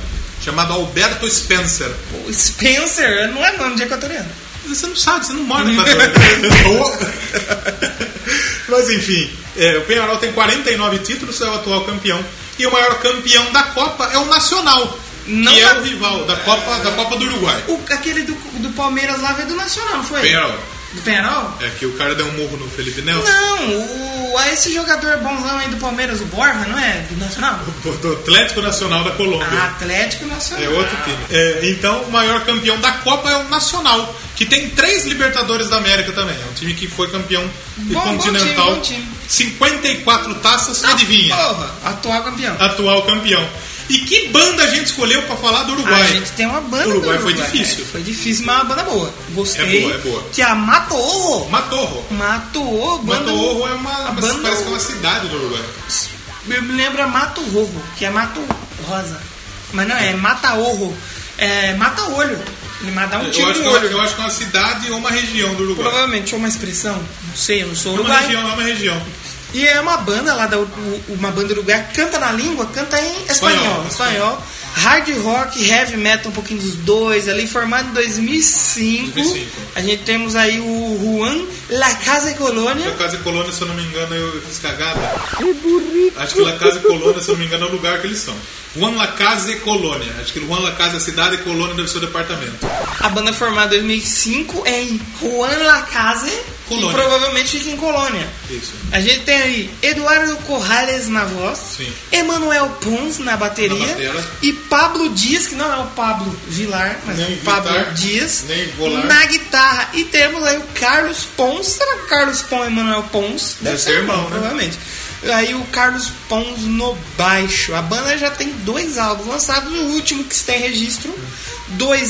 Speaker 2: chamado Alberto Spencer.
Speaker 1: O Spencer não é nome de equatoriano.
Speaker 2: Você não sabe, você não mora em Equador. Mas enfim, é, o Penharol tem 49 títulos, é o atual campeão. E o maior campeão da Copa é o Nacional,
Speaker 1: Não
Speaker 2: que é
Speaker 1: da-
Speaker 2: o rival da Copa, da Copa do Uruguai.
Speaker 1: O, aquele do, do Palmeiras lá veio do Nacional, não foi?
Speaker 2: Penharol.
Speaker 1: Do Penharol?
Speaker 2: É que o cara deu um murro no Felipe Nelson,
Speaker 1: Não, o, a esse jogador bonzão aí do Palmeiras, o Borja, não é? Do Nacional? Ah,
Speaker 2: do Atlético Nacional da Colômbia.
Speaker 1: Atlético Nacional.
Speaker 2: É outro time. É, então, o maior campeão da Copa é o Nacional, que tem três Libertadores da América também. É um time que foi campeão
Speaker 1: Bom, bom
Speaker 2: continental.
Speaker 1: time, bom time. Ah,
Speaker 2: 54 taças, adivinha? Ah,
Speaker 1: Porra, atual campeão.
Speaker 2: atual campeão. E que banda a gente escolheu pra falar do Uruguai?
Speaker 1: Ah, A gente tem uma banda
Speaker 2: Uruguai
Speaker 1: do
Speaker 2: foi difícil.
Speaker 1: né? Foi difícil, mas uma banda boa. Gostei.
Speaker 2: É boa, é boa.
Speaker 1: Que é a Mato Orro.
Speaker 2: Matorro.
Speaker 1: Mato Orro, banda...
Speaker 2: Mato Orro é uma,
Speaker 1: a
Speaker 2: uma-
Speaker 1: banda-
Speaker 2: parece que é uma cidade do Uruguai.
Speaker 1: Eu me lembro é Mato Rojo, que é Mato Rosa. Mas não, é Mata Orro. É Mata Olho. Ele mata um
Speaker 2: Eu
Speaker 1: tiro
Speaker 2: acho,
Speaker 1: no
Speaker 2: que é uma,
Speaker 1: olho.
Speaker 2: eu acho que é uma cidade ou uma região do Uruguai.
Speaker 1: Provavelmente, ou uma expressão. Não sei, eu não sou
Speaker 2: É uma
Speaker 1: uruguaio.
Speaker 2: região, é uma região.
Speaker 1: E é uma banda lá da u- uma banda uruguaia que canta na língua, canta em espanhol,
Speaker 2: Espanhol.
Speaker 1: espanhol. Hard rock, heavy metal, um pouquinho dos dois, ali formado em 2005.
Speaker 2: 2005.
Speaker 1: A gente temos aí o Juan La Casa e Colônia.
Speaker 2: La Casa e Colônia, se eu não me engano, eu fiz cagada. Acho que La Casa e Colônia, se eu não me engano, é o lugar que eles são. Juan La Casa e Colônia. Acho que Juan La Casa é a cidade e Colônia deve ser o departamento.
Speaker 1: A banda formada em 2005 é em Juan La Casa, que
Speaker 2: Colônia.
Speaker 1: provavelmente fica em Colônia.
Speaker 2: Isso.
Speaker 1: A gente tem aí Eduardo Corrales na voz,
Speaker 2: Sim.
Speaker 1: Emanuel Pons na bateria,
Speaker 2: Na batera.
Speaker 1: e Pablo Dias, que não é o Pablo Vilar, mas
Speaker 2: Nem
Speaker 1: é o Pablo
Speaker 2: Vitar,
Speaker 1: Dias,
Speaker 2: nem Volar.
Speaker 1: na guitarra. E temos aí o Carlos Pons, será que Carlos Pons e Emanuel Pons?
Speaker 2: Deve ser irmão, né?
Speaker 1: Provavelmente. Aí o Carlos Pons no baixo. A banda já tem dois álbuns lançados, o último que tem registro,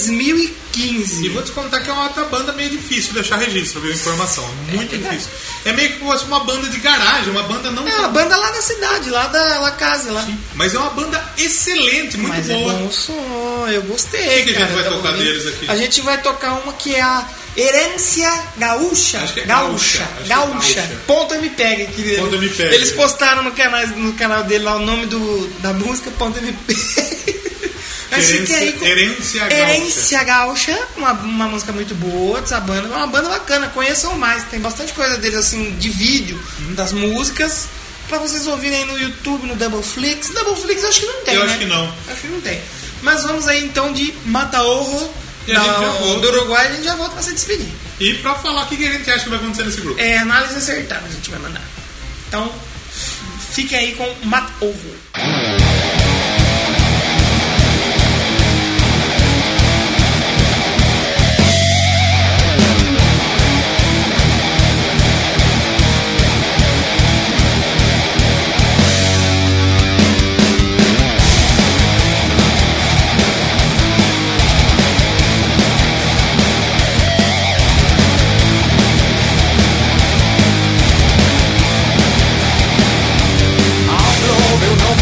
Speaker 2: E
Speaker 1: 2015.
Speaker 2: vou te contar que é uma outra banda meio difícil de achar registro, viu? Informação. Muito difícil. É meio que fosse uma banda de garagem, uma banda não.
Speaker 1: É uma banda lá da cidade, lá da La Casa, lá.
Speaker 2: Mas é uma banda excelente, muito
Speaker 1: Mas
Speaker 2: boa.
Speaker 1: é bom o som, eu gostei.
Speaker 2: O que que
Speaker 1: cara,
Speaker 2: a gente vai
Speaker 1: tá
Speaker 2: tocar
Speaker 1: bonito.
Speaker 2: deles aqui?
Speaker 1: A gente vai tocar uma que é a Herência Gaúcha.
Speaker 2: Acho que é
Speaker 1: gaúcha.
Speaker 2: gaúcha, acho que é
Speaker 1: Gaúcha.
Speaker 2: gaúcha.
Speaker 1: Ponta me pega. Que
Speaker 2: Ponta me pega.
Speaker 1: Eles postaram no canal, no canal dele lá o nome do, da música Ponta me pega. Achei que
Speaker 2: Herência-
Speaker 1: aí com-
Speaker 2: Herência Gaúcha.
Speaker 1: Herência Gaúcha, uma, uma música muito boa dessa banda, é uma banda bacana, conheçam mais, tem bastante coisa deles assim de vídeo,
Speaker 2: Uhum.
Speaker 1: das músicas, pra vocês ouvirem aí no YouTube, no Doubleflix. Doubleflix eu acho que não tem,
Speaker 2: Eu
Speaker 1: né?
Speaker 2: acho que não.
Speaker 1: Acho que não tem. Mas vamos aí então de Mataorro
Speaker 2: E a gente já volta.
Speaker 1: do Uruguai, a gente já volta pra se despedir.
Speaker 2: E pra falar o que que a gente acha que vai acontecer nesse grupo.
Speaker 1: É análise acertada a gente vai mandar. Então, f- fiquem aí com Mataorro.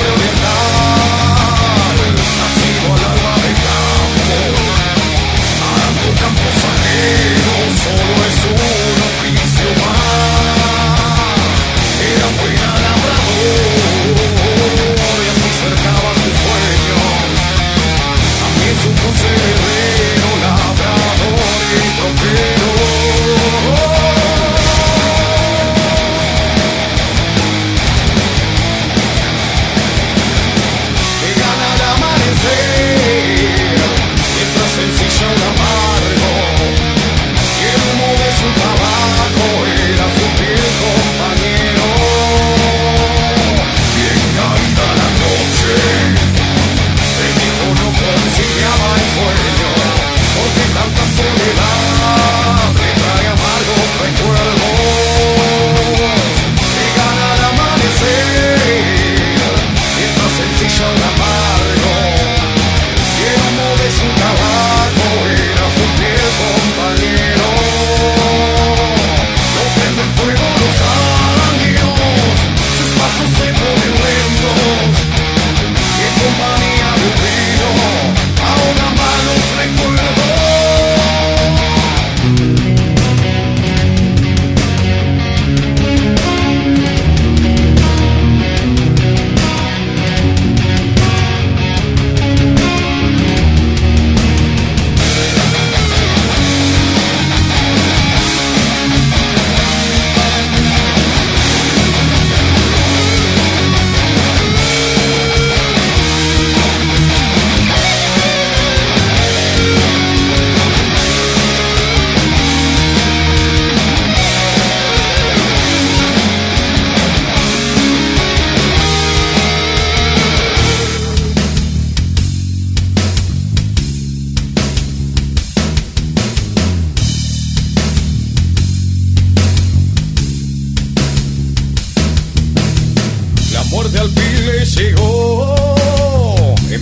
Speaker 4: Abro, meu nombre, meu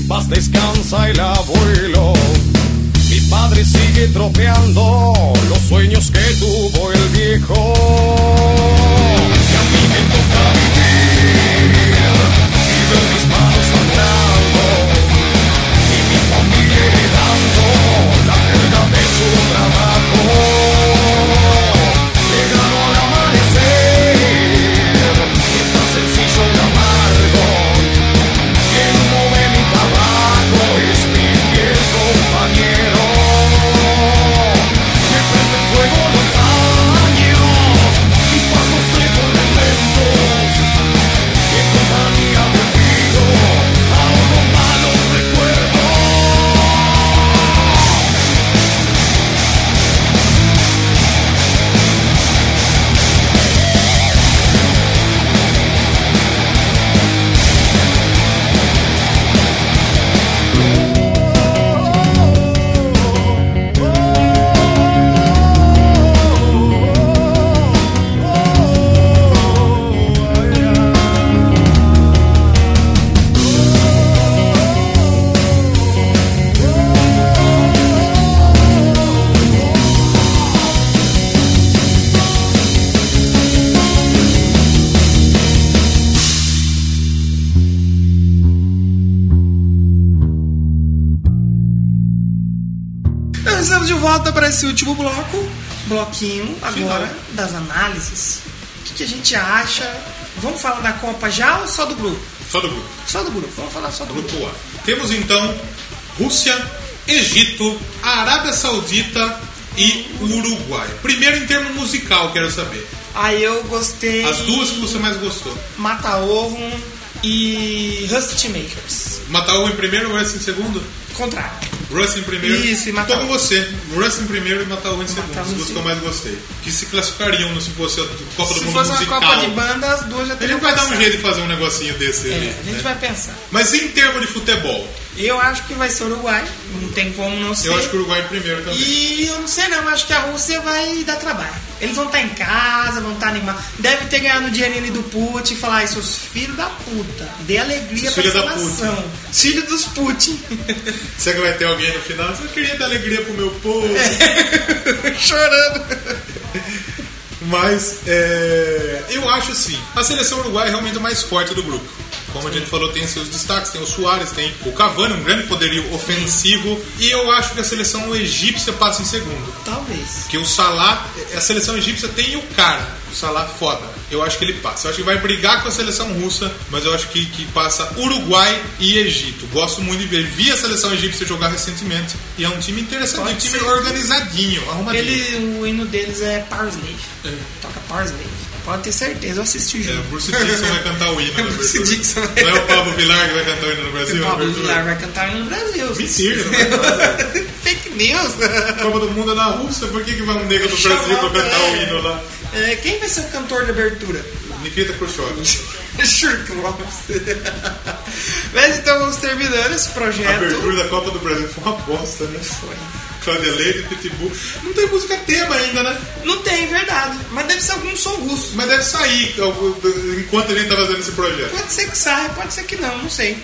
Speaker 4: paz descansa el abuelo. Mi padre sigue tropeando los sueños que tuvo el viejo. Y a mí me toca vivir y veo mis manos sangrando y mi familia heredando la carga de su trabajo. Llegaron al amanecer, y tan sencillo y amargo. Quien mueve mi tabaco es mi fiel compañero. Me prende en fuego los años, mis pasos se ponen lentos. Y en compañía de pido, ahogo malos recuerdos.
Speaker 1: Estamos de volta para esse último bloco, bloquinho agora
Speaker 2: Final.
Speaker 1: das análises. O que, que a gente acha? Vamos falar da Copa já ou só do grupo?
Speaker 2: Só do grupo.
Speaker 1: Só do grupo, vamos falar só do grupo.
Speaker 2: Grupo A. Temos então Rússia, Egito, Arábia Saudita e Uruguai. Primeiro em termo musical, quero saber.
Speaker 1: Aí eu gostei.
Speaker 2: As duas que você mais gostou.
Speaker 1: Mata Ovo e Rust Makers.
Speaker 2: Mataú um em primeiro, Russ em segundo?
Speaker 1: Contrário.
Speaker 2: Russ em primeiro.
Speaker 1: Isso, e Mataú.
Speaker 2: Tô com você. Russ em primeiro e Mataú em segundo.
Speaker 1: Mataú
Speaker 2: As
Speaker 1: um em
Speaker 2: duas que eu
Speaker 1: segundo.
Speaker 2: mais gostei. Que se classificariam se fosse a Copa do
Speaker 1: Se
Speaker 2: Mundo
Speaker 1: fosse uma
Speaker 2: musical.
Speaker 1: Copa de Banda, as duas já
Speaker 2: Ele
Speaker 1: teriam
Speaker 2: vai dar um
Speaker 1: passado.
Speaker 2: jeito de fazer um negocinho desse ali.
Speaker 1: É, a gente
Speaker 2: né?
Speaker 1: vai pensar.
Speaker 2: Mas em termo de futebol,
Speaker 1: Eu acho que vai ser Uruguai, não tem como não ser.
Speaker 2: eu acho que o Uruguai em primeiro também.
Speaker 1: E eu não sei não, mas acho que a Rússia vai dar trabalho. Eles vão estar em casa, vão estar animados. Deve ter ganhado o dinheirinho ali do Putin e falar, "Ai, seus filhos da puta, dê alegria
Speaker 2: Seus
Speaker 1: pra
Speaker 2: filhos
Speaker 1: essa
Speaker 2: da puta."
Speaker 1: nação. Filho dos Putin.
Speaker 2: Será que vai ter alguém no final? Eu queria dar alegria pro meu povo.
Speaker 1: Chorando.
Speaker 2: Mas é, eu acho assim, a seleção uruguaia é realmente a mais forte do grupo. Como a gente falou, tem seus destaques, tem o Soares, tem o Cavani, um grande poderio ofensivo. E eu acho que a seleção egípcia passa em segundo.
Speaker 1: Talvez.
Speaker 2: Porque o Salah, a seleção egípcia tem o cara, o Salah foda. Eu acho que ele passa. Eu acho que vai brigar com a seleção russa, mas eu acho que, que passa Uruguai e Egito. Gosto muito de ver. Vi a seleção egípcia jogar recentemente e é um time interessante,
Speaker 1: Pode
Speaker 2: um time
Speaker 1: ser.
Speaker 2: organizadinho, arrumadinho.
Speaker 1: Ele, o hino deles é Power Slave. Toca Power Slave. Pode ter certeza, eu assisti o
Speaker 2: É, o
Speaker 1: jogo.
Speaker 2: Bruce Dixon vai cantar o hino da
Speaker 1: Bruce
Speaker 2: abertura.
Speaker 1: Dixon.
Speaker 2: Não é o Pablo Vilar que vai cantar o hino do
Speaker 1: O
Speaker 2: Brasil? na
Speaker 1: Pablo
Speaker 2: abertura?
Speaker 1: Vilar vai cantar tá no Brasil.
Speaker 2: é Mentira, não vai cantar.
Speaker 1: Fake news. né?
Speaker 2: A Copa do Mundo é na Rússia, por que, que vai um negro do Brasil pra cantar o hino lá?
Speaker 1: É, quem vai ser o cantor de abertura?
Speaker 2: Nikita Khrushchev.
Speaker 1: Sherlock Holmes. Mas então vamos terminando esse
Speaker 2: A
Speaker 1: projeto.
Speaker 2: abertura da Copa do Brasil foi uma bosta, né?
Speaker 1: Foi.
Speaker 2: Cláudia Leite, Pitbull. Não tem música tema ainda, né?
Speaker 1: Não tem, verdade. Mas deve ser algum som russo.
Speaker 2: Mas deve sair enquanto a gente tá fazendo esse projeto.
Speaker 1: Pode ser que saia, pode ser que não, não sei.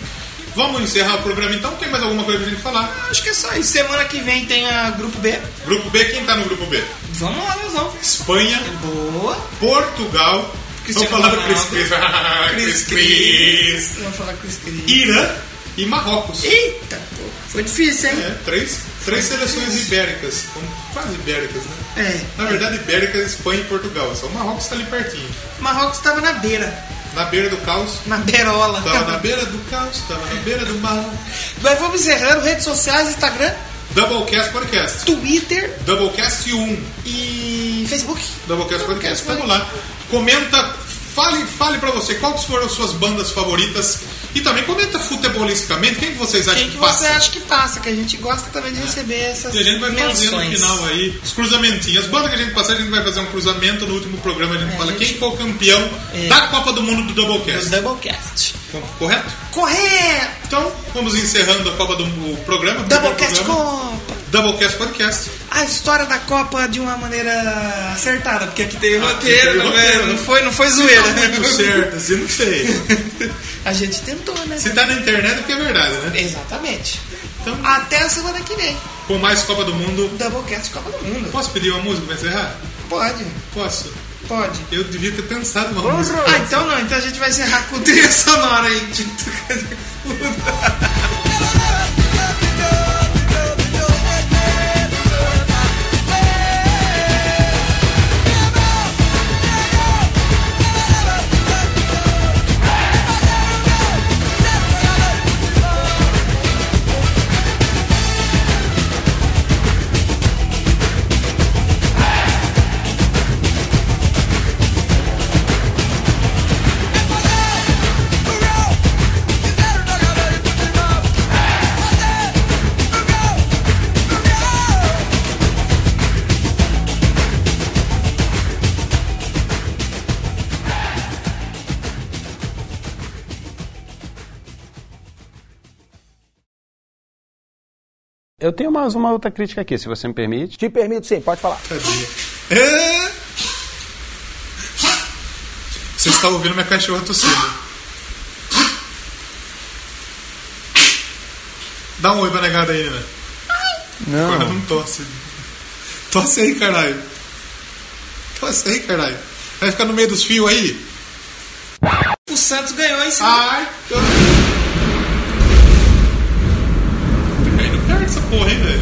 Speaker 2: Vamos encerrar o programa então? Tem mais alguma coisa pra gente falar?
Speaker 1: Acho que é só isso. Semana que vem tem a Grupo B.
Speaker 2: Grupo B, quem tá no grupo B?
Speaker 1: Vamos lá, Leozão.
Speaker 2: Espanha,
Speaker 1: Boa.
Speaker 2: Portugal. Vamos
Speaker 1: Cristiano
Speaker 2: falar do
Speaker 1: Ronaldo.
Speaker 2: Cris Cris. Ah, Cris Cris.
Speaker 1: Vamos falar com esse querido.
Speaker 2: Irã e Marrocos.
Speaker 1: Eita, pô. Foi difícil, hein?
Speaker 2: É, três, três seleções ibéricas. Como Quase ibéricas, né?
Speaker 1: É.
Speaker 2: Na verdade, ibéricas, Espanha e Portugal. Só o Marrocos está ali pertinho.
Speaker 1: Marrocos tava na beira.
Speaker 2: Na beira do caos.
Speaker 1: Na beirola.
Speaker 2: Tava na beira do caos, tava na beira do mar.
Speaker 1: Mas vamos encerrando redes sociais, Instagram,
Speaker 2: Doublecast Podcast.
Speaker 1: Twitter
Speaker 2: Doublecast 1.
Speaker 1: e Facebook.
Speaker 2: Doublecast
Speaker 1: Doublecast,
Speaker 2: Podcast. Vamos lá. Comenta, fale, fale pra você quais foram as suas bandas favoritas. E também comenta futebolisticamente quem que vocês acham
Speaker 1: Quem
Speaker 2: que,
Speaker 1: que
Speaker 2: passa.
Speaker 1: você acha que passa? Que a gente gosta também de receber essas
Speaker 2: E a gente vai fazer no
Speaker 1: menções.
Speaker 2: final aí os cruzamentinhos. As bandas que a gente passar, a gente vai fazer um cruzamento no último programa. A gente
Speaker 1: É,
Speaker 2: fala
Speaker 1: a gente-
Speaker 2: quem foi o campeão
Speaker 1: É.
Speaker 2: da Copa do Mundo
Speaker 1: Do
Speaker 2: do Doublecast.
Speaker 1: Doublecast.
Speaker 2: Co- Correto?
Speaker 1: Correto!
Speaker 2: Então, vamos encerrando a Copa do o programa. o primeiro
Speaker 1: Doublecast
Speaker 2: programa.
Speaker 1: Copa!
Speaker 2: Doublecast Podcast.
Speaker 1: A história da Copa de uma maneira acertada, porque aqui tem roteiro,
Speaker 2: Ah, tem
Speaker 1: né?
Speaker 2: roteiro.
Speaker 1: Não foi, não foi
Speaker 2: Se
Speaker 1: zoeira.
Speaker 2: tá muito certo, assim, não sei.
Speaker 1: A gente tentou, né?
Speaker 2: Se tá na internet, é porque é verdade, né?
Speaker 1: Exatamente.
Speaker 2: Então,
Speaker 1: Até a semana que vem.
Speaker 2: com mais Copa do Mundo.
Speaker 1: Doublecast Copa do Mundo.
Speaker 2: Posso pedir uma música pra encerrar?
Speaker 1: Pode,
Speaker 2: Posso?
Speaker 1: pode.
Speaker 2: Eu devia ter pensado uma música.
Speaker 1: Ah, então não, então a gente vai encerrar com trilha sonora aí de Tucano de Fuda.
Speaker 5: Eu tenho mais uma outra crítica aqui, se você me permite.
Speaker 6: Te permito sim, pode falar.
Speaker 2: Tadinha. É. Você está ouvindo minha cachorra tossindo. Dá um oi pra negada aí, né? Agora não tosse. Tosse aí, caralho. Tosse aí, caralho. Vai ficar no meio dos fios aí?
Speaker 1: O Santos ganhou em cima.
Speaker 2: Ai, tô... Tá caindo perto essa porra, hein, velho?